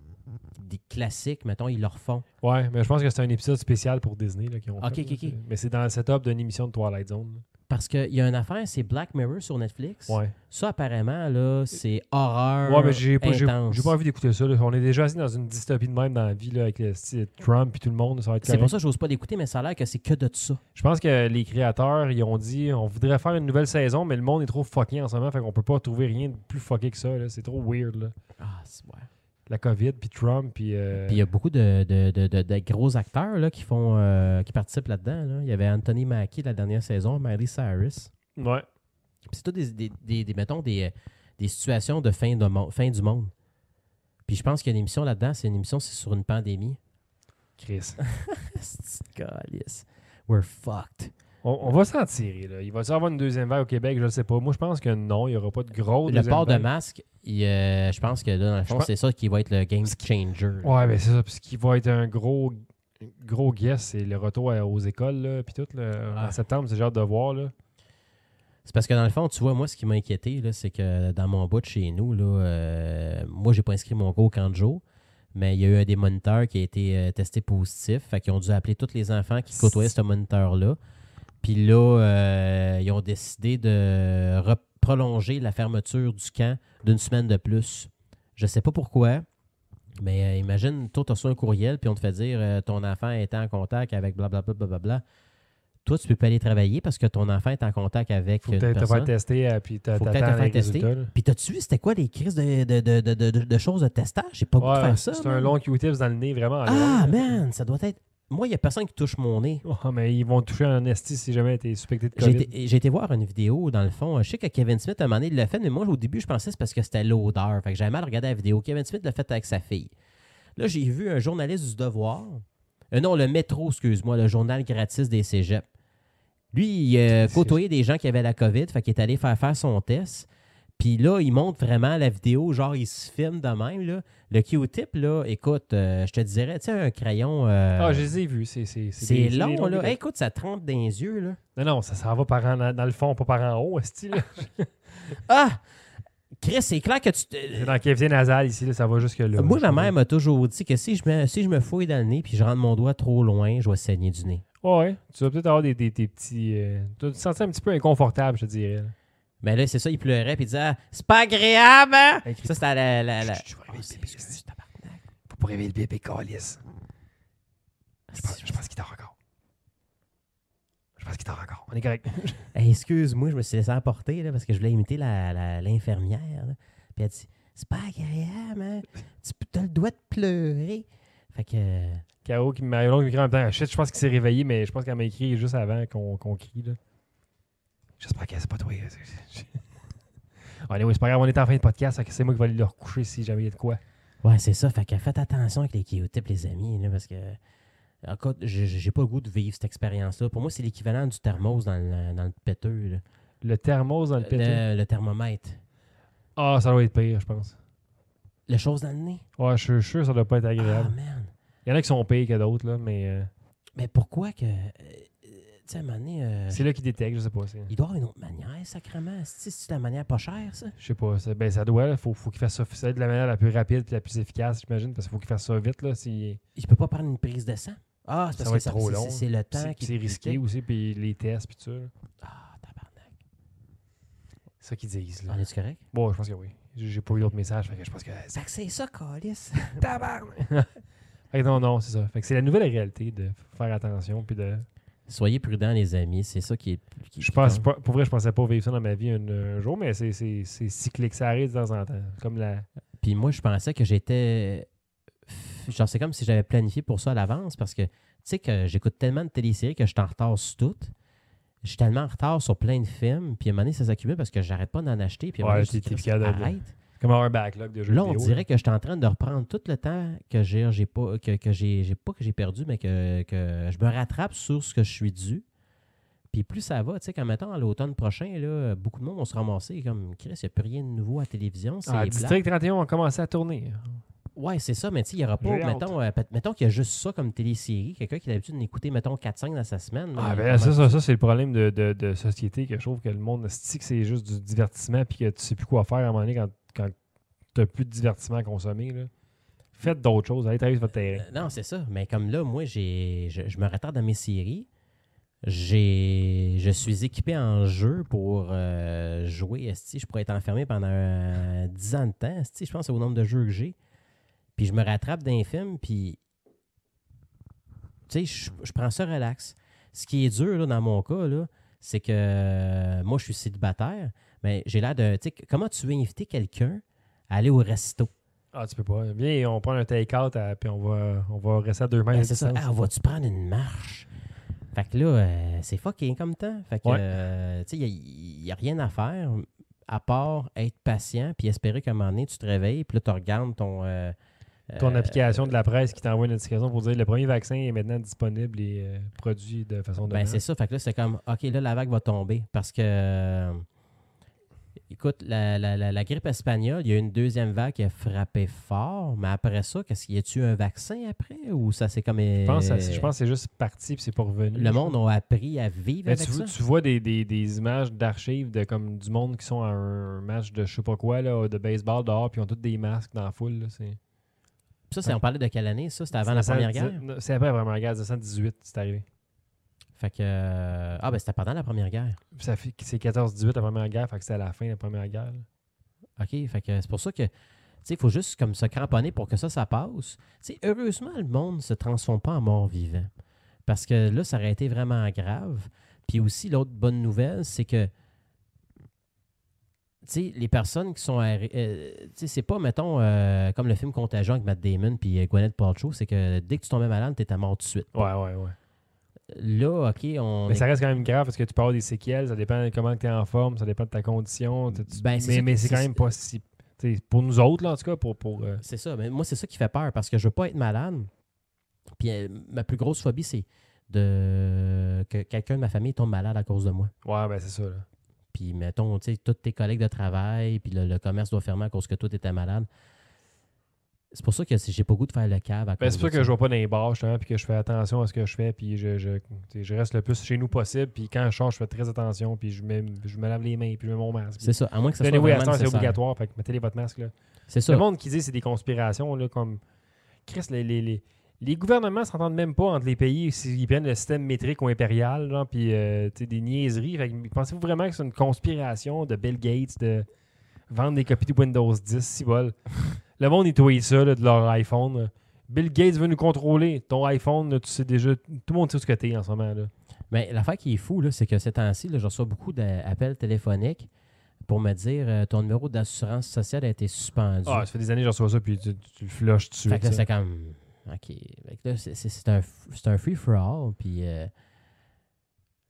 Speaker 2: des classiques, mettons, ils le refont.
Speaker 1: Ouais, mais je pense que c'est un épisode spécial pour Disney là, qu'ils ont
Speaker 2: Ok,
Speaker 1: fait,
Speaker 2: ok,
Speaker 1: là,
Speaker 2: ok.
Speaker 1: c'est- Mais c'est dans le setup d'une émission de Twilight Zone.
Speaker 2: Parce qu'il y a une affaire, c'est Black Mirror sur Netflix.
Speaker 1: Ouais.
Speaker 2: Ça, apparemment, là, c'est horreur
Speaker 1: Ouais, mais j'ai pas, j'ai-
Speaker 2: intense.
Speaker 1: j'ai pas envie d'écouter ça. là. On est déjà assis dans une dystopie de même dans la vie là, avec le style Trump et tout le monde. Ça va être
Speaker 2: C'est pour
Speaker 1: correct.
Speaker 2: ça que j'ose pas l'écouter, mais ça a l'air que c'est que de ça.
Speaker 1: Je pense que les créateurs, ils ont dit on voudrait faire une nouvelle saison, mais le monde est trop fucké en ce moment, fait qu'on peut pas trouver rien de plus fucké que ça. là. C'est trop weird. là.
Speaker 2: Ah, c'est ouais.
Speaker 1: La COVID, puis Trump, puis. euh,
Speaker 2: Puis il y a beaucoup de, de- de- de- de gros acteurs là, qui, font, euh, qui participent là-dedans. là. Il y avait Anthony Mackie la dernière saison, Miley Cyrus.
Speaker 1: Ouais.
Speaker 2: Puis c'est tout des, des, des- des- mettons, des, euh, des situations de fin, de mon- fin du monde. Puis je pense qu'il y a une émission là-dedans, c'est une émission c'est sur une pandémie.
Speaker 1: Chris.
Speaker 2: C'est- calice. We're fucked.
Speaker 1: On, on va s'en tirer. Là. Il va y avoir une deuxième vague au Québec, je ne sais pas. Moi, je pense que non, il n'y aura pas de gros.
Speaker 2: Le port de masque, il, euh, je pense que là, dans le fond,
Speaker 1: pense-
Speaker 2: c'est ça qui va être le game
Speaker 1: Ce qui-
Speaker 2: changer. là.
Speaker 1: Ouais, mais c'est ça. Puis ce qui va être un gros, gros guess, c'est le retour à- aux écoles, là, puis tout. là. En
Speaker 2: Ouais.
Speaker 1: septembre, c'est genre de voir. Là.
Speaker 2: C'est parce que dans le fond, tu vois, moi, ce qui m'a inquiété, là, c'est que dans mon bout de chez nous, là, euh, moi, j'ai pas inscrit mon go Kanjo, mais il y a eu un des moniteurs qui a été euh, testé positif. Fait qu'ils ont dû appeler tous les enfants qui côtoyaient ce moniteur-là. Puis là, euh, ils ont décidé de re- prolonger la fermeture du camp d'une semaine de plus. Je sais pas pourquoi, mais euh, imagine, toi, tu reçois un courriel, puis on te fait dire euh, ton enfant est en contact avec blablabla. Bla, bla, bla, bla. Toi, tu peux pas aller travailler parce que ton enfant est en contact avec.
Speaker 1: Faut
Speaker 2: une
Speaker 1: peut-être te
Speaker 2: personne.
Speaker 1: faire tester, euh, puis t'a-
Speaker 2: Faut
Speaker 1: t'attends
Speaker 2: peut-être te faire
Speaker 1: les
Speaker 2: tester.
Speaker 1: résultats. là.
Speaker 2: Puis t'as-tu vu, c'était quoi les crises de, de, de, de, de- de choses de testage? J'ai pas le goût de
Speaker 1: Ouais,
Speaker 2: faire ça.
Speaker 1: c'est
Speaker 2: man.
Speaker 1: un long Q-tips dans le nez, vraiment.
Speaker 2: Ah,
Speaker 1: long.
Speaker 2: man, ça doit être... Moi, il n'y a personne qui touche mon nez.
Speaker 1: Ouais, Oh, mais ils vont te toucher en esti si jamais tu es suspecté de
Speaker 2: J'ai
Speaker 1: COVID.
Speaker 2: été, j'ai été voir une vidéo, dans le fond. Je sais que Kevin Smith, à un moment donné, il l'a fait, mais moi, au début, je pensais que c'est parce que c'était l'odeur. Fait que j'avais mal regardé la vidéo. Kevin Smith l'a fait avec sa fille. Là, j'ai vu un journaliste du Devoir. Euh, non, le métro, excuse-moi, le journal gratis des cégeps. Lui, il euh,
Speaker 1: C'est-
Speaker 2: côtoyait des gens qui avaient la COVID, fait qu'il est allé faire faire son test. Puis là, il montre vraiment la vidéo, genre, il se filme de même, là. Le Q-tip, là, écoute, euh, je te dirais, tu sais, un crayon... euh,
Speaker 1: Ah, je les ai vus. C'est c'est- c'est
Speaker 2: c'est
Speaker 1: des- c'est
Speaker 2: long,
Speaker 1: des longs
Speaker 2: là.
Speaker 1: vidéos.
Speaker 2: Hey, écoute, ça trempe dans les yeux, là.
Speaker 1: Non, non, ça s'en va par en, dans le fond, pas par en haut, esti, là.
Speaker 2: Ah! Chris, c'est clair que tu. te-
Speaker 1: C'est dans Kevin Nasal ici, là, ça va jusque là.
Speaker 2: Euh, Moi,
Speaker 1: là.
Speaker 2: ma mère m'a toujours dit que si je, me, si je me fouille dans le nez puis je rentre mon doigt trop loin, je vais saigner du nez.
Speaker 1: Ouais, tu vas peut-être avoir des, des- des petits. euh, tu vas te sentir un petit peu inconfortable, je te dirais. là.
Speaker 2: Mais là, c'est ça, il pleurait puis il disait Ah, C'est pas agréable, hein?
Speaker 1: Un cri-
Speaker 2: Ça, c'était la. la, la...
Speaker 1: Chut, chut, je vais réveiller
Speaker 2: Oh,
Speaker 1: le
Speaker 2: c'est-
Speaker 1: bébé,
Speaker 2: excuse, tabarnak.
Speaker 1: Faut pas réveiller le bébé, Calis. Je pense, je pense qu'il dort encore. Je pense qu'il dort encore. On est correct.
Speaker 2: Hey, Excuse-moi, je me suis laissé emporter là, parce que je voulais imiter la- la- l'infirmière. là. puis elle dit C'est pas agréable, hein? Tu as le doigt de pleurer. Fait que. euh,
Speaker 1: K.O. qui m'a long écrit en même temps. Ah, Shit, je pense qu'il s'est réveillé, mais je pense qu'elle m'a écrit juste avant qu'on qu'on crie. là. J'espère que c'est pas toi. hein. C'est- c'est- Allez, oui, c'est pas grave, on est en fin de podcast, fait que c'est moi qui vais aller le recoucher si jamais il y a de quoi.
Speaker 2: Ouais, c'est ça. Fait que faites attention avec les Q-tips, les amis, là, parce que. Encore, j'ai j'ai pas le goût de vivre cette expérience-là. Pour moi, c'est l'équivalent du thermos dans le, dans le péteux. là.
Speaker 1: Le thermos dans le pété.
Speaker 2: Euh, Le, le thermomètre.
Speaker 1: Ah, ça doit être pire, je pense.
Speaker 2: La chose dans le nez.
Speaker 1: Ouais, je suis sûr que ça doit pas être
Speaker 2: Ah,
Speaker 1: agréable.
Speaker 2: man.
Speaker 1: Il y en a qui sont pires que d'autres, là, mais euh,
Speaker 2: Mais pourquoi que. euh, tu sais, à un moment donné, euh,
Speaker 1: c'est là qu'ils détectent, je sais pas. c'est-
Speaker 2: il doit y avoir une autre manière, sacrément. Si c'est la manière pas chère, ça.
Speaker 1: Je sais pas. c'est- Ben, ça doit. Il faut, faut qu'il fasse ça, ça de la manière la plus rapide et la plus efficace, j'imagine, parce qu'il faut qu'il fasse ça vite. Là, si,
Speaker 2: Il peut pas prendre une prise de sang. Ah,
Speaker 1: Ça
Speaker 2: c'est parce
Speaker 1: va
Speaker 2: que
Speaker 1: être trop
Speaker 2: c'est-
Speaker 1: long.
Speaker 2: c'est- C'est le temps
Speaker 1: c'est
Speaker 2: qui.
Speaker 1: c'est risqué aussi, puis les tests, puis tout ça. là.
Speaker 2: Ah, tabarnak.
Speaker 1: C'est ça qu'ils disent. Là.
Speaker 2: On est-tu correct?
Speaker 1: Bon, je pense que oui. J'ai j'ai pas eu d'autres messages, fait que je pense que
Speaker 2: Fait que C'est ça, Calice.
Speaker 1: tabarnak. fait que non, non, c'est ça. Fait que c'est la nouvelle réalité de faire attention, puis de
Speaker 2: Soyez prudents, les amis. C'est ça qui est. qui-
Speaker 1: Je
Speaker 2: qui
Speaker 1: pense
Speaker 2: compte.
Speaker 1: pas- pour vrai, je pensais pas vivre ça dans ma vie un, un jour, mais c'est c'est- c'est cyclique, ça arrive de temps en temps. Comme la.
Speaker 2: Puis moi, je pensais que j'étais. Genre, c'est comme si j'avais planifié pour ça à l'avance parce que, tu sais, que j'écoute tellement de téléséries que je suis en retard sur toutes. Je suis tellement en retard sur plein de films. Puis à un moment donné, ça s'accumule parce que j'arrête pas d'en acheter. Puis à un
Speaker 1: Ouais,
Speaker 2: moment donné, je
Speaker 1: t'es-
Speaker 2: dis,
Speaker 1: t'es capable de-
Speaker 2: arrête.
Speaker 1: Comme avoir un backlog de jeux
Speaker 2: Là, on
Speaker 1: vidéo.
Speaker 2: dirait que je suis en train de reprendre tout le temps que j'ai j'ai pas que, que j'ai j'ai pas que j'ai perdu, mais que, que je me rattrape sur ce que je suis dû. Puis plus ça va, tu sais, quand mettons à l'automne prochain, là, beaucoup de monde vont se ramasser comme Chris, il n'y a plus rien de nouveau à la télévision. C'est
Speaker 1: Ah,
Speaker 2: plate.
Speaker 1: District 31 on a commencé à tourner.
Speaker 2: Ouais, c'est ça, mais tu sais, il n'y aura pas.
Speaker 1: J'ai hâte.
Speaker 2: Mettons, euh, peut- mettons qu'il y a juste ça comme télésérie, quelqu'un qui a l'habitude d'écouter, mettons, 4-5 dans sa semaine. là,
Speaker 1: Ah,
Speaker 2: il-
Speaker 1: ben, ça, ça, ça, c'est le problème de, de- de société que je trouve que le monde stick, c'est juste du divertissement puis que tu sais plus quoi faire à un moment donné quand, quand tu plus de divertissement à consommer. là. Faites d'autres choses, allez travailler sur votre terrain.
Speaker 2: Euh, Non, c'est ça. Mais comme là, moi, j'ai, je, je me retarde dans mes séries. J'ai, je suis équipé en jeu pour euh, jouer. Esti, je pourrais être enfermé pendant euh, 10 ans de temps. Esti, je pense au nombre de jeux que j'ai. Puis je me rattrape d'un film, puis tu sais, je, je prends ça relax. Ce qui est dur là, dans mon cas, là, c'est que euh, moi, je suis célibataire, mais j'ai l'air de. Tu sais, comment tu veux inviter quelqu'un à aller au resto?
Speaker 1: Ah, tu peux pas. Viens, on prend un take-out à- puis on va, on va rester à deux mètres.
Speaker 2: Ben,
Speaker 1: de
Speaker 2: c'est ça.
Speaker 1: distance.
Speaker 2: Ah, vas-tu prendre une marche? Fait que là, euh, c'est fucking comme temps. Fait que,
Speaker 1: Ouais.
Speaker 2: euh, tu sais, il n'y a, rien à faire à part être patient puis espérer qu'à un moment donné, tu te réveilles puis là, tu regardes ton... euh,
Speaker 1: Ton
Speaker 2: euh,
Speaker 1: application de la presse qui t'envoie une notification pour dire le premier vaccin est maintenant disponible et euh, produit de façon de.
Speaker 2: Ben, c'est ça. Fait que là, c'est comme, OK, là, la vague va tomber parce que. euh, Écoute, la, la- la- la grippe espagnole, il y a eu une deuxième vague qui a frappé fort, mais après ça, qu'est-ce qu'il y a-tu un vaccin après ou ça c'est comme euh,
Speaker 1: je pense, à- je pense que c'est juste parti puis c'est pas revenu.
Speaker 2: le monde a appris à vivre
Speaker 1: Mais
Speaker 2: avec
Speaker 1: tu,
Speaker 2: ça.
Speaker 1: tu vois des, des- des images d'archives de comme du monde qui sont à un match de je sais pas quoi là, de baseball dehors puis ils ont tous des masques dans la foule. là, c'est-
Speaker 2: Ça, c'est, on parlait de quelle année, ça? C'était avant la
Speaker 1: 1910
Speaker 2: Première Guerre?
Speaker 1: non, C'est après la Première Guerre, 1918, c'est arrivé.
Speaker 2: Fait que... euh, Ah, ben c'était pendant la Première Guerre.
Speaker 1: Ça fait que c'est 14-18 la Première Guerre, fait que c'est à la fin de la Première Guerre. là.
Speaker 2: OK, fait que c'est pour ça que... Tu sais, il faut juste comme se cramponner pour que ça, ça passe. Tu sais, heureusement, le monde ne se transforme pas en mort vivant. Parce que là, ça aurait été vraiment grave. Puis aussi, l'autre bonne nouvelle, c'est que... Tu sais, les personnes qui sont... arri- euh, tu sais, c'est pas, mettons, euh, comme le film Contagion avec Matt Damon puis euh, Gwyneth Paltrow, c'est que dès que tu tombais malade, t'étais mort tout de suite.
Speaker 1: Ouais, ouais, ouais.
Speaker 2: Là, OK, on...
Speaker 1: Mais
Speaker 2: est-
Speaker 1: ça reste quand même grave parce que tu peux avoir des séquelles, ça dépend de comment tu es en forme, ça dépend de ta condition. tu- tu-
Speaker 2: Ben, c'est
Speaker 1: mais
Speaker 2: ça
Speaker 1: mais
Speaker 2: que-
Speaker 1: c'est quand
Speaker 2: c'est-
Speaker 1: même pas si. t'sais, Pour nous autres, là, en tout cas, pour. pour euh,
Speaker 2: C'est ça. Mais moi, c'est ça qui fait peur parce que je veux pas être malade. Puis euh, ma plus grosse phobie, c'est de que quelqu'un de ma famille tombe malade à cause de moi.
Speaker 1: Ouais, ben c'est ça. là.
Speaker 2: Puis mettons, tu sais, tous tes collègues de travail, puis le, le commerce doit fermer à cause que toi, t'étais malade. C'est pour ça que c'est- j'ai pas goût de faire le cave à
Speaker 1: Ben,
Speaker 2: cause
Speaker 1: c'est
Speaker 2: de
Speaker 1: pour ça que
Speaker 2: ça.
Speaker 1: je vois pas dans les bars, justement, puis que je fais attention à ce que je fais, puis je, je, t'sais, je reste le plus chez nous possible, puis quand je sors, je fais très attention, puis je, mets- je me lave les mains, puis je mets mon masque.
Speaker 2: C'est ça, à moins que ça
Speaker 1: Puis
Speaker 2: soit
Speaker 1: anyway, à ce temps,
Speaker 2: vraiment
Speaker 1: c'est
Speaker 2: nécessaire.
Speaker 1: obligatoire, fait que mettez votre masque. Là.
Speaker 2: C'est ça.
Speaker 1: Le monde qui dit que c'est des conspirations, là, comme. Chris, les, les, les, les gouvernements s'entendent même pas entre les pays s'ils prennent le système métrique ou impérial, genre, puis euh, tu sais, des niaiseries. Fait que Pensez-vous vraiment que c'est une conspiration de Bill Gates de vendre des copies de Windows 10, si bol. le monde, ils tweetent ça là, de leur iPhone. là. Bill Gates veut nous contrôler. Ton iPhone, là, tu sais déjà, tout le monde sait où ce que t'es en ce moment. Là.
Speaker 2: Mais l'affaire qui est fou, là, c'est que ces temps-ci, là, je reçois beaucoup d'appels téléphoniques pour me dire euh, ton numéro d'assurance sociale a été suspendu.
Speaker 1: Ah, ça fait des années que je reçois ça, puis tu, tu- tu le flushes dessus.
Speaker 2: Fait que là, c'est comme. OK. Fait que là, c'est- c'est c'est un, f- c'est un free-for-all. Puis. euh,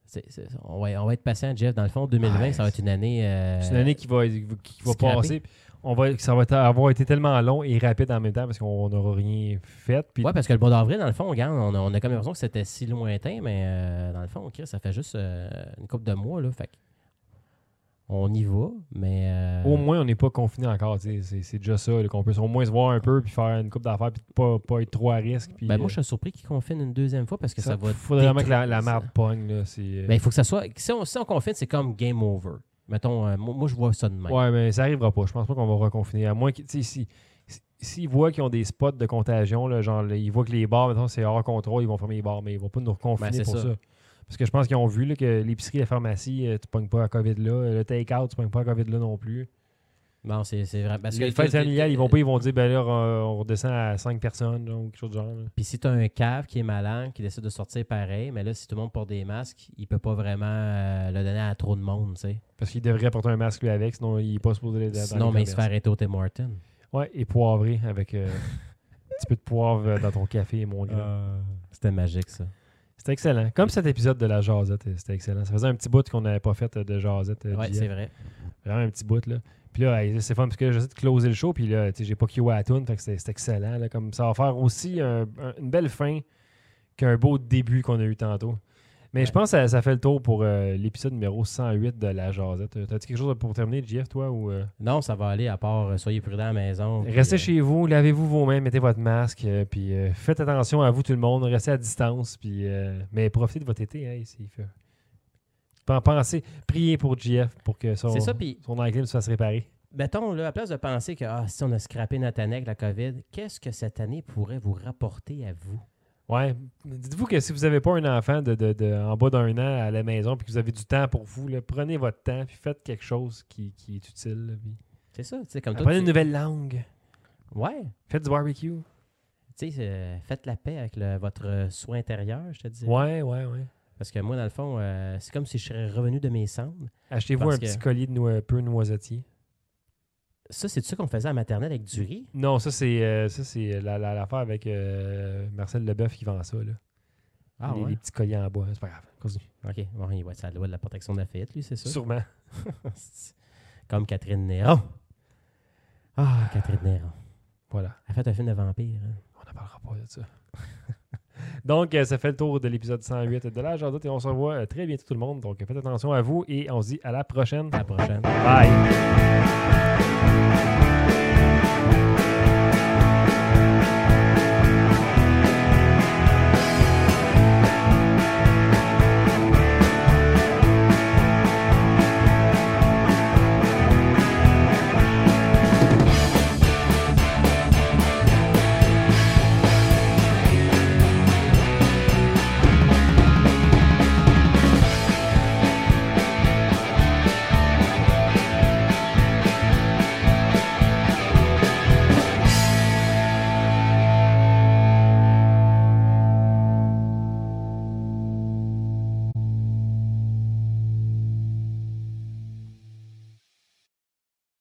Speaker 2: c'est- c'est- on, va, on va être patient, Jeff. Dans le fond, 2020,
Speaker 1: Ouais,
Speaker 2: ça va être une année. euh,
Speaker 1: C'est une année qui va, qui va
Speaker 2: scrappé.
Speaker 1: passer. On va, ça va être- avoir été tellement long et rapide en même temps parce qu'on n'aura rien fait. Puis
Speaker 2: Ouais, parce que le mois d'avril, dans le fond, regarde, on a, on a comme l'impression que c'était si lointain, mais euh, dans le fond, Chris, ça fait juste euh, une couple de mois, là. Fait que on y va, mais. euh,
Speaker 1: au moins, on n'est pas confiné encore. tu sais, C'est c'est déjà ça. là, qu'on peut au moins se voir un peu puis faire une coupe d'affaires puis pas, pas être trop à risque. Puis,
Speaker 2: ben, moi,
Speaker 1: euh,
Speaker 2: je suis surpris qu'ils confinent une deuxième fois parce que ça, va.
Speaker 1: faudrait vraiment que la,
Speaker 2: détruire
Speaker 1: la
Speaker 2: ça.
Speaker 1: map pogne. Là, c'est, euh,
Speaker 2: Ben, il faut que ça soit. Si on, si on confine, c'est comme game over. Mettons, euh, moi, moi, je vois ça de même.
Speaker 1: ouais, mais ça arrivera pas. Je pense pas qu'on va reconfiner. À moins que, tu sais, si, si- s'ils voient qu'ils ont des spots de contagion, là, genre, là, ils voient que les bars, maintenant c'est hors contrôle, ils vont fermer les bars, mais ils vont pas nous reconfiner
Speaker 2: Ben, c'est
Speaker 1: pour
Speaker 2: ça.
Speaker 1: ça. Parce que je pense qu'ils ont vu là, que l'épicerie, la pharmacie, euh, tu pognes pas à COVID là. Le take-out, tu pognes pas à COVID là non plus.
Speaker 2: Bon, c'est c'est vrai. Parce
Speaker 1: Les
Speaker 2: que Euh,
Speaker 1: fêtes familiales, ils vont pas, ils vont dire, ben là, on on redescend à 5 personnes, genre, ou quelque chose du genre. là.
Speaker 2: Puis si tu as un cave qui est malin, qui décide de sortir pareil, mais là, si tout le monde porte des masques, il peut pas vraiment euh, le donner à trop de monde, tu sais.
Speaker 1: Parce qu'il devrait porter un masque, lui, avec, sinon il est pas supposé les dans
Speaker 2: Sinon,
Speaker 1: les
Speaker 2: mais il se fait
Speaker 1: commerces.
Speaker 2: arrêter au Tim Hortons.
Speaker 1: Ouais, et poivré avec euh, un petit peu de poivre euh, dans ton café, mon gars.
Speaker 2: C'était magique, ça.
Speaker 1: C'était excellent. Comme cet épisode de la jasette, euh, c'était excellent. Ça faisait un petit bout qu'on n'avait pas fait euh, de jasette. euh,
Speaker 2: Ouais,
Speaker 1: Juliette.
Speaker 2: c'est vrai.
Speaker 1: Vraiment un petit bout, là. Puis là, hey, c'est fun parce que j'essaie de closer le show, puis là, tu sais, j'ai pas queué à la toune, fait que c'est c'est excellent. là. comme ça va faire aussi un- un- une belle fin qu'un beau début qu'on a eu tantôt. Mais je
Speaker 2: Ouais.
Speaker 1: pense que ça, ça fait le tour pour euh, l'épisode numéro 108 de La Jazette. Euh, T'as-tu quelque chose pour terminer, JF, toi? Ou, euh,
Speaker 2: Non, ça va aller, à part euh, soyez prudents à la maison. puis,
Speaker 1: Restez
Speaker 2: euh,
Speaker 1: chez vous, lavez-vous vos mains, mettez votre masque, euh, puis euh, faites attention à vous tout le monde, restez à distance, puis euh, mais profitez de votre été, hein, ici. il fait- Pen- Pensez, priez pour JF pour que son,
Speaker 2: C'est ça, puis
Speaker 1: son anglais se fasse réparer.
Speaker 2: mettons, là, à place de penser que ah, si on a scrappé notre année avec la COVID, qu'est-ce que cette année pourrait vous rapporter à vous?
Speaker 1: Ouais. Dites-vous que si vous n'avez pas un enfant de, de- de- en bas d'un an à la maison puis que vous avez du temps pour vous, là, prenez votre temps puis faites quelque chose qui, qui est utile. là, puis-
Speaker 2: C'est ça, tu sais, comme toi.
Speaker 1: Apprenez
Speaker 2: tu-
Speaker 1: une nouvelle langue.
Speaker 2: Ouais,
Speaker 1: Faites du barbecue.
Speaker 2: tu sais, euh, faites la paix avec le- votre euh, soin intérieur, je te dis.
Speaker 1: Ouais, ouais, ouais.
Speaker 2: Parce que moi, dans le fond, euh, c'est comme si je serais revenu de mes cendres.
Speaker 1: Achetez-vous
Speaker 2: Parce
Speaker 1: un
Speaker 2: que-
Speaker 1: petit collier de noi- peu noisetier.
Speaker 2: Ça, c'est ça qu'on faisait à la maternelle avec du riz.
Speaker 1: Non, ça, c'est euh, ça, c'est la- la- l'affaire avec euh, Marcel Leboeuf qui vend ça. Là.
Speaker 2: Ah
Speaker 1: les, les petits colliers en bois. C'est pas grave. Continue.
Speaker 2: OK. Bon, il va être sur la loi de la protection de la fête, lui, c'est ça?
Speaker 1: Sûrement.
Speaker 2: Comme Catherine Néron. Ah, Catherine Néron.
Speaker 1: Voilà.
Speaker 2: Elle a fait un film de vampire. hein.
Speaker 1: On n'en parlera pas de ça. donc, euh, ça fait le tour de l'épisode 108 de l'âge et on se revoit euh, très bientôt tout le monde. Donc, euh, faites attention à vous et on se dit à la prochaine.
Speaker 2: À la prochaine.
Speaker 1: Bye.